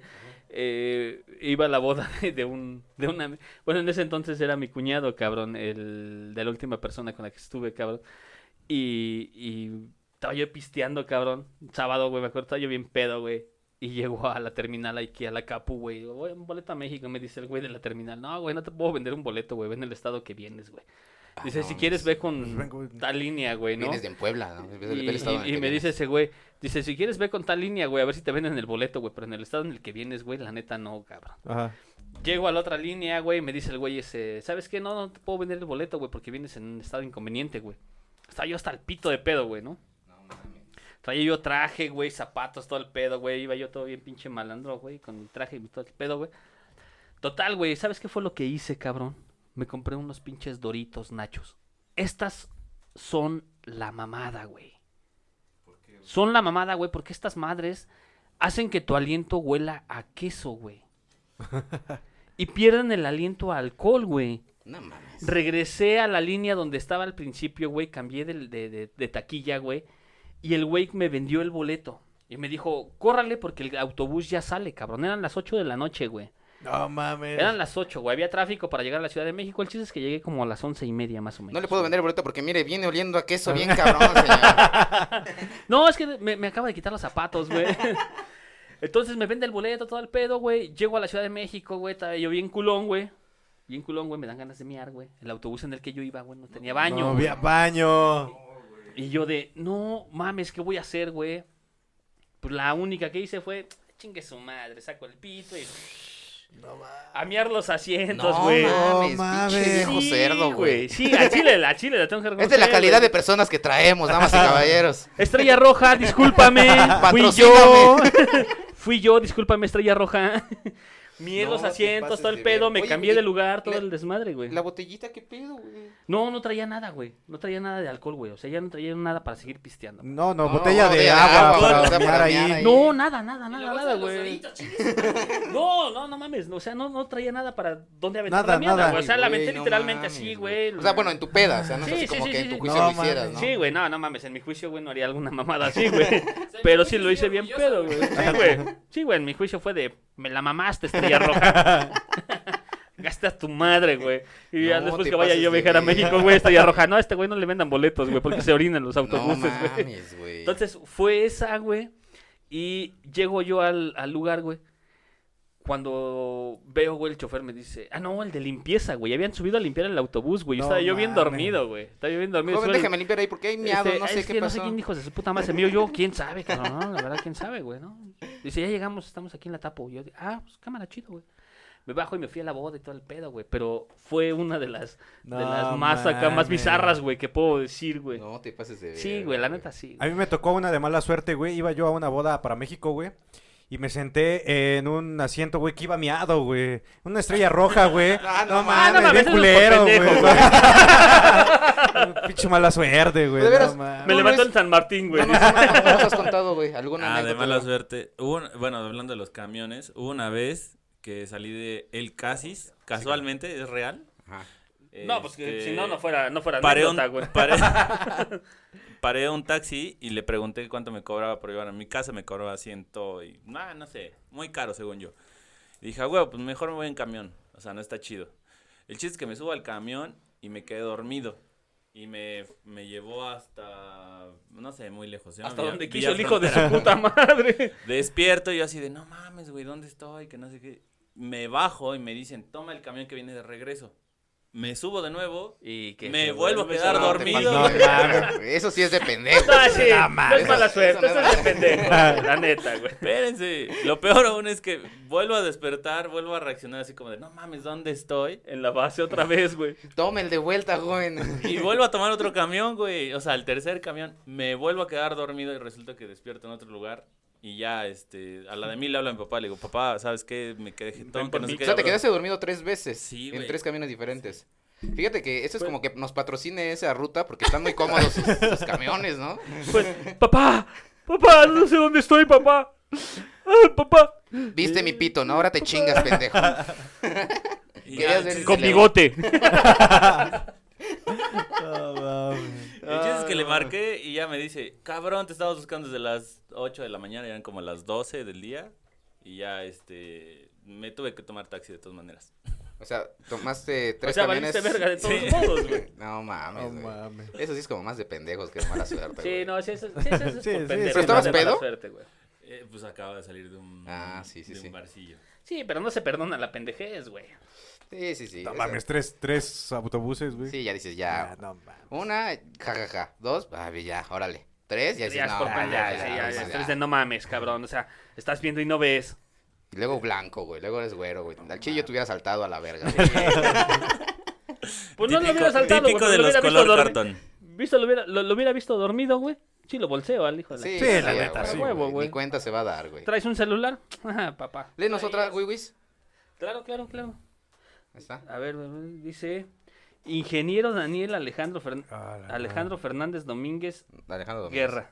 E: Eh, iba a la boda de- de un, de una... Bueno, en ese entonces era mi cuñado, cabrón, el de la última persona con la que estuve, cabrón. Y, y estaba yo pisteando, cabrón. Sábado, güey, me acuerdo, estaba yo bien pedo, güey. Y llego a la terminal aquí, a la Capu, güey. Digo, "Voy, un boleto a México. Me dice el güey de la terminal, no, güey, no te puedo vender un boleto, güey. Ven el estado que vienes, güey. Dice,
A: Ah, no
E: si
A: mames.
E: quieres, ve
B: Pues vengo-
E: con tal línea, güey, ¿no?
A: Vienes de Puebla, ¿no? Vienes del
E: Y,
A: estado
E: y-
A: en el
E: y
A: que
E: me
A: vienes.
E: dice ese güey, dice, si quieres ve con tal línea, güey, a ver si te venden el boleto, güey, pero en el estado en el que vienes, güey, la neta no, cabrón.
B: Ajá.
E: Llego a la otra línea, güey, y me dice el güey ese, ¿sabes qué? No, no te puedo vender el boleto, güey, porque vienes en un estado inconveniente, güey. Estaba yo hasta el pito de pedo, güey, ¿no? Traía yo traje, güey, zapatos, todo el pedo, güey. Iba yo todo bien pinche malandro, güey, con mi traje y mi- todo el pedo, güey. Total, güey, ¿sabes qué fue lo que hice, cabrón? Me compré unos pinches doritos nachos. Estas son la mamada, güey. Son la mamada, güey, porque estas madres hacen que tu aliento huela a queso, güey. y pierden el aliento a alcohol, güey.
A: No mames.
E: Regresé a la línea donde estaba al principio, güey. Cambié del- de, de- de taquilla, güey. Y el güey me vendió el boleto. Y me dijo, córrale porque el autobús ya sale, cabrón. Eran las 8 de la noche, güey.
B: No mames.
E: Eran las 8, güey. Había tráfico para llegar a la Ciudad de México. El chiste es que llegué como a las once y media, más o menos.
A: No le puedo vender el boleto porque, mire, viene oliendo a
E: Ah.
A: queso bien cabrón, señor.
E: No, es que me, me acaba de quitar los zapatos, güey. Entonces me vende el boleto, todo el pedo, güey. Llego a la Ciudad de México, güey. estaba Yo bien culón, güey. Bien culón, güey. Me dan ganas de miar, güey. El autobús en el que yo iba, güey, no tenía baño.
B: No,
E: güey.
B: vi- baño.
E: Y yo de, no mames, ¿qué voy a hacer, güey? Pues la única que hice fue, chingue su madre, saco el pito y... a miar los asientos,
A: No
E: güey.
A: mames,
B: No
A: pinche
B: mames.
A: viejo
E: Sí,
A: cerdo, güey.
E: Sí, a Chile, la Chile, la tengo que
A: Esta es la
E: reconocer,
A: calidad de
E: güey.
A: personas que traemos, damas y caballeros.
E: Estrella Roja, discúlpame. fui yo. fui yo, discúlpame, Estrella Roja. Mié
A: No,
E: los
A: te
E: asientos,
A: pases
E: todo
A: de
E: el pedo,
A: ver.
E: me
A: Oye,
E: cambié
A: güey,
E: de lugar, todo
A: la-
E: el desmadre, güey.
A: La botellita, ¿qué pedo, güey?
E: No, no traía nada, güey. No traía nada de alcohol, güey. O sea, ya no traía nada para seguir pisteando.
B: No, no,
A: No,
B: botella de,
A: de
B: agua,
A: agua,
B: para
A: o sea,
B: bañar
A: para
B: ahí.
A: bañar ahí.
E: No, nada,
A: "Ah,
E: nada,
F: Y la
E: nada,
F: bolsa
E: nada,
F: de los
E: güey.
F: doritos, chingues, madre.
E: No, no, no mames, no, o sea, no, no traía nada para dónde aventar
B: Nada,
E: la mierda,
B: nada.
E: güey. O sea, la
A: Güey,
E: aventé
A: no
E: literalmente
A: mames,
E: así, güey.
A: O sea, bueno, en tu peda, o sea, no
E: Sí,
A: sé si
E: sí,
A: como
E: sí,
A: que
E: sí,
A: en tu
E: sí.
A: juicio
B: No
A: lo hicieras,
B: mames.
A: ¿no?
E: Sí, güey, no, no mames, en mi juicio, güey, no haría alguna mamada así, güey.
F: sea,
E: Pero
F: tú
E: sí lo
F: fuiste
E: hice bien pedo,
F: orgulloso,
E: güey.
F: güey.
E: Sí, güey. Sí, güey, en mi juicio fue de, me la mamaste, estrella roja. Gastas tu madre, güey. Y ya
A: No,
E: después
A: te
E: que vaya
A: pases
E: yo a
A: de
E: viajar a
A: verga.
E: México, güey, estrella roja. No, a este güey no le vendan boletos, güey, porque se orinan los
A: No
E: autobuses, pues, güey.
A: mames, güey.
E: Entonces fue esa, güey. Y llego yo al, al lugar, güey. Cuando veo, güey, el chofer me dice, ah, no, el de limpieza, güey. Habían subido a limpiar el autobús, güey. Yo
B: No
E: Estaba yo bien
B: mames.
E: dormido, güey. Estaba yo bien dormido.
A: Joven,
E: Sube el-
A: déjame limpiar ahí porque hay miado,
E: este,
A: no
E: "Ah,
A: sé
E: es
A: qué
E: que
A: pasó.
E: No sé quién dijo de su puta madre. Se mío yo, quién sabe, cabrón. No, la verdad, quién sabe, güey, ¿no? Dice, ya llegamos, estamos aquí en la tapo. Yo, ah, pues cámara, chido, güey. Me bajo y me fui a la boda y todo el pedo, güey. Pero fue una de las,
B: No
E: de las más acá, más
B: mames.
E: bizarras, güey, que puedo decir, güey.
A: No te pases de ver.
E: sí, güey, la neta sí.
B: A mí me tocó una de mala suerte, güey. Iba yo a una boda para México, güey. Y me senté en un asiento, güey, que iba miado, güey. Una estrella roja, güey.
A: Ah, no
B: no,
A: mames.
B: mames,
E: Ah, no mames,
B: bien
E: eso es
B: culero,
E: por pendejo,
B: güey. Pinche mala suerte, güey.
A: De veras,
B: no mames.
E: Me
A: No,
E: levantó
A: Luis.
E: el San Martín, güey.
A: No nos, has- no nos has contado, güey, alguna
D: Ah, de
A: anécdota.
D: mala
A: güey.
D: suerte. Hubo un- bueno, hablando de los camiones, hubo una vez que salí de El Casis, casualmente, es real.
A: Ajá.
E: No, pues que
D: Este,
E: si no, no fuera, no fuera
D: paré
E: anécdota, güey.
D: un, paré, paré un taxi y le pregunté cuánto me cobraba por llevar a mi casa. Me cobraba ciento y. Ah, no sé. Muy caro, según yo. Y dije, güey, pues mejor me voy en camión. O sea, no está chido. El chiste es que me subo al camión y me quedé dormido. Y me, me llevó hasta. No sé, muy lejos. se llama
E: Hasta
D: Villa-
E: donde
D: Villa
E: quiso el hijo de su
D: Frontera.
E: puta madre.
D: Despierto y yo así de, no mames, güey, ¿dónde estoy? Que no sé qué. Me bajo y me dicen, toma el camión que viene de regreso. Me subo de nuevo
E: Y que
D: Me
E: se
D: vuelvo a
E: vuelve
D: quedar
E: su-
A: No, te
D: dormido,
A: pasas
B: güey.
A: de verga, güey. Eso sí es de pendejo.
E: No, sí,
B: No
E: no
B: mames.
E: es mala
A: Eso-
E: suerte,
A: eso
E: eso
A: no
E: es de
A: es-
E: pendejo, güey, la neta, güey.
D: Espérense, lo peor aún es que vuelvo a despertar, vuelvo a reaccionar así como de, no mames, ¿dónde estoy?
E: En la base otra vez, güey.
A: Tome el de vuelta, joven.
D: Y vuelvo a tomar otro camión, güey, o sea, el tercer camión, me vuelvo a quedar dormido y resulta que despierto en otro lugar y ya, este, a la de mí le hablo a mi papá, le digo, papá, ¿sabes qué? Me quedé jetón, que no sé
A: O
D: qué.
A: sea, te
D: bro".
A: quedaste dormido tres veces.
D: Sí,
A: En
D: güey.
A: tres camiones diferentes. Fíjate que
B: Pues
A: eso es como que nos patrocine esa ruta porque están muy cómodos sus, sus camiones, ¿no?
E: Pues, papá, papá, no sé dónde estoy, papá. Ay, papá.
A: Viste mi pito, ¿no? Ahora te chingas, pendejo.
D: Y
A: querías
D: ya,
A: ver
D: el chiste
E: Con
D: es que le-
E: bigote.
B: No mames.
D: El chiste es que
A: Ah.
D: le marqué y ya me dice, cabrón, te estamos buscando desde las 8 de la mañana, eran como las 12 del día y ya, este, me tuve que tomar taxi de todas maneras.
A: O sea, tomaste
E: O
A: tres
E: sea,
A: camiones.
E: valiste verga de todos
D: Sí.
E: modos, güey.
A: No mames,
B: No
A: güey.
B: mames.
A: Eso sí es como más de pendejos que de mala suerte.
E: Sí,
A: güey.
E: no, sí, eso, sí, eso es por
B: Sí, sí,
E: pendejo,
B: ¿Pero
A: estabas
E: no de mala
A: pedo?
E: suerte, güey.
D: Eh, pues acaba de salir de un,
A: Ah, sí, sí,
D: de
A: sí.
D: un barcillo.
E: Sí, pero no se perdona la pendejez, güey.
A: Sí, sí, sí.
B: No
A: eso-
B: mames, tres, tres autobuses, güey.
A: Sí, ya dices,
B: Ah,
A: ya.
B: no mames.
A: Una, jajaja. Dos, ah, ya, órale. Tres, ya
E: Ya,
A: dices,
E: es
A: no,
E: por
A: ya,
E: pendejo,
A: ya,
E: sí,
A: ya,
E: ya,
A: ya,
E: ya,
A: ya.
E: eres de no mames, cabrón. O sea, estás viendo y no ves.
A: Y luego blanco, güey. Luego eres güero, güey. Al chile yo te hubiera saltado a la verga. güey.
E: Pues no lo hubiera saltado, güey,
D: típico
E: pero
D: de
E: lo
D: los
E: hubiera visto
D: color
E: dormi-
D: cartón.
E: Visto, lo, hubiera, lo, lo hubiera visto dormido, güey. Sí, lo bolseo al hijo de la
A: Sí,
B: Sí, la
A: sí,
B: neta,
A: a
B: sí,
A: huevo,
E: güey.
A: Ni cuenta se va a dar, güey.
E: ¿Traes un celular? Ajá, papá.
A: Léenos
E: Ahí
A: otra,
E: es.
A: Wiwis.
E: Claro, claro, claro.
A: Ahí está.
E: A ver, dice ingeniero Daniel Alejandro Fern-
B: Ah, la
E: Alejandro Fernández Domínguez
A: Alejandro Domínguez.
E: Guerra.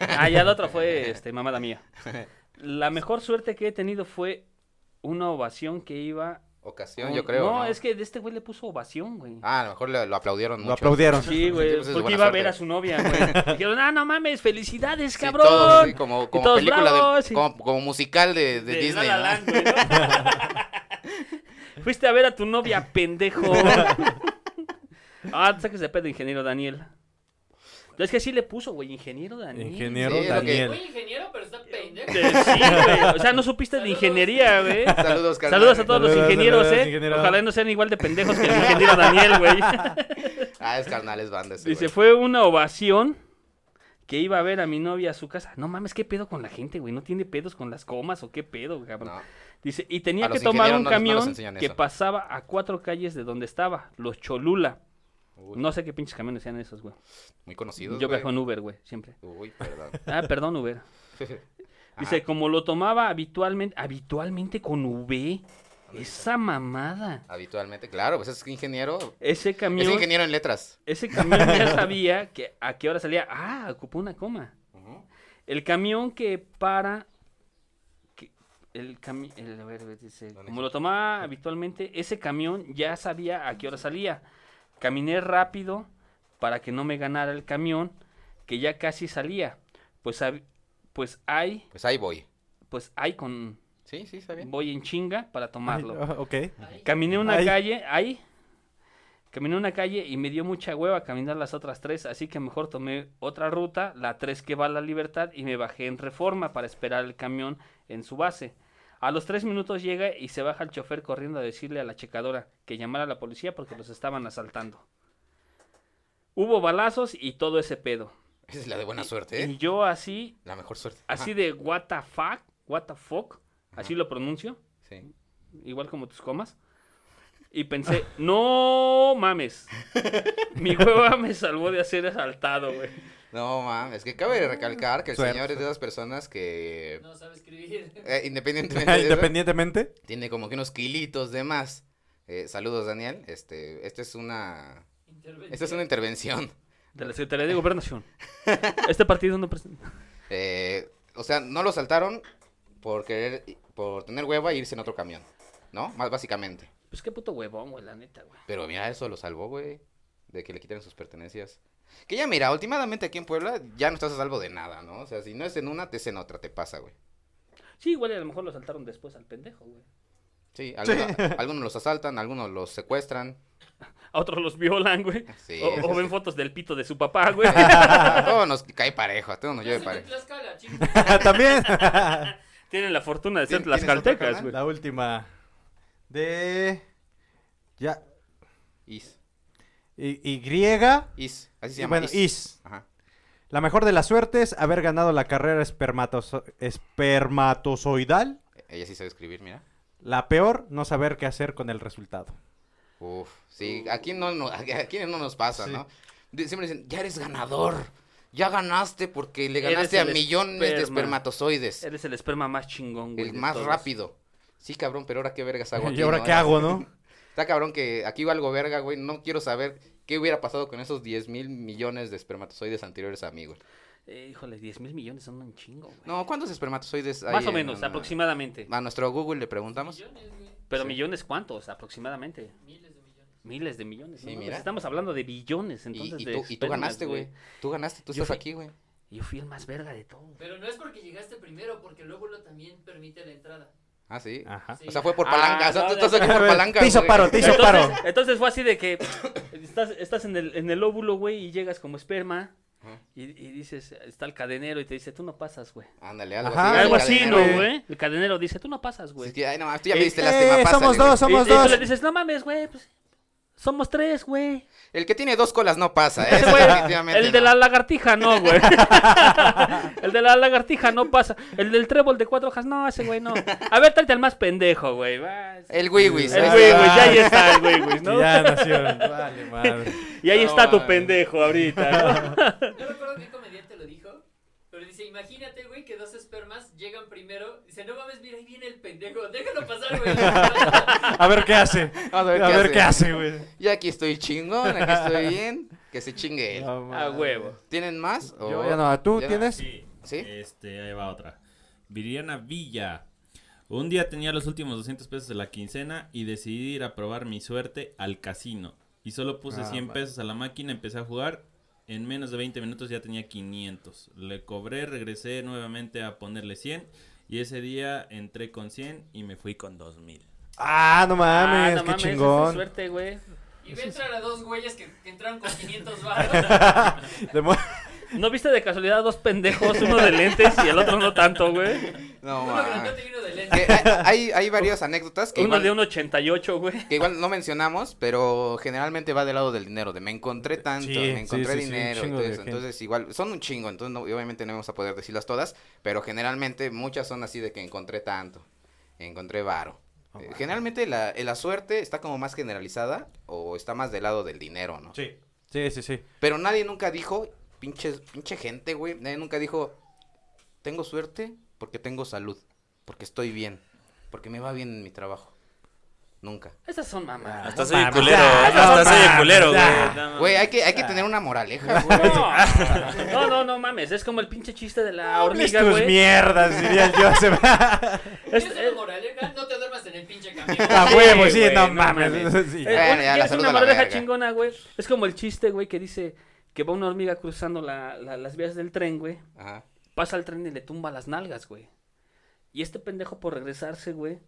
E: Ah, ya la otra fue este mamada mía. La mejor suerte que he tenido fue una ovación que iba
A: Ocasión,
E: con-
A: yo creo.
E: No, es que de este güey le puso ovación, güey.
A: Ah, a lo mejor le- lo aplaudieron
B: Lo
A: mucho.
B: aplaudieron.
E: Sí,
A: Sí,
E: güey,
A: pues es
E: porque
A: buena
E: iba a
A: suerte.
E: ver a su novia, güey. Dijeron, ah, no mames, felicidades,
A: Sí,
E: cabrón.
A: todos, sí, como, como
E: todos
A: película
E: bravos,
A: de,
E: sí.
A: como, como musical de, de
E: De La
A: Disney.
E: La
A: ¿no?
E: Land, güey, ¿no? Fuiste a ver a tu novia, pendejo. ah, saques de pedo, ingeniero Daniel. Es que así le puso, güey, ingeniero Daniel.
B: Ingeniero
A: Sí, lo que-
B: Daniel.
F: Fui ingeniero, pero está pendejo.
E: Eh, Sí, güey. O sea, no supiste de
F: Saludos.
E: ingeniería, güey.
A: Saludos, carnal.
E: Saludos a todos los
B: Saludos,
E: ingenieros,
B: saludos,
E: eh.
B: ingeniero.
E: Ojalá y no sean igual de pendejos que el ingeniero Daniel, güey.
A: Ah, es carnal, es banda ese,
E: Dice,
A: güey.
E: fue una ovación que iba a ver a mi novia a su casa. No mames, ¿qué pedo con la gente, güey? ¿No tiene pedos con las comas o qué pedo, cabrón?
A: No.
E: Dice, y tenía
A: A
E: que
A: los
E: tomar
A: ingenieros
E: un
A: no les- no les
E: camión
A: enseñan
E: que
A: eso.
E: pasaba a cuatro calles de donde estaba, los Cholula.
A: Uy,
E: No sé qué pinches camiones sean esos, güey.
A: Muy conocido.
E: Yo viajo en Uber, güey, siempre.
A: Uy, perdón.
E: Ah, perdón, Uber. Dice,
A: Ajá.
E: como lo tomaba habitualmente, habitualmente con V. Esa mamada.
A: Ah, Habitualmente, claro, pues es ingeniero.
E: Ese
A: Es
E: camión,
A: ingeniero en letras.
E: ese camión ya sabía que a qué hora salía. Ah, ocupó una coma.
A: Ujú.
E: El camión que para. que- el camión. a ver, a ver, dice.
A: ¿Dónde
E: Como
A: está?
E: lo tomaba habitualmente, ese camión ya sabía a qué hora salía. Caminé rápido para que no me ganara el camión que ya casi salía. Pues, hab- pues hay.
A: Pues ahí voy.
E: Pues hay con.
A: Sí, sí, está bien.
E: Voy en chinga para tomarlo.
B: Ah, ok.
E: Caminé una
B: Ay.
E: calle, ahí. Caminé una calle y me dio mucha hueva caminar las otras tres, así que mejor tomé otra ruta, la tres que va a la libertad, y me bajé en reforma para esperar el camión en su base. A los tres minutos llega y se baja el chofer corriendo a decirle a la checadora que llamara a la policía porque los estaban asaltando. Hubo balazos y todo ese pedo.
A: Esa es la de buena suerte,
E: Y
A: ¿eh?
E: yo así,
A: La mejor suerte. Ajá.
E: así de what the fuck, what the fuck, así lo pronuncio
A: Sí.
E: igual como tus comas. Y pensé, no mames. Mi hueva me salvó de ser asaltado, güey.
A: No mames, que cabe de recalcar que el
B: Ah, Suerte.
A: señor es de esas personas que
F: No sabe escribir.
A: eh, independientemente de eso,
B: Independientemente.
A: tiene como que unos kilitos de más. Eh, saludos Daniel, este, esta es una, esta es una intervención.
E: De la Secretaría de Gobernación. Este partido no presenta.
A: Eh, o sea, no lo saltaron por querer, por tener hueva e irse en otro camión, ¿no? Más básicamente.
E: Pues qué puto huevón, güey, la neta, güey.
A: Pero mira, eso lo salvó, güey. De que le quitaran sus pertenencias. Que ya, mira, últimamente aquí en Puebla ya no estás a salvo de nada, ¿no? O sea, si no es en una, te es en otra, te pasa, güey.
E: Sí, igual a lo mejor lo saltaron después al pendejo, güey.
A: Sí, algunos, algunos los asaltan, algunos los secuestran.
E: A otros los violan, güey.
A: Sí,
E: o,
A: eso
E: o ven
A: sí.
E: fotos del pito de su papá, güey.
A: todo nos cae parejo, todo nos
F: Yo
A: llueve
F: soy de
A: parejo.
F: Tlaxcala, chingo.
B: También.
E: Tienen la fortuna de ser
A: ¿Tien- tienes otro
E: tlaxcaltecas,
A: canal?
E: güey.
B: La última. De. Ya.
A: Is,
B: Y, y griega.
A: is, así se
B: Y
A: llama.
B: bueno, is.
A: Ajá.
B: La mejor de las suertes, haber ganado la carrera espermatozo- espermatozoidal.
A: Ella sí sabe escribir, mira.
B: La peor, no saber qué hacer con el resultado.
A: Uf,
B: Uh.
A: sí, aquí no, no- aquí no nos pasa, ¿no? Di- Siempre dicen, ya eres ganador, ya ganaste porque le
E: Eres
A: ganaste a
E: el
A: millones de
E: esperma.
A: espermatozoides,
E: Eres el esperma más chingón, güey.
A: el
E: de
A: más
E: todos.
A: rápido. Sí, cabrón, pero ahora qué vergas hago aquí.
B: ¿Y ahora
A: ¿no?
B: qué hago, no?
A: Está cabrón que aquí algo verga, güey, no quiero saber qué hubiera pasado con esos 10 mil millones de espermatozoides anteriores a mí, güey.
E: Eh, híjole, 10 mil millones son un chingo, güey.
A: No, ¿cuántos espermatozoides hay?
E: más o
A: en
E: menos,
A: una-
E: aproximadamente.
A: A nuestro Google le preguntamos.
F: Millones, güey.
E: Pero
A: sí.
E: millones, ¿cuántos? Aproximadamente.
F: Miles de millones.
E: Miles de millones.
A: Sí,
E: ¿no? Pues
A: mira.
E: Estamos hablando de billones,
A: Y-
E: entonces.
A: Y,
E: de
A: tú, y tú
E: espermas,
A: ganaste, güey. Tú ganaste, tú
E: Yo
A: estás
E: fui-
A: aquí, güey.
E: Yo fui el más verga de todos.
F: Pero no es porque llegaste primero, porque el óvulo también permite la entrada.
A: Ah, sí.
B: Ajá.
F: Sí.
A: O sea, fue por
E: Ah,
A: palanca. o sea,
E: no,
A: tú
E: de-
A: estás aquí por palanca.
B: Te hizo
A: güey.
B: paro, te hizo
E: Entonces,
B: paro.
E: entonces fue así de que estás, estás en, el, en el óvulo, güey, y llegas como esperma.
A: Ajá.
E: Y, y dices, está el cadenero y te dice, tú no pasas, güey.
A: Ándale, algo
B: Ajá.
A: así.
E: Algo
A: Ah, el
E: así, ¿no,
A: cadenero.
E: güey? El cadenero dice, tú no pasas, güey.
A: Sí, sí, ay, no, tú ya
E: Eh,
A: me diste
B: Eh,
A: lástima, pásale,
B: somos
A: güey.
B: dos, somos
E: y, y tú le
B: dos.
E: dices, no mames, güey, pues, somos tres, güey.
A: El que tiene dos colas no pasa, ¿eh?
E: Ese güey,
A: definitivamente
E: el de
A: no.
E: la lagartija no, güey. el de la lagartija no pasa. El del trébol de cuatro hojas, no, ese güey no. A ver, tráete al más pendejo, güey. va, ese-
A: El wiwis.
E: El
A: ahí
E: güey,
A: está.
E: güey, ya ahí está el güey, güey, ¿no?
B: Ah, Ya nacieron. Vale, madre.
E: Y ahí
A: No
E: está tu
A: mames.
E: pendejo ahorita, ¿no?
F: No recuerdo qué comediante lo dijo. Pero dice, imagínate, güey, que dos espermas llegan primero. Dice, no mames, mira, ahí viene el pendejo. Déjalo pasar, güey.
B: A ver qué hace. A ver, qué hace, güey.
A: Ya aquí estoy chingón, aquí estoy bien. Que se chingue él.
B: No,
E: A
B: madre.
E: huevo.
A: ¿Tienen más? O-
B: Yo ya no, ¿tú
A: Oh, ya no.
B: tienes?
D: Sí.
A: ¿Sí?
D: Este, ahí va otra. Viriana Villa. Un día tenía los últimos 200 pesos de la quincena y decidí ir a probar mi suerte al casino. Y solo puse
B: Ah,
D: 100
B: vale.
D: pesos a la máquina, empecé a jugar. En menos de 20 minutos ya tenía 500. Le cobré, regresé nuevamente a ponerle 100. Y ese día entré con 100 y me fui con 2000.
B: Ah, no
E: Ah,
B: mames,
E: no
B: qué
E: mames, esa es
B: chingón.
E: suerte, güey.
F: Y ve entrar a dos güeyes que, que entraron con 500 baros.
B: De mo-
E: ¿No viste de casualidad a dos pendejos, uno de lentes y el otro no tanto, güey?
A: No,
F: Uno grandote
A: mames.
F: y uno de
A: Que
F: lente.
A: Hay, hay varias anécdotas que
E: Uno
A: igual-
E: de un 88, güey.
A: que igual no mencionamos, pero generalmente va del lado del dinero, de me encontré tanto,
B: Sí,
A: me encontré
B: sí, sí, sí, un
A: dinero, y
B: chingo
A: todo
B: de
A: eso.
B: gente.
A: entonces igual, son un chingo, entonces no- obviamente no vamos a poder decirlas todas, pero generalmente muchas son así de que encontré tanto, encontré varo.
B: Oh,
A: Eh,
B: wow.
A: Generalmente la, eh, la suerte está como más generalizada o está más del lado del dinero, ¿no?
B: Sí. Sí, sí, sí.
A: Pero nadie nunca dijo, pinche, pinche gente, güey, nadie nunca dijo, tengo suerte porque tengo salud, porque estoy bien, porque me va bien en mi trabajo. Nunca.
E: Esas son
G: Hasta
E: mamás.
B: Ah, no
G: soy el
B: mames,
G: culero.
B: pues ya, ¿eh? no
G: Hasta soy el
B: mames,
G: culero, güey.
B: ya.
E: Ah,
G: No, no,
A: Güey,
G: no.
A: hay que, hay que tener una moraleja, güey.
E: No, no, no, no mames. Es como el pinche chiste de la
B: Hables
E: hormiga,
B: tus
E: güey.
B: mierdas, diría el Joseph.
E: Es-
F: ¿Quieres una
E: es-
F: moraleja? No te duermas en el pinche camión.
B: A huevo, sí,
E: güey,
B: no
E: no
B: mames.
E: mames.
B: Sí.
E: Eh,
A: Bueno,
E: un-
A: ya,
E: ya
A: la
E: es
A: salud
E: una
A: a la
E: moraleja
A: verga.
E: chingona, güey. Es como el chiste, güey, que dice que va una hormiga cruzando la- la- las vías del tren, güey.
A: Ajá.
E: Pasa el tren y le tumba las nalgas, güey. Y este pendejo por regresarse, güey,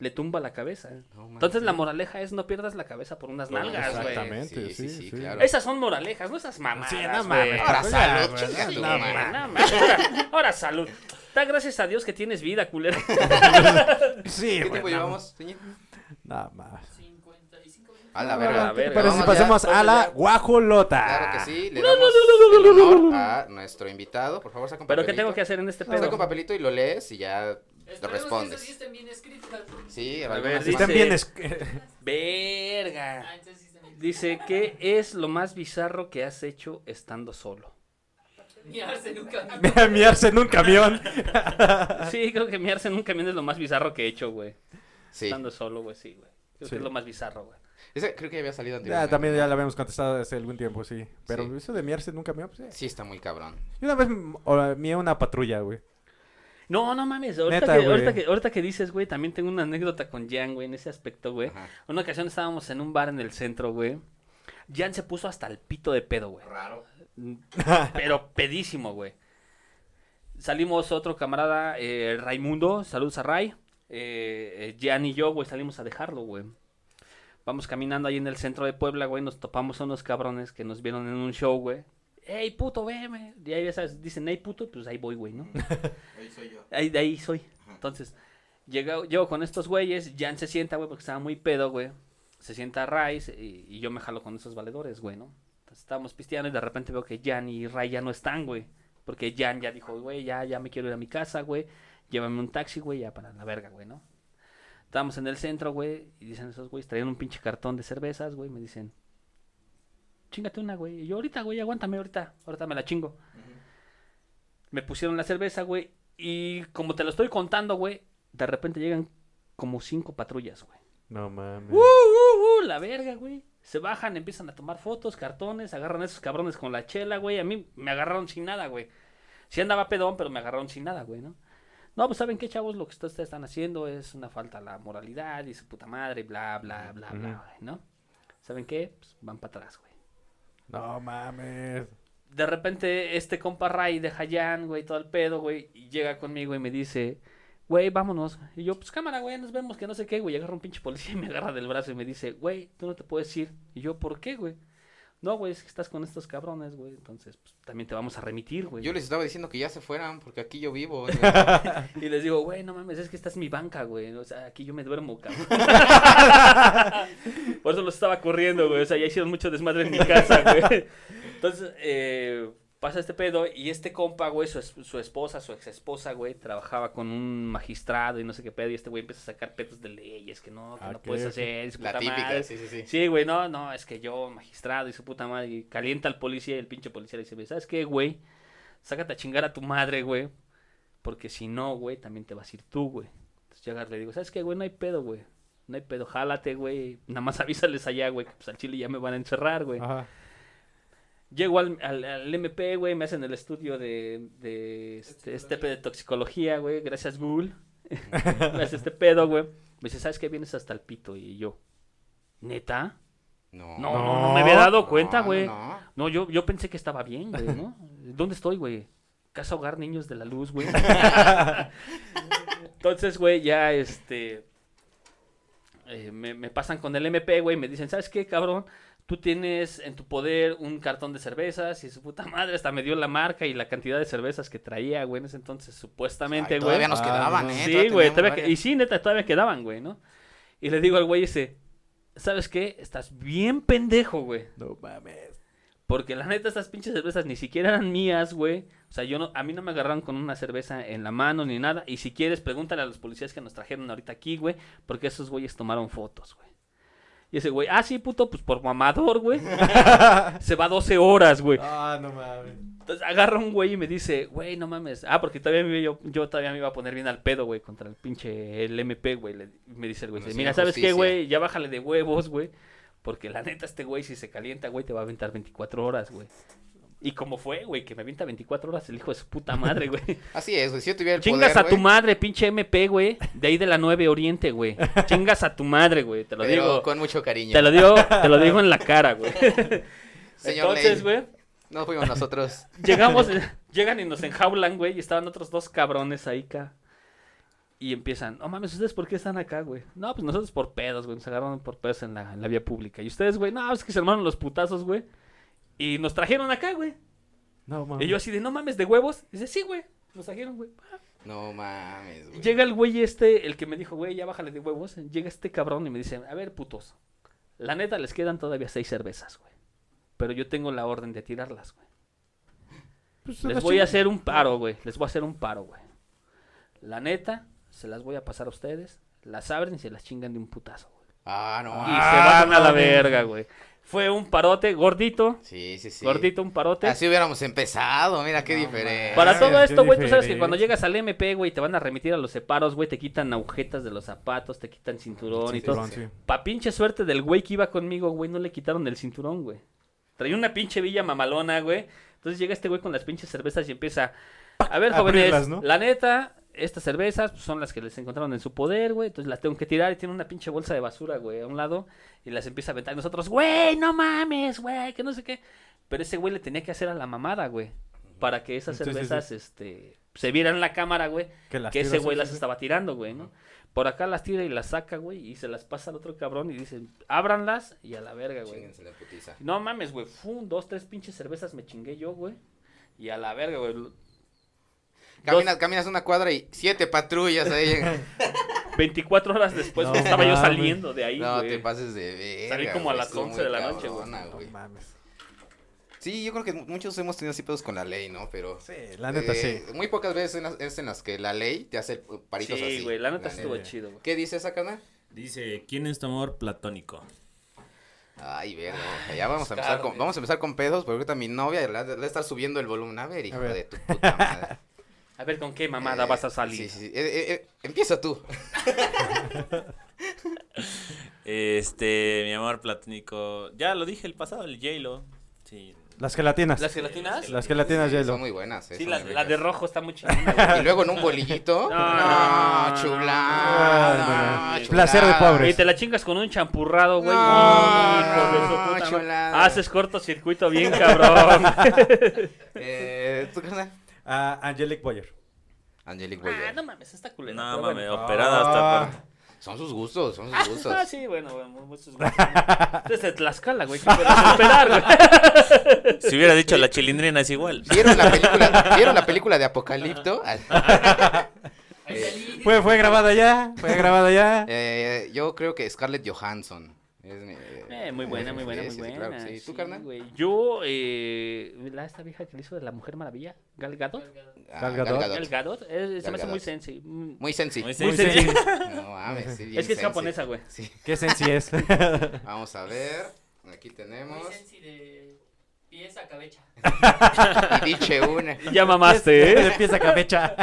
E: le tumba la cabeza.
A: No mames.
E: Entonces la moraleja es no pierdas la cabeza por unas
A: Por unas
E: nalgas, güey.
A: nalgas.
B: Exactamente, sí, sí, sí.
A: claro.
E: Esas son moralejas, no esas mamadas.
B: Sí, no
E: güey.
B: mames.
A: Ahora
B: Ya,
A: salud,
B: güey,
A: chinga
B: no
A: tu
E: No
A: madre.
E: mames, no mames. Ahora, ahora salud. Da gracias a Dios que tienes vida, culero.
A: ¿Qué
B: Sí, güey,
A: tiempo
B: no.
A: llevamos, señor?
B: No mames.
F: 55 minutos.
A: A la
E: Bueno,
A: verga.
E: a ver,
B: ¿Qué te parece si
A: Vamos ya,
B: pasamos a
A: entonces
B: la
A: ya.
B: guajolota?
A: Claro que sí, le damos el honor a nuestro invitado. Por favor, saca un
E: Pero
A: papelito.
E: ¿qué tengo que hacer en este
A: Saca
E: pedo?
A: un papelito y lo lees y ya te
F: Esperemos que esas sí
A: respondes.
F: estén bien escritas.
A: Sí,
E: A
A: algunas
E: ver,
A: sí.
B: Si están
E: dice-
B: bien... es-
F: Ah,
E: Verga.
F: entonces sí ah, están bien.
E: Dice, ¿qué es lo más bizarro que has hecho estando solo?
F: Miarse nunca.
B: Miarse en un camión.
E: Sí, creo que mearse en un camión es lo más bizarro que he hecho, güey.
A: Sí.
E: Estando solo, güey, sí, güey. Creo
B: Sí.
E: que es lo más bizarro, güey.
A: Ese creo que había salido
B: Ya,
A: anteriormente.
B: también ya lo habíamos contestado hace algún tiempo, sí. Pero
A: Sí.
B: eso de miarse en un camión, pues, sí.
A: Sí, está muy cabrón.
B: Yo una vez m- o- mié una patrulla, güey.
E: No, no mames. Ahorita,
B: Neta,
E: que,
B: güey.
E: ahorita, que, ahorita que dices, güey, también tengo una anécdota con Jan, güey, en ese aspecto, güey.
A: Ajá.
E: Una ocasión estábamos en un bar en el centro, güey. Jan se puso hasta el pito de pedo, güey.
A: Raro.
E: Pero pedísimo, güey. Salimos otro camarada, eh, Raimundo. Saludos a Ray. Eh, eh, Jan y yo, güey, salimos a dejarlo, güey. Vamos caminando ahí en el centro de Puebla, güey. Nos topamos a unos cabrones que nos vieron en un show, güey. ¡Ey, puto, veme! Y ahí ya sabes, dicen, ¡Ey, puto! y Pues ahí voy, güey, ¿no?
A: Ahí soy yo.
E: Ahí, de ahí soy. Entonces, llega, llego con estos güeyes, Jan se sienta, güey, porque estaba muy pedo, güey. Se sienta Ray se- y, y yo me jalo con esos valedores, güey, ¿no? Entonces estábamos pisteando y de repente veo que Jan y Ray ya no están, güey. Porque Jan ya dijo, güey, ya, ya me quiero ir a mi casa, güey. Llévame un taxi, güey, ya para la verga, güey, ¿no? Estábamos en el centro, güey, y dicen esos güeyes, traían un pinche cartón de cervezas, güey, me dicen, chingate una, güey. Y yo, ahorita, güey, aguántame ahorita, ahorita me la chingo. Me pusieron la cerveza, güey, y como te lo estoy contando, güey, de repente llegan como cinco patrullas, güey.
B: No mames.
E: ¡Uh, uh, uh! La verga, güey. Se bajan, empiezan a tomar fotos, cartones, agarran a esos cabrones con la chela, güey. A mí me agarraron sin nada, güey. Sí andaba pedón, pero me agarraron sin nada, güey, ¿no? No, pues saben qué, chavos, lo que ustedes están haciendo es una falta a la moralidad y su puta madre, bla, bla, bla, bla,
B: Ujú.
E: güey, ¿no? ¿Saben qué? Pues van para atrás, güey.
B: No mames.
E: De repente, este compa Ray deja a Jan, güey, todo el pedo, güey, y llega conmigo y me dice, güey, vámonos. Y yo, pues cámara, güey, nos vemos, que no sé qué, güey. Y Agarra un pinche policía y me agarra del brazo y me dice, güey, tú no te puedes ir. Y yo, ¿por qué, güey? No, güey, es que estás con estos cabrones, güey. Entonces, pues, también te vamos a remitir, güey.
A: Yo les estaba diciendo que ya se fueran porque aquí yo vivo.
E: Y les digo, güey, no mames, es que esta es mi banca, güey. O sea, aquí yo me duermo, cabrón. Por eso los estaba corriendo, güey. O sea, ya hicieron mucho desmadre en mi casa, güey. Entonces, eh, pasa este pedo y este compa, güey, su, es- su esposa, su exesposa, güey, trabajaba con un magistrado y no sé qué pedo. Y este güey empieza a sacar pedos de leyes que no, que
B: Ah,
E: no
B: ok,
E: puedes
B: ok.
E: hacer. es
A: la
E: puta
A: típica,
E: madre.
A: sí, sí, sí.
E: Sí, güey, no, no, es que yo, magistrado y su puta madre, y calienta al policía y el pinche policía le dice, "Ve, ¿sabes qué, güey? Sácate a chingar a tu madre, güey, porque si no, güey, también te vas a ir tú, güey. Entonces yo agarro y le digo, ¿sabes qué, güey? No hay pedo, güey. No hay pedo, jálate, güey. Nada más avísales allá, güey, que pues al chile ya me van a encerrar, güey.
B: Ajá.
E: Llego al, al, al MP, güey, me hacen el estudio de, de este, este pedo de toxicología, güey, gracias Google. me hace este pedo, güey. Me dice, ¿sabes qué? Vienes hasta el pito. Y yo, ¿neta?
A: No.
E: No, no, no me había dado cuenta,
A: no,
E: güey. No,
A: no.
E: yo, yo pensé que estaba bien, güey, ¿no? ¿Dónde estoy, güey? Casa Hogar Niños de la Luz, güey. Entonces, güey, ya este. eh, me, me pasan con el MP, güey, me dicen, ¿sabes qué, cabrón? Tú tienes en tu poder un cartón de cervezas y su puta madre hasta me dio la marca y la cantidad de cervezas que traía, güey, en ese entonces, supuestamente,
A: Ay,
E: güey.
A: todavía nos
B: Ah,
A: quedaban,
B: no.
A: ¿eh?
E: Sí,
A: Todavía
E: güey,
A: teníamos
E: todavía que- y
A: varias.
E: sí, neta, todavía quedaban, güey, ¿no? Y le digo al güey ese, ¿sabes qué? Estás bien pendejo, güey.
B: No mames.
E: Porque la neta, estas pinches cervezas ni siquiera eran mías, güey. O sea, yo no, a mí no me agarraron con una cerveza en la mano ni nada. Y si quieres, pregúntale a los policías que nos trajeron ahorita aquí, güey. Porque esos güeyes tomaron fotos, güey. Y ese güey, ah, sí, puto, pues por mamador, güey. Se va 12 horas, güey.
B: Ah, no mames.
E: Entonces agarra un güey y me dice, güey, no mames. Ah, porque todavía me- yo, yo todavía me iba a poner bien al pedo, güey, contra el pinche el MP, güey. Le- Me dice el güey,
A: No
E: dice,
A: hacía
E: mira, ¿sabes qué,
A: justicia".
E: güey? Ya bájale de huevos, güey. Porque la neta, este güey, si se calienta, güey, te va a aventar 24 horas, güey. Y como fue, güey, que me avienta 24 horas el hijo de su puta madre, güey.
A: Así es, güey. Si yo tuviera el
E: Chingas
A: poder,
E: a tu
A: güey,
E: madre, pinche MP, güey. De ahí de la 9 Oriente, güey. Chingas a tu madre, güey. Te lo
A: pero
E: digo.
A: con mucho cariño.
E: Te lo digo, te lo digo en la cara, güey.
A: Señor Ley,
E: Entonces, güey.
A: No fuimos nosotros.
E: Llegamos, llegan y nos enjaulan, güey, y estaban otros dos cabrones ahí, acá. Y empiezan, no mames, ¿ustedes por qué están acá, güey? No, pues nosotros por pedos, güey, nos agarraron por pedos en la, en la vía pública. Y ustedes, güey, no, es que se armaron los putazos, güey. Y nos trajeron acá, güey.
B: No mames.
E: Y yo así de, no mames, de huevos. dice, sí, güey, nos trajeron, güey.
A: No mames, güey.
E: Llega el güey este, el que me dijo, güey, ya bájale de huevos. Llega este cabrón y me dice, a ver, putos. La neta, les quedan todavía seis cervezas, güey. Pero yo tengo la orden de tirarlas, güey.
B: Pues,
E: Les
B: las
E: voy a
B: ching-
E: hacer un paro, güey. Les voy a hacer un paro, güey. La neta, se las voy a pasar a ustedes. Las abren y se las chingan de un putazo, güey.
A: Ah, no
E: Y
A: mames.
E: se van a la
B: mames.
E: verga, güey. Fue un parote gordito.
A: Sí, sí, sí.
E: Gordito, un parote.
A: Así hubiéramos empezado, mira qué diferente.
E: Para todo
B: qué
E: esto, güey, tú sabes que
B: diferente.
E: cuando llegas al MP, güey, te van a remitir a los separos, güey, te quitan agujetas de los zapatos, te quitan cinturón y todo.
B: Perdón, sí.
E: Pa' pinche suerte del güey que iba conmigo, güey, no le quitaron el cinturón, güey. Traía una pinche villa mamalona, güey. Entonces llega este güey con las pinches cervezas y empieza. A ver, jóvenes,
B: Abrirlas, ¿no?
E: la neta, estas cervezas pues, son las que les encontraron en su poder, güey. Entonces las tengo que tirar y tiene una pinche bolsa de basura, güey, a un lado. Y las empieza a aventar. Y nosotros, güey, no mames, güey, que no sé qué. Pero ese güey le tenía que hacer a la mamada, güey. Para que esas
B: Sí, sí, sí.
E: cervezas, este, se vieran en la cámara, güey
B: Que las
E: que ese
B: tiras,
E: güey
B: sí,
E: las
B: sí, sí.
E: estaba tirando, güey, ¿no? Por acá las tira y las saca, güey, y se las pasa al otro cabrón y dicen, ábranlas y a la verga, güey.
A: Chínguense la putiza.
E: No mames, güey, fum, dos, tres pinches cervezas me chingué yo, güey. Y a la verga, güey.
A: Caminas, caminas una cuadra y siete patrullas ahí.
E: 24 horas después
B: No
E: güey, estaba yo
B: mames.
E: saliendo de ahí,
A: no,
E: güey.
A: te pases de verga.
E: Salí como a
A: güey,
E: las
A: estuvo
E: 11
A: muy
E: de la noche, güey.
A: cabrona,
B: No mames.
A: Sí, yo creo que muchos hemos tenido así pedos con la ley, ¿no? Pero...
B: Sí, la neta
A: eh,
B: sí.
A: Muy pocas veces en las- es en las que la ley te hace eh, paritos así.
E: Sí, güey, la neta estuvo
A: neta.
E: chido, güey.
A: ¿Qué dice esa canal?
G: Dice, ¿quién es tu amor platónico?
A: Ay, verga, ya vamos a empezar con, vamos a empezar con pedos, porque ahorita mi novia le va le va a estar subiendo el volumen. A ver, hijo
B: ver.
A: de tu puta madre.
E: A ver con qué mamada
A: Eh,
E: vas a salir.
A: Sí, sí, eh, eh, eh, empieza tú.
G: Este, mi amor platónico. Ya lo dije el pasado, el J-Lo. Sí.
B: Las gelatinas.
E: ¿Las gelatinas?
B: Las gelatinas, Yelo.
A: Son muy buenas, eh,
E: Sí,
A: son
E: la,
A: muy
E: la de
A: ricas.
E: rojo está muy chingona, güey.
A: Y luego en un bolillito.
E: No,
A: no,
E: no,
A: chulada.
B: no, no. Placer de pobres.
E: Y te la chingas con un champurrado, güey.
A: No,
E: No, hijo de su
A: no,
E: puta madre.
A: chulada.
E: Haces cortocircuito bien, cabrón.
A: Eh, ¿Tú qué onda?
B: Ah, Angelic Boyer.
A: Angelique
E: ah,
A: Boyer.
E: no mames, está culera.
G: No,
E: pero
G: mames,
E: bueno.
G: operada
B: Ah.
G: hasta por...
A: Son sus gustos, son
E: Ah,
A: sus gustos.
E: sí, bueno, bueno, muchos gustos. Desde Tlaxcala, güey. ¿Qué puedes esperar, güey?
G: Si hubiera dicho la chilindrina es igual.
A: ¿Vieron la película, ¿vieron la película de Apocalipto?
F: Ahí
B: Fue, fue grabada ya. Fue grabada ya.
A: Eh, yo creo que Scarlett Johansson. Es mi-
E: Eh, muy buena, muy buena,
A: Sí, sí,
E: muy
A: sí,
E: buena.
A: claro que sí. ¿Tú,
E: sí,
A: carnal?
E: güey. Yo, eh, la- esta vieja que le hizo de la Mujer Maravilla, Gal Gadot.
A: Ah,
B: Gal
A: Gal
B: Gadot.
A: Gadot.
E: Gal Gadot, eh, se
A: Gal
E: me hace
A: Gadot.
E: muy sensi. mm,
A: Muy sensi.
G: Muy
B: Muy
G: sen-
B: sen-
A: No mames, sí, bien
E: Es que es
A: sensi.
E: japonesa, güey.
A: Sí.
B: ¿Qué sensi es?
A: Vamos a ver. Aquí tenemos.
F: Muy sensi de pies a cabeza.
A: Y diche una.
E: Ya mamaste, ¿eh?
B: De pieza cabecha.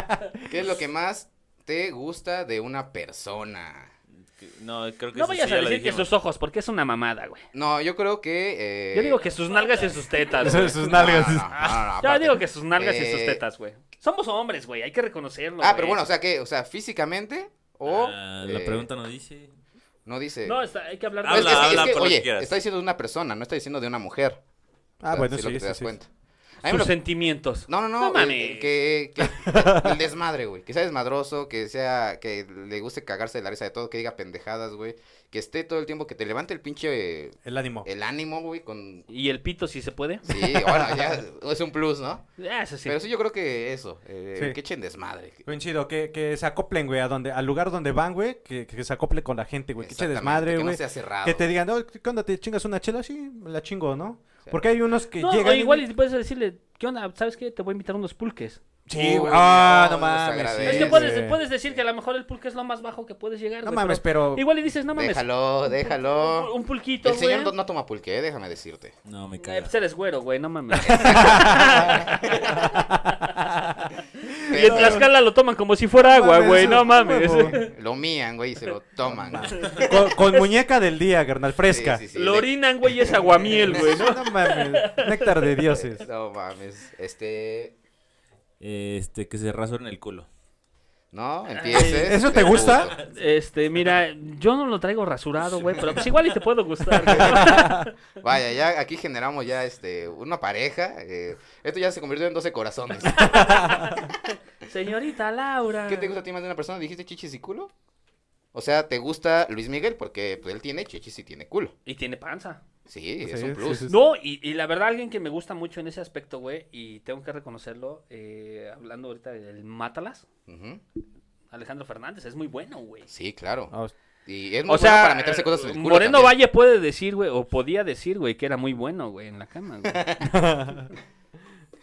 A: ¿Qué es lo que más te gusta de una persona?
G: No, creo que
E: No
G: eso sí
E: vayas
G: ya
E: a
G: lo
E: decir que
G: dijimos.
E: sus ojos, porque es una mamada, güey.
A: No, yo creo que. eh,
E: Yo digo que sus nalgas y sus tetas.
B: Sus-
E: güey.
B: sus
A: no,
B: nalgas.
A: no, no, no, no,
E: Yo
A: aparte.
E: digo que sus nalgas y sus
A: Eh,
E: tetas, güey. Somos hombres, güey, hay que reconocerlo.
A: Ah,
E: güey.
A: pero bueno, o sea, que, o sea, físicamente o.
G: Ah,
A: eh,
G: la pregunta no dice.
A: No dice.
E: No, está- hay que hablar
A: No, es que-
G: Habla,
A: es que-
G: habla
A: es que,
G: por lo que
A: oye,
G: quieras.
A: está diciendo de una persona, no está diciendo de una mujer. O
B: Ah,
A: sea,
B: bueno,
A: si es
B: sí,
A: lo que
B: sí,
A: te das
B: sí,
A: cuenta. A mí
E: sus
A: lo-
E: sentimientos.
A: No, no, no.
E: No
A: eh,
E: mames.
A: Que, que- el desmadre, güey. Que sea desmadroso, que sea. Que le guste cagarse de la risa de todo, que diga pendejadas, güey. Que esté todo el tiempo, que te levante el pinche. eh,
B: El ánimo.
A: El ánimo, güey, con.
E: ¿Y el pito si se puede?
A: Sí, bueno, ya es un plus, ¿no?
E: Ah, Eso sí.
A: Pero sí, yo creo que eso. eh,
B: Sí.
A: Que echen desmadre. que-
B: Coincido, que, que se acoplen, güey, a donde, al lugar donde van, güey, que, que se acople con la gente, güey, que se
A: Exactamente,
B: desmadre,
A: Que
B: güey.
A: no sea cerrado.
B: Que te digan, no, ¿qué onda? ¿Te chingas una chela? Sí, me la chingo, ¿no?
A: Sí.
B: Porque hay unos que
E: No,
B: llegan.
E: o
B: y-
E: igual y puedes decirle, ¿qué onda? ¿Sabes qué? Te voy a invitar unos pulques.
B: Sí,
A: Uy,
B: güey. Ah,
A: no,
B: no,
A: no se
B: mames. sí,
A: agradece.
E: es que
A: sí,
E: puedes,
B: güey.
E: puedes decir que a lo mejor el pulque es lo más bajo que puedes llegar.
B: No
E: güey,
B: mames, pero.
E: Igual y dices, no mames.
A: Déjalo,
E: Un,
A: déjalo.
E: un pulquito,
A: El
E: güey.
A: señor no, no toma pulque, eh, déjame decirte.
G: No, me
E: Eh,
G: cae.
E: pues eres güero, güey, no mames. y en
A: Pero-
E: Tlaxcala lo toman como si fuera agua,
B: Mames,
E: güey, no
B: eso-
E: mames.
B: huevo.
A: Lo mían, güey, y se lo toman.
B: Con, con muñeca del día, carnal, fresca.
A: Sí, sí, sí,
E: Lo
A: le-
E: orinan, güey, y es aguamiel, güey, ¿no?
B: No mames. Néctar de dioses.
A: No mames. Este.
G: Este, que se rasuren el culo.
A: No, empieces.
B: ¿eso te
A: de
B: gusta?
A: gusto.
E: Este, mira, yo no lo traigo rasurado, güey, pero pues igual y te puedo gustar. güey.
A: Vaya, ya aquí generamos ya este una pareja. eh, esto ya se convirtió en 12 corazones.
E: Señorita Laura.
A: ¿Qué te gusta a ti más de una persona? ¿Dijiste chichis y culo? O sea, ¿te gusta Luis Miguel? Porque pues, él tiene chichis y tiene culo.
E: Y tiene panza.
A: Sí,
B: Sí,
A: es
B: sí,
A: un plus.
B: sí, sí.
E: No, y, y la verdad, alguien que me gusta mucho en ese aspecto, güey, y tengo que reconocerlo, eh, hablando ahorita del Mátalas,
A: Ujú.
E: Alejandro Fernández, es muy bueno, güey.
A: Sí, claro.
B: Ah,
A: Y es muy bueno
E: O sea, eh,
A: para meterse cosas en el culo.
E: Moreno
A: también.
E: Valle puede decir, güey, o podía decir, güey, que era muy bueno, güey, en la cama, güey.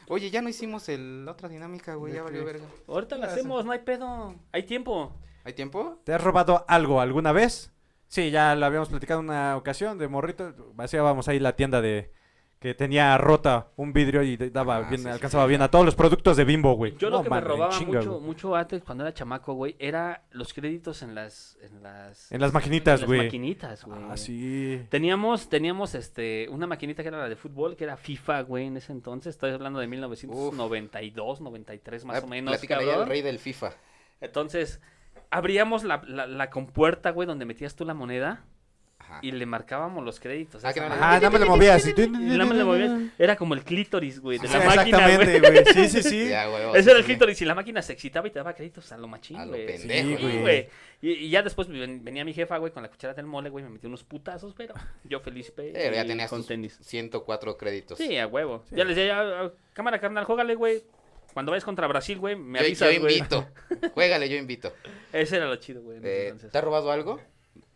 A: Oye, ya no hicimos el, la otra dinámica, güey. Ya valió verga. Ah,
E: Ahorita la hacemos, no hay pedo. Hay tiempo.
A: ¿Hay tiempo?
B: ¿Te has robado algo alguna vez? Sí, ya lo habíamos platicado en una ocasión de morrito. Vaciábamos ahí la tienda de que tenía rota un vidrio y de- daba
A: Ah,
B: bien,
A: sí, sí,
B: alcanzaba bien a todos los productos de Bimbo, güey.
E: Yo lo
B: No,
E: que
B: mames,
E: me robaba
B: chinga,
E: mucho,
B: güey.
E: mucho antes cuando era chamaco, güey, era los créditos en las... En las,
B: En las maquinitas,
E: en
B: güey.
E: las maquinitas, güey.
B: Ah, sí.
E: Teníamos, teníamos este, una maquinita que era la de fútbol, que era FIFA, güey, en ese entonces. Estoy hablando de 1992, 93 más
A: Ah,
E: o menos,
A: platícame ya
E: cabrón.
A: el rey del FIFA.
E: Entonces, abríamos la, la, la compuerta, güey, donde metías tú la moneda
A: Ajá.
E: y le marcábamos los créditos.
A: Ah,
E: Esa
A: que no
E: madre.
B: Ah, nada más le movías. y tú-
E: Y nada más le movías. Era como el clítoris, güey, de
B: Sí,
E: la máquina,
B: Exactamente,
E: güey.
B: güey. Sí, sí, sí.
A: Ya, güey,
E: Ese era
A: Oh,
E: el
A: sí.
E: clítoris y la máquina se excitaba y te daba créditos a lo machín,
A: A lo
E: güey.
A: pendejo,
E: Sí,
B: güey.
E: güey. Y, y ya después ven- venía mi jefa, güey, con la cuchara del mole, güey, me metió unos putazos, pero yo feliz, pe-
A: Pero ya
E: y
A: tenías
E: con
A: tus
E: tenis.
A: 104 créditos.
E: Sí, a huevo. Ya les decía, "Ah, ah, cámara carnal, jógale, güey. Cuando vayas contra Brasil, güey, me
A: yo,
E: avisas,
A: yo
E: güey.
A: invito. Juégale, yo invito.
E: Ese era lo chido, güey. en ese
A: Eh,
E: entonces.
A: ¿Te ha robado algo?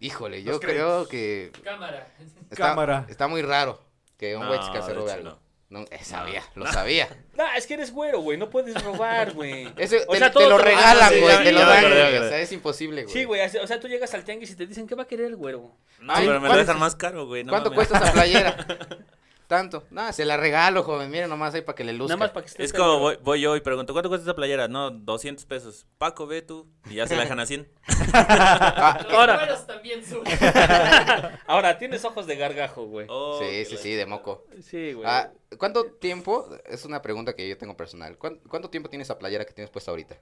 A: Híjole, yo
B: Los
A: creo que
F: Cámara.
A: está,
B: Cámara.
A: está muy raro que un
G: No,
A: güey chica
G: de
A: se robe
G: hecho,
A: algo. No, eh, sabía, lo sabía.
E: No, es que eres güero, güey. No puedes robar, güey.
A: Ese,
E: O
A: te,
E: sea,
A: te
E: todos
A: lo
E: te lo-
G: Ah,
A: regalan,
G: sí,
A: güey,
G: ya,
A: te lo
G: ya,
A: dan,
G: ya,
A: güey.
G: ya, ya.
A: O sea, es imposible, güey.
E: Sí, güey. así- O sea, tú llegas al tianguis y te dicen, ¿qué va a querer el güero?
G: No,
A: Ay,
G: pero me lo
A: ¿cuál es?
G: dejan más caro, güey. no
A: ¿Cuánto
G: mames.
A: cuesta esa playera? Tanto. Nada, se la regalo, joven. Mira nomás ahí para que le luzca.
E: Nada más para que esté.
G: Es como voy, voy yo y pregunto, ¿cuánto cuesta esa playera? No, 200 pesos. Paco, ve tú. Y ya se la dejan a 100.
A: Ah,
F: Los
E: Ahora.
F: güeros también suben.
E: Ahora, tienes ojos de gargajo, güey.
G: Oh,
A: sí,
G: que
A: sí,
G: la-
A: sí, de moco.
E: Sí, güey.
A: Ah, ¿Cuánto tiempo? Es una pregunta que yo tengo personal. ¿Cuán- ¿Cuánto tiempo tiene esa playera que tienes puesta ahorita?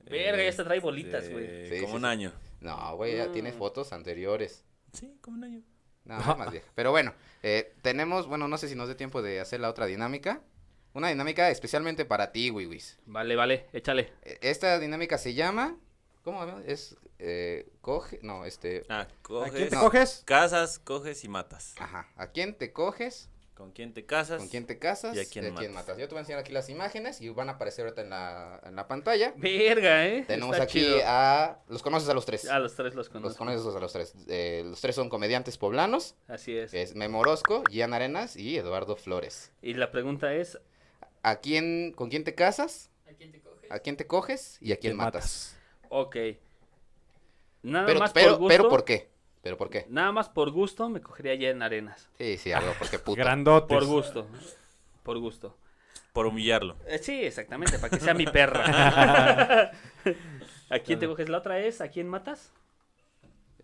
E: Verga, ya
G: Eh,
E: hasta trae bolitas,
G: sí,
E: güey.
A: Sí,
G: como
A: sí,
G: un
A: sí.
G: año.
A: No, güey, ya tiene
E: Mm.
A: fotos anteriores.
G: Sí, como un año.
A: No, no más vieja. Pero bueno, eh, tenemos, bueno, no sé si nos dé tiempo de hacer la otra dinámica. Una dinámica especialmente para ti, Wiwis.
E: Vale, vale, échale.
A: Eh, Esta dinámica se llama. ¿Cómo no? es? eh, coge. No, este.
G: Ah,
B: ¿A quién
G: coges.
B: te coges?
G: Casas, coges y matas.
E: Ah.
A: Ajá. ¿A quién te coges?
G: ¿Con quién te casas?
A: ¿Con quién te casas?
G: ¿Y a quién matas?
A: Yo te voy a enseñar aquí las imágenes y van a aparecer ahorita en la, en la pantalla.
E: Verga, ¿eh?
A: Tenemos
E: Está
A: aquí
E: chido.
A: a. Los conoces a los tres.
E: A los tres los
A: los
E: conozco.
A: conoces a los tres. Eh, los tres son comediantes poblanos.
E: Así es.
A: Es Memorosco, Gian Arenas y Eduardo Flores.
E: Y la pregunta es,
A: ¿A quién, con quién te casas?
F: ¿A quién te coges?
A: ¿A quién te coges y a quién
B: Te
A: matas?
E: ok. Nada
A: Pero,
E: más
A: pero,
E: por gusto.
A: pero, ¿por qué? ¿Pero por qué?
E: Nada más por gusto me cogería ya en arenas.
A: Sí, sí, algo, porque puto.
B: Grandotes.
A: Pues,
E: Por gusto. Por gusto.
G: Por humillarlo.
E: Eh, sí, exactamente, para que sea mi perra. ¿A quién te coges? La otra es, ¿a quién matas?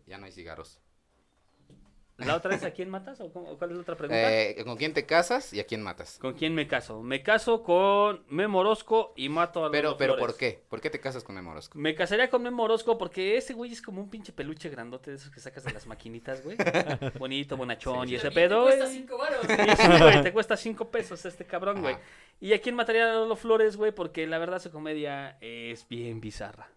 A: Ya no hay cigarros.
E: ¿La otra es, ¿a quién matas? ¿O cómo- cuál es la otra pregunta?
A: Eh, ¿Con quién te casas y a quién matas?
E: ¿Con quién me caso? Me caso con Memo Orozco y mato a
A: Pero,
E: Lolo
A: pero,
E: Flores.
A: ¿por qué? ¿Por qué te casas con Memorosco?
E: Me casaría con Memo Orozco porque ese güey es como un pinche peluche grandote de esos que sacas de las maquinitas, güey. Bonito, bonachón y ese
F: También
E: pedo.
F: Te cuesta
E: güey.
F: cinco varos.
E: Y sí, güey, te cuesta cinco pesos este cabrón,
A: Ajá.
E: güey. ¿Y a quién mataría a Lolo Flores, güey? Porque la verdad su comedia es bien bizarra.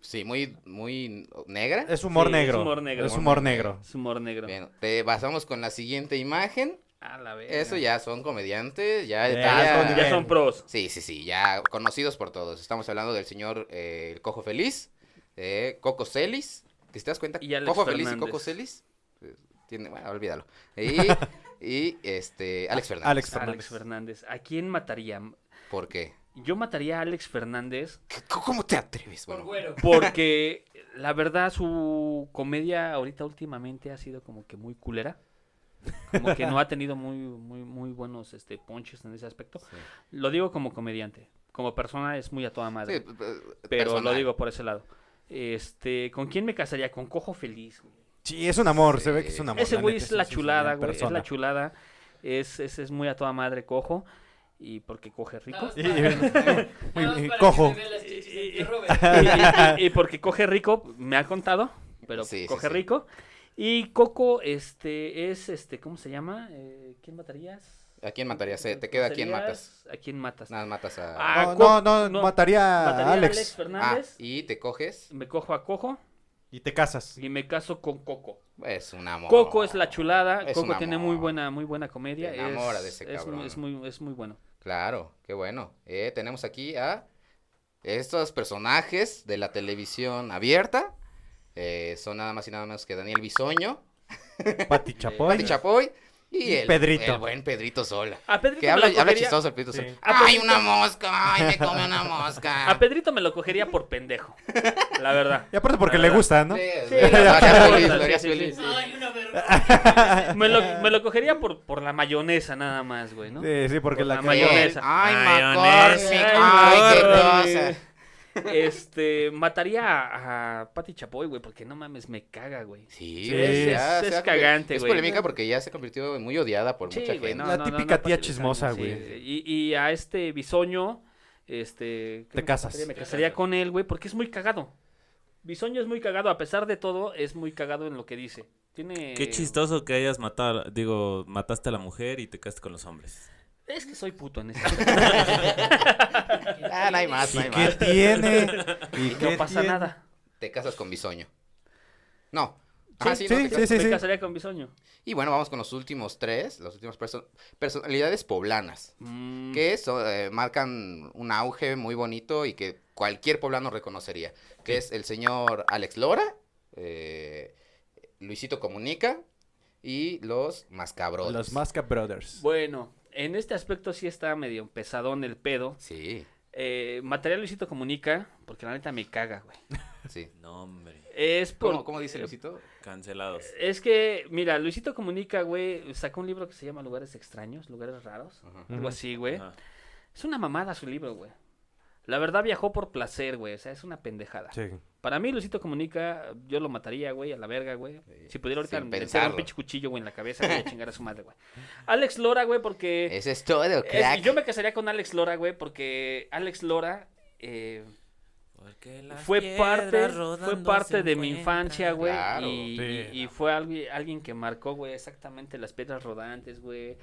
A: Sí, muy, muy negra.
B: Es humor
E: Sí, es
B: negro.
E: humor negro.
B: Es humor negro.
E: Es humor negro.
A: Bien, te basamos con la siguiente imagen.
E: A la verga.
A: Eso ya son comediantes, ya de
B: Ya
A: talla-
B: son-
E: Ya son pros.
A: Sí, sí, sí, ya conocidos por todos. Estamos hablando del señor eh, El Cojo Feliz, eh, Coco Celis. ¿Te das cuenta?
E: Y Alex
A: Cojo Feliz y
E: Fernández.
A: Coco Celis. eh, Tiene, bueno, olvídalo. Y, y, este, Alex Fernández.
B: Alex
E: Alex
B: Fernández.
E: Fernández. ¿A quién mataría?
A: ¿Por qué?
E: Yo mataría a Alex Fernández
A: ¿Qué- ¿Cómo te atreves?
F: Por
A: Bueno,
F: güero.
E: porque la verdad su comedia ahorita últimamente ha sido como que muy culera. Como que no ha tenido muy, muy, muy buenos este, ponches en ese aspecto.
A: Sí.
E: Lo digo como comediante. Como persona es muy a toda
A: sí,
E: madre.
A: p- p-
E: pero lo
A: personal.
E: digo por ese lado. Este, ¿con quién me casaría? Con Cojo Feliz. güey.
B: Sí, es un amor. Se ve que es un amor.
E: Ese güey
B: neta,
E: es la
B: sí,
E: chulada,
B: una
E: güey. Es
B: persona.
E: la chulada. Es, es, es muy a toda madre Cojo. Y porque coge rico.
F: Nada
B: Y-
F: más para- nada más
B: y-
F: para
B: cojo.
F: que me vean las chichis de
E: Y-
F: este Robert.
E: Y, y- y porque coge rico, me ha contado, pero
A: Sí, sí,
E: coge
A: sí.
E: rico. Y Coco, este, es, este, ¿cómo se llama? Eh, ¿Quién matarías? Eh,
A: ¿A quién matarías? Se- Te queda a quién matas.
E: ¿A quién matas?
A: Nada, matas a...
E: Ah,
B: No,
E: co-
B: no, no,
E: no.
B: Mataría
E: Mataría
B: a
E: a
B: Alex.
E: Alex
A: Ah,
E: Fernández,
A: y te coges.
E: me cojo a Cojo
B: Y te casas.
E: y me caso con Coco.
A: Es pues, un amor.
E: Coco es la chulada,
A: Es
E: Coco
A: un
E: tiene
A: amor.
E: muy buena, muy buena comedia.
A: Te enamora
E: es,
A: de ese
E: es muy-
A: cabrón.
E: Es muy, es muy bueno.
A: Claro, qué bueno. Eh, tenemos aquí a estos personajes de la televisión abierta. Eh, son nada más y nada menos que Daniel Bisoño,
B: Pati
A: Pati
B: Chapoy.
A: Chapoy Y el,
B: Pedrito.
A: el buen Pedrito Sola.
E: A Pedrito
A: Que
E: me
A: habla,
E: lo
A: habla
E: cogería-
A: chistoso el Pedrito
B: Sí.
A: Sola.
E: A
A: ¡Ay,
E: Pedrito-
A: una mosca! ¡Ay, me come una mosca!
E: Ah, A Pedrito me lo cogería por pendejo. La verdad.
B: Y aparte porque le gusta, ¿no?
A: Sí,
E: Ah, Sí,
A: lo- lo harías feliz, lo harías
E: sí, sí,
A: feliz.
E: sí.
F: Ay, una verga.
E: Me lo, me lo cogería por, por la mayonesa nada más, güey, ¿no?
B: Sí, sí, porque
E: Con
B: la
E: la
B: que-
E: mayonesa.
A: Ay,
G: Mayonesa.
A: McCormick,
E: Ay,
A: ay, qué
E: McCormick.
A: cosa.
E: Este, mataría a, a Pati Chapoy, güey, porque no mames, me caga, güey.
A: Sí,
B: Sí,
A: güey,
B: es-
A: ya
E: es
A: se ha-
E: cagante,
A: Es
E: güey.
A: polémica porque ya se convirtió en muy odiada por
E: Sí,
A: mucha
E: güey,
A: gente.
E: no,
B: La
E: no, no,
B: típica
E: no,
B: tía
E: Pati Chapoy,
B: chismosa,
E: sí,
B: güey.
E: sí. Y, y a este bisoño, este... ¿qué
B: Te
E: me
B: casas.
E: casaría? Me casaría con él, güey, porque es muy cagado. Bisoño es muy cagado, a pesar de todo, es muy cagado en lo que dice. Tiene...
G: Qué chistoso que hayas matado, digo, mataste a la mujer y te casaste con los hombres.
E: Es que soy puto en eso.
A: Ah, no hay más, no
B: ¿Y
A: hay
B: qué
A: más.
B: tiene? ¿Y
E: y
B: qué
E: no pasa
B: tiene?
E: nada.
A: Te casas con bisoño. No.
B: Sí,
A: Ah, sí, no,
B: sí,
A: te
B: sí,
A: casas-
B: sí,
E: me
B: sí.
E: casaría con bisoño.
A: Y bueno, vamos con los últimos tres, las últimas perso- personalidades poblanas,
E: Mm,
A: que so- eh, marcan un auge muy bonito y que cualquier poblano reconocería, que es el señor Alex Lora, eh, Luisito Comunica y los Mascabros.
B: Los Masca Brothers.
E: Bueno, en este aspecto sí está medio pesadón el pedo.
A: Sí,
E: Eh, mataría a Luisito Comunica, porque la neta me caga, güey.
A: sí.
G: No, hombre.
E: Es por...
A: ¿Cómo, cómo dice Luisito?
G: Cancelados.
E: Es que, mira, Luisito Comunica, güey, sacó un libro que se llama Lugares Extraños, Lugares Raros,
A: Ajá.
E: algo así, güey.
G: Ajá.
E: Es una mamada su libro, güey. La verdad viajó por placer, güey, o sea, es una pendejada.
B: Sí.
E: Para mí, Luisito Comunica, yo lo mataría, güey, a la verga, güey.
A: Sí,
E: Si pudiera ahorita
A: sin
E: meter un
A: pensarlo.
E: pinche cuchillo, güey, en la cabeza, voy a chingar a su madre, güey. Alex Lora, güey, porque...
A: Eh, Ese es todo,
E: Es-
A: crack.
E: yo me casaría con Alex Lora, güey, porque Alex Lora eh,
G: Porque las
E: fue,
G: piedras
E: parte, fue
G: rodando
E: parte
G: se
E: de mi
G: encuentran.
E: infancia, güey.
A: Claro.
E: Y,
B: Sí.
E: y- y fue alguien, alguien que marcó, güey, exactamente las piedras rodantes, güey.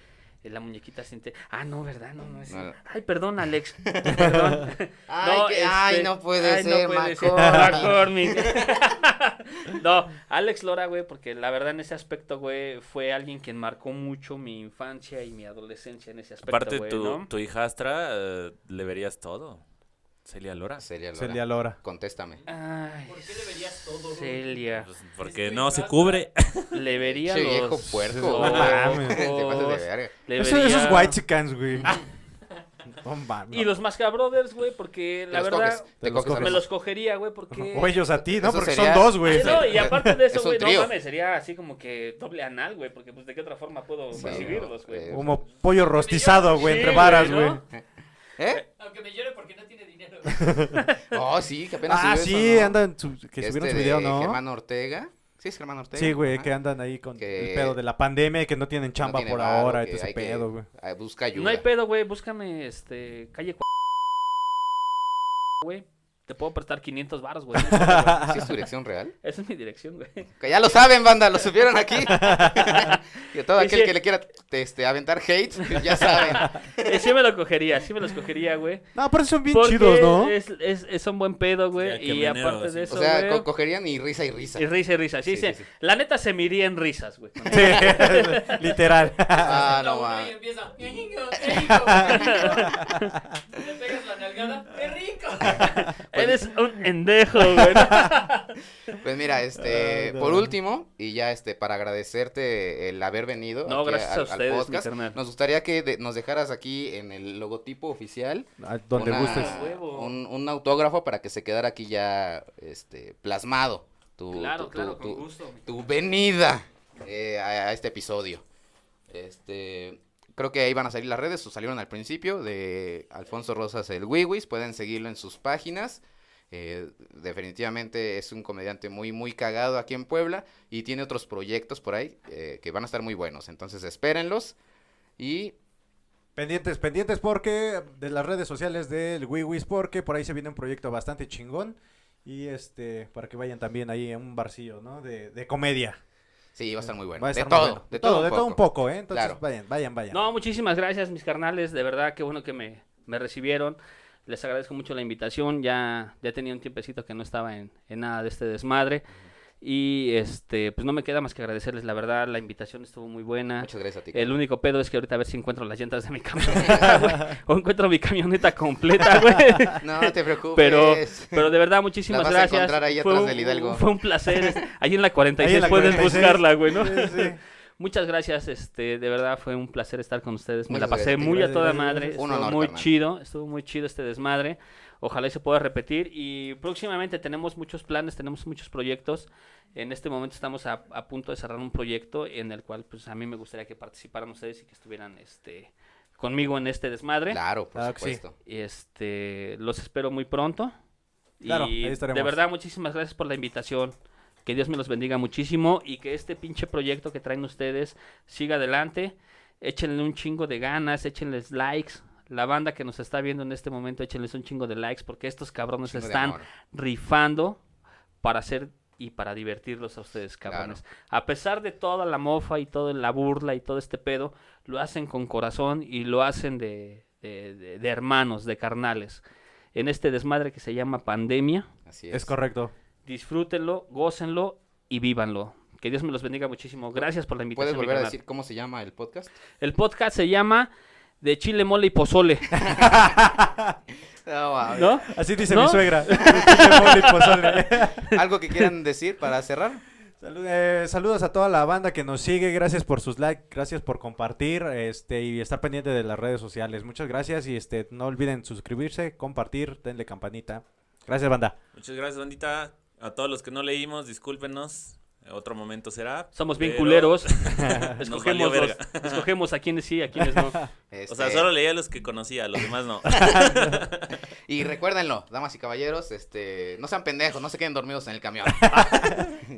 E: eh, La muñequita sin te- Ah, no, ¿verdad? No, no es.
A: No.
E: Ay, perdón, Alex. Perdón. este,
A: Ay, que- ay, no puede ser, McCormick.
E: McCormick. no, Alex Lora, güey, porque la verdad en ese aspecto, güey, fue alguien quien marcó mucho mi infancia y mi adolescencia en ese aspecto.
G: Aparte,
E: güey,
G: tu,
E: ¿no?
G: tu hijastra eh, le verías todo. Celia Lora.
A: Celia Lora,
B: Celia Lora.
A: Contéstame.
E: Ay,
F: ¿Por qué le verías todo?
E: Celia.
G: Pues, Porque
F: Estoy
G: no se
F: rata.
G: cubre.
E: Le vería
A: Che, viejo
E: los
A: puerco.
E: ojos,
B: No mames.
A: Te pasas de verga.
E: le
B: Eso, esos
E: vería-
B: white chicans, güey. No mames.
E: Y los Masca Brothers, güey, porque la
A: Te los
E: verdad
A: coges,
B: Te
A: te
B: los
A: coges a
E: me
B: coges.
E: los cogería, güey, porque
B: O ellos a ti, ¿no?
A: Eso
B: Porque
A: sería-
B: son dos, güey.
E: Sí, no, y aparte de eso,
A: Es un
E: güey, no
A: trío.
E: mames, sería así como que doble anal, güey, porque pues de qué otra forma puedo
A: Sí,
E: recibirlos, güey.
A: eh,
B: Como pollo rostizado, güey, entre varas, güey.
E: ¿no?
A: ¿Eh?
F: Aunque me llore porque no tiene dinero.
A: Oh, sí, que apenas
B: Ah,
A: subió
B: sí,
A: eso, ¿no?
B: andan, su- que
A: Este
B: subieron su
A: de
B: video, ¿no?
A: Germán Ortega. Sí, es Germán Ortega.
B: Sí, güey,
A: ajá.
B: que andan ahí con
A: Que-
B: el pedo de la pandemia y que no tienen
A: No
B: chamba
A: tiene
B: por
A: varo,
B: ahora y
A: que
B: todo ese
A: hay que-
B: pedo, güey.
A: ah, Busca ayuda.
E: No hay pedo, güey, búscame este calle cu- güey. Te puedo prestar 500 baros, güey.
A: ¿Sí es tu dirección real?
E: Esa es mi dirección, güey.
A: Que ya lo saben, banda, lo supieron aquí. y a todo
E: Y
A: aquel
E: sí.
A: que le quiera este, aventar hate, ya saben.
E: Eh, Sí me lo cogería, sí me los cogería, güey.
B: No, pero son bien
E: Porque
B: chidos, ¿no?
E: Es, es, es- son buen pedo,
G: Ya,
E: güey.
G: que
E: Y
G: meneos,
E: aparte de
G: sí.
E: eso,
A: O sea,
E: güey,
A: co- cogerían y risa y risa.
E: y risa y risa. Sí,
A: Sí, sí,
E: sí.
A: sí.
E: La neta se miría en risas, güey. con
B: Sí, literal.
A: Ah,
F: Está
A: no,
F: uno
A: va.
F: Y empieza. ¡Qué rico! ¡Qué rico! qué rico". Le pegas la nalgada. ¡Qué rico!
E: Eres un endejo, güey.
A: Pues mira, este,
B: Ah, no.
A: por último, y ya este, para agradecerte el haber venido
E: No, gracias a ustedes, mi
A: podcast,
E: carnal.
A: nos gustaría que de- nos dejaras aquí en el logotipo oficial
B: A Donde
A: una-
B: gustes.
E: Huevo.
A: Un, un autógrafo para que se quedara aquí ya este, plasmado tu,
E: Claro,
A: tu- tu-
E: claro, con
A: tu-
E: gusto.
A: tu venida eh, a, a este episodio. Este, creo que ahí van a salir las redes, o salieron al principio, de Alfonso Rosas el Wiwis, pueden seguirlo en sus páginas. Eh, definitivamente es un comediante muy, muy cagado aquí en Puebla y tiene otros proyectos por ahí eh, que van a estar muy buenos. Entonces espérenlos y
B: Pendientes, pendientes porque de las redes sociales del WiiWis porque por ahí se viene un proyecto bastante chingón y este para que vayan también ahí a un barcillo, ¿no? De, de comedia.
A: sí, va a estar muy bueno.
B: Va a
A: de,
B: estar muy
A: todo,
B: bueno.
A: de todo,
B: de todo un poco, ¿eh? Entonces
A: Claro.
B: vayan, vayan, vayan.
E: No, muchísimas gracias, mis carnales. De verdad, qué bueno que me, me recibieron. Les agradezco mucho la invitación. Ya, ya tenía un tiempecito que no estaba en, en nada de este desmadre. Y este, pues no me queda más que agradecerles, la verdad, la invitación estuvo muy buena.
A: Muchas gracias a ti.
E: El único pedo es que ahorita a ver si encuentro las llantas de mi camioneta, güey. O encuentro mi camioneta completa, güey.
A: No te preocupes. ¿Eh?
E: Pero, pero de verdad, muchísimas
A: Las vas a
E: gracias.
A: encontrar ahí
E: Fue
A: atrás
E: un-
A: del Hidalgo.
E: Fue un placer. Ahí en la 46
B: Ahí en la
E: pueden
B: 46.
E: buscarla, güey, ¿no?
B: Sí, sí.
E: Muchas gracias, este, de verdad fue un placer estar con ustedes. Me
A: Muchas
E: la pasé
A: gracias,
E: muy
B: gracias,
E: a toda
B: gracias,
E: madre,
B: gracias.
E: estuvo
A: Un honor,
E: muy
A: carnal.
E: chido, estuvo muy chido este desmadre. Ojalá y se pueda repetir y próximamente tenemos muchos planes, tenemos muchos proyectos. En este momento estamos a, a punto de cerrar un proyecto en el cual pues a mí me gustaría que participaran ustedes y que estuvieran este conmigo en este desmadre.
A: Claro, por
B: Claro que sí.
A: supuesto.
E: Y, Este, los espero muy pronto.
B: Claro,
E: y
B: ahí estaremos.
E: de verdad, muchísimas gracias por la invitación. Que Dios me los bendiga muchísimo y que este pinche proyecto que traen ustedes siga adelante. Échenle un chingo de ganas, échenles likes. La banda que nos está viendo en este momento, échenles un chingo de likes porque estos
B: Pues
E: cabrones
A: Chingo de
E: están
A: amor.
E: rifando para hacer y para divertirlos a ustedes, cabrones. A pesar de toda la mofa y toda la burla y todo este pedo, lo hacen con corazón y lo hacen de, de- de- de hermanos, de carnales. En este desmadre que se llama pandemia,
A: Así es.
B: Es correcto.
E: disfrútenlo, gócenlo y vívanlo. Que Dios me los bendiga muchísimo. Gracias por la invitación.
A: ¿Puedes
E: mi
A: volver a
E: carnal.
A: decir cómo se llama el podcast?
E: El podcast se llama De Chile, Mole y Pozole,
A: No, va.
E: ¿no?
B: Así dice
E: ¿No?
B: mi suegra. Mole y pozole.
A: ¿Algo que quieran decir para cerrar?
B: Salud- eh, saludos a toda la banda que nos sigue, gracias por sus likes, gracias por compartir este y estar pendiente de las redes sociales. Muchas gracias y este no olviden suscribirse, compartir, denle campanita. Gracias, banda.
G: Muchas gracias, bandita. A todos los que no leímos, discúlpenos. Otro momento será.
E: Somos bien
G: pero-
E: culeros.
G: Nos valió
E: escogemos,
G: verga.
E: los- escogemos a quienes sí, a quienes no.
A: Este,
G: O sea, solo leía a los que conocía, a los demás no.
A: Y recuérdenlo, damas y caballeros, este, no sean pendejos, no se queden dormidos en el camión.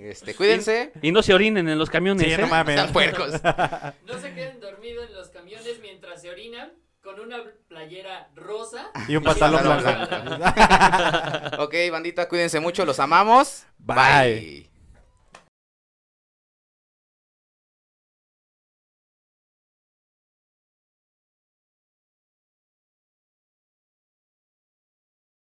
A: este, cuídense,
E: Y no se orinen en los camiones.
B: Sí,
E: ¿eh?
B: no
A: no
B: mames.
A: sean puercos.
F: No se queden dormidos en los camiones mientras se orinan con una playera rosa.
B: Y un pantalón
A: pantalón
B: blanco.
A: Ok, bandita, cuídense mucho, los amamos.
B: Bye.
A: Bye.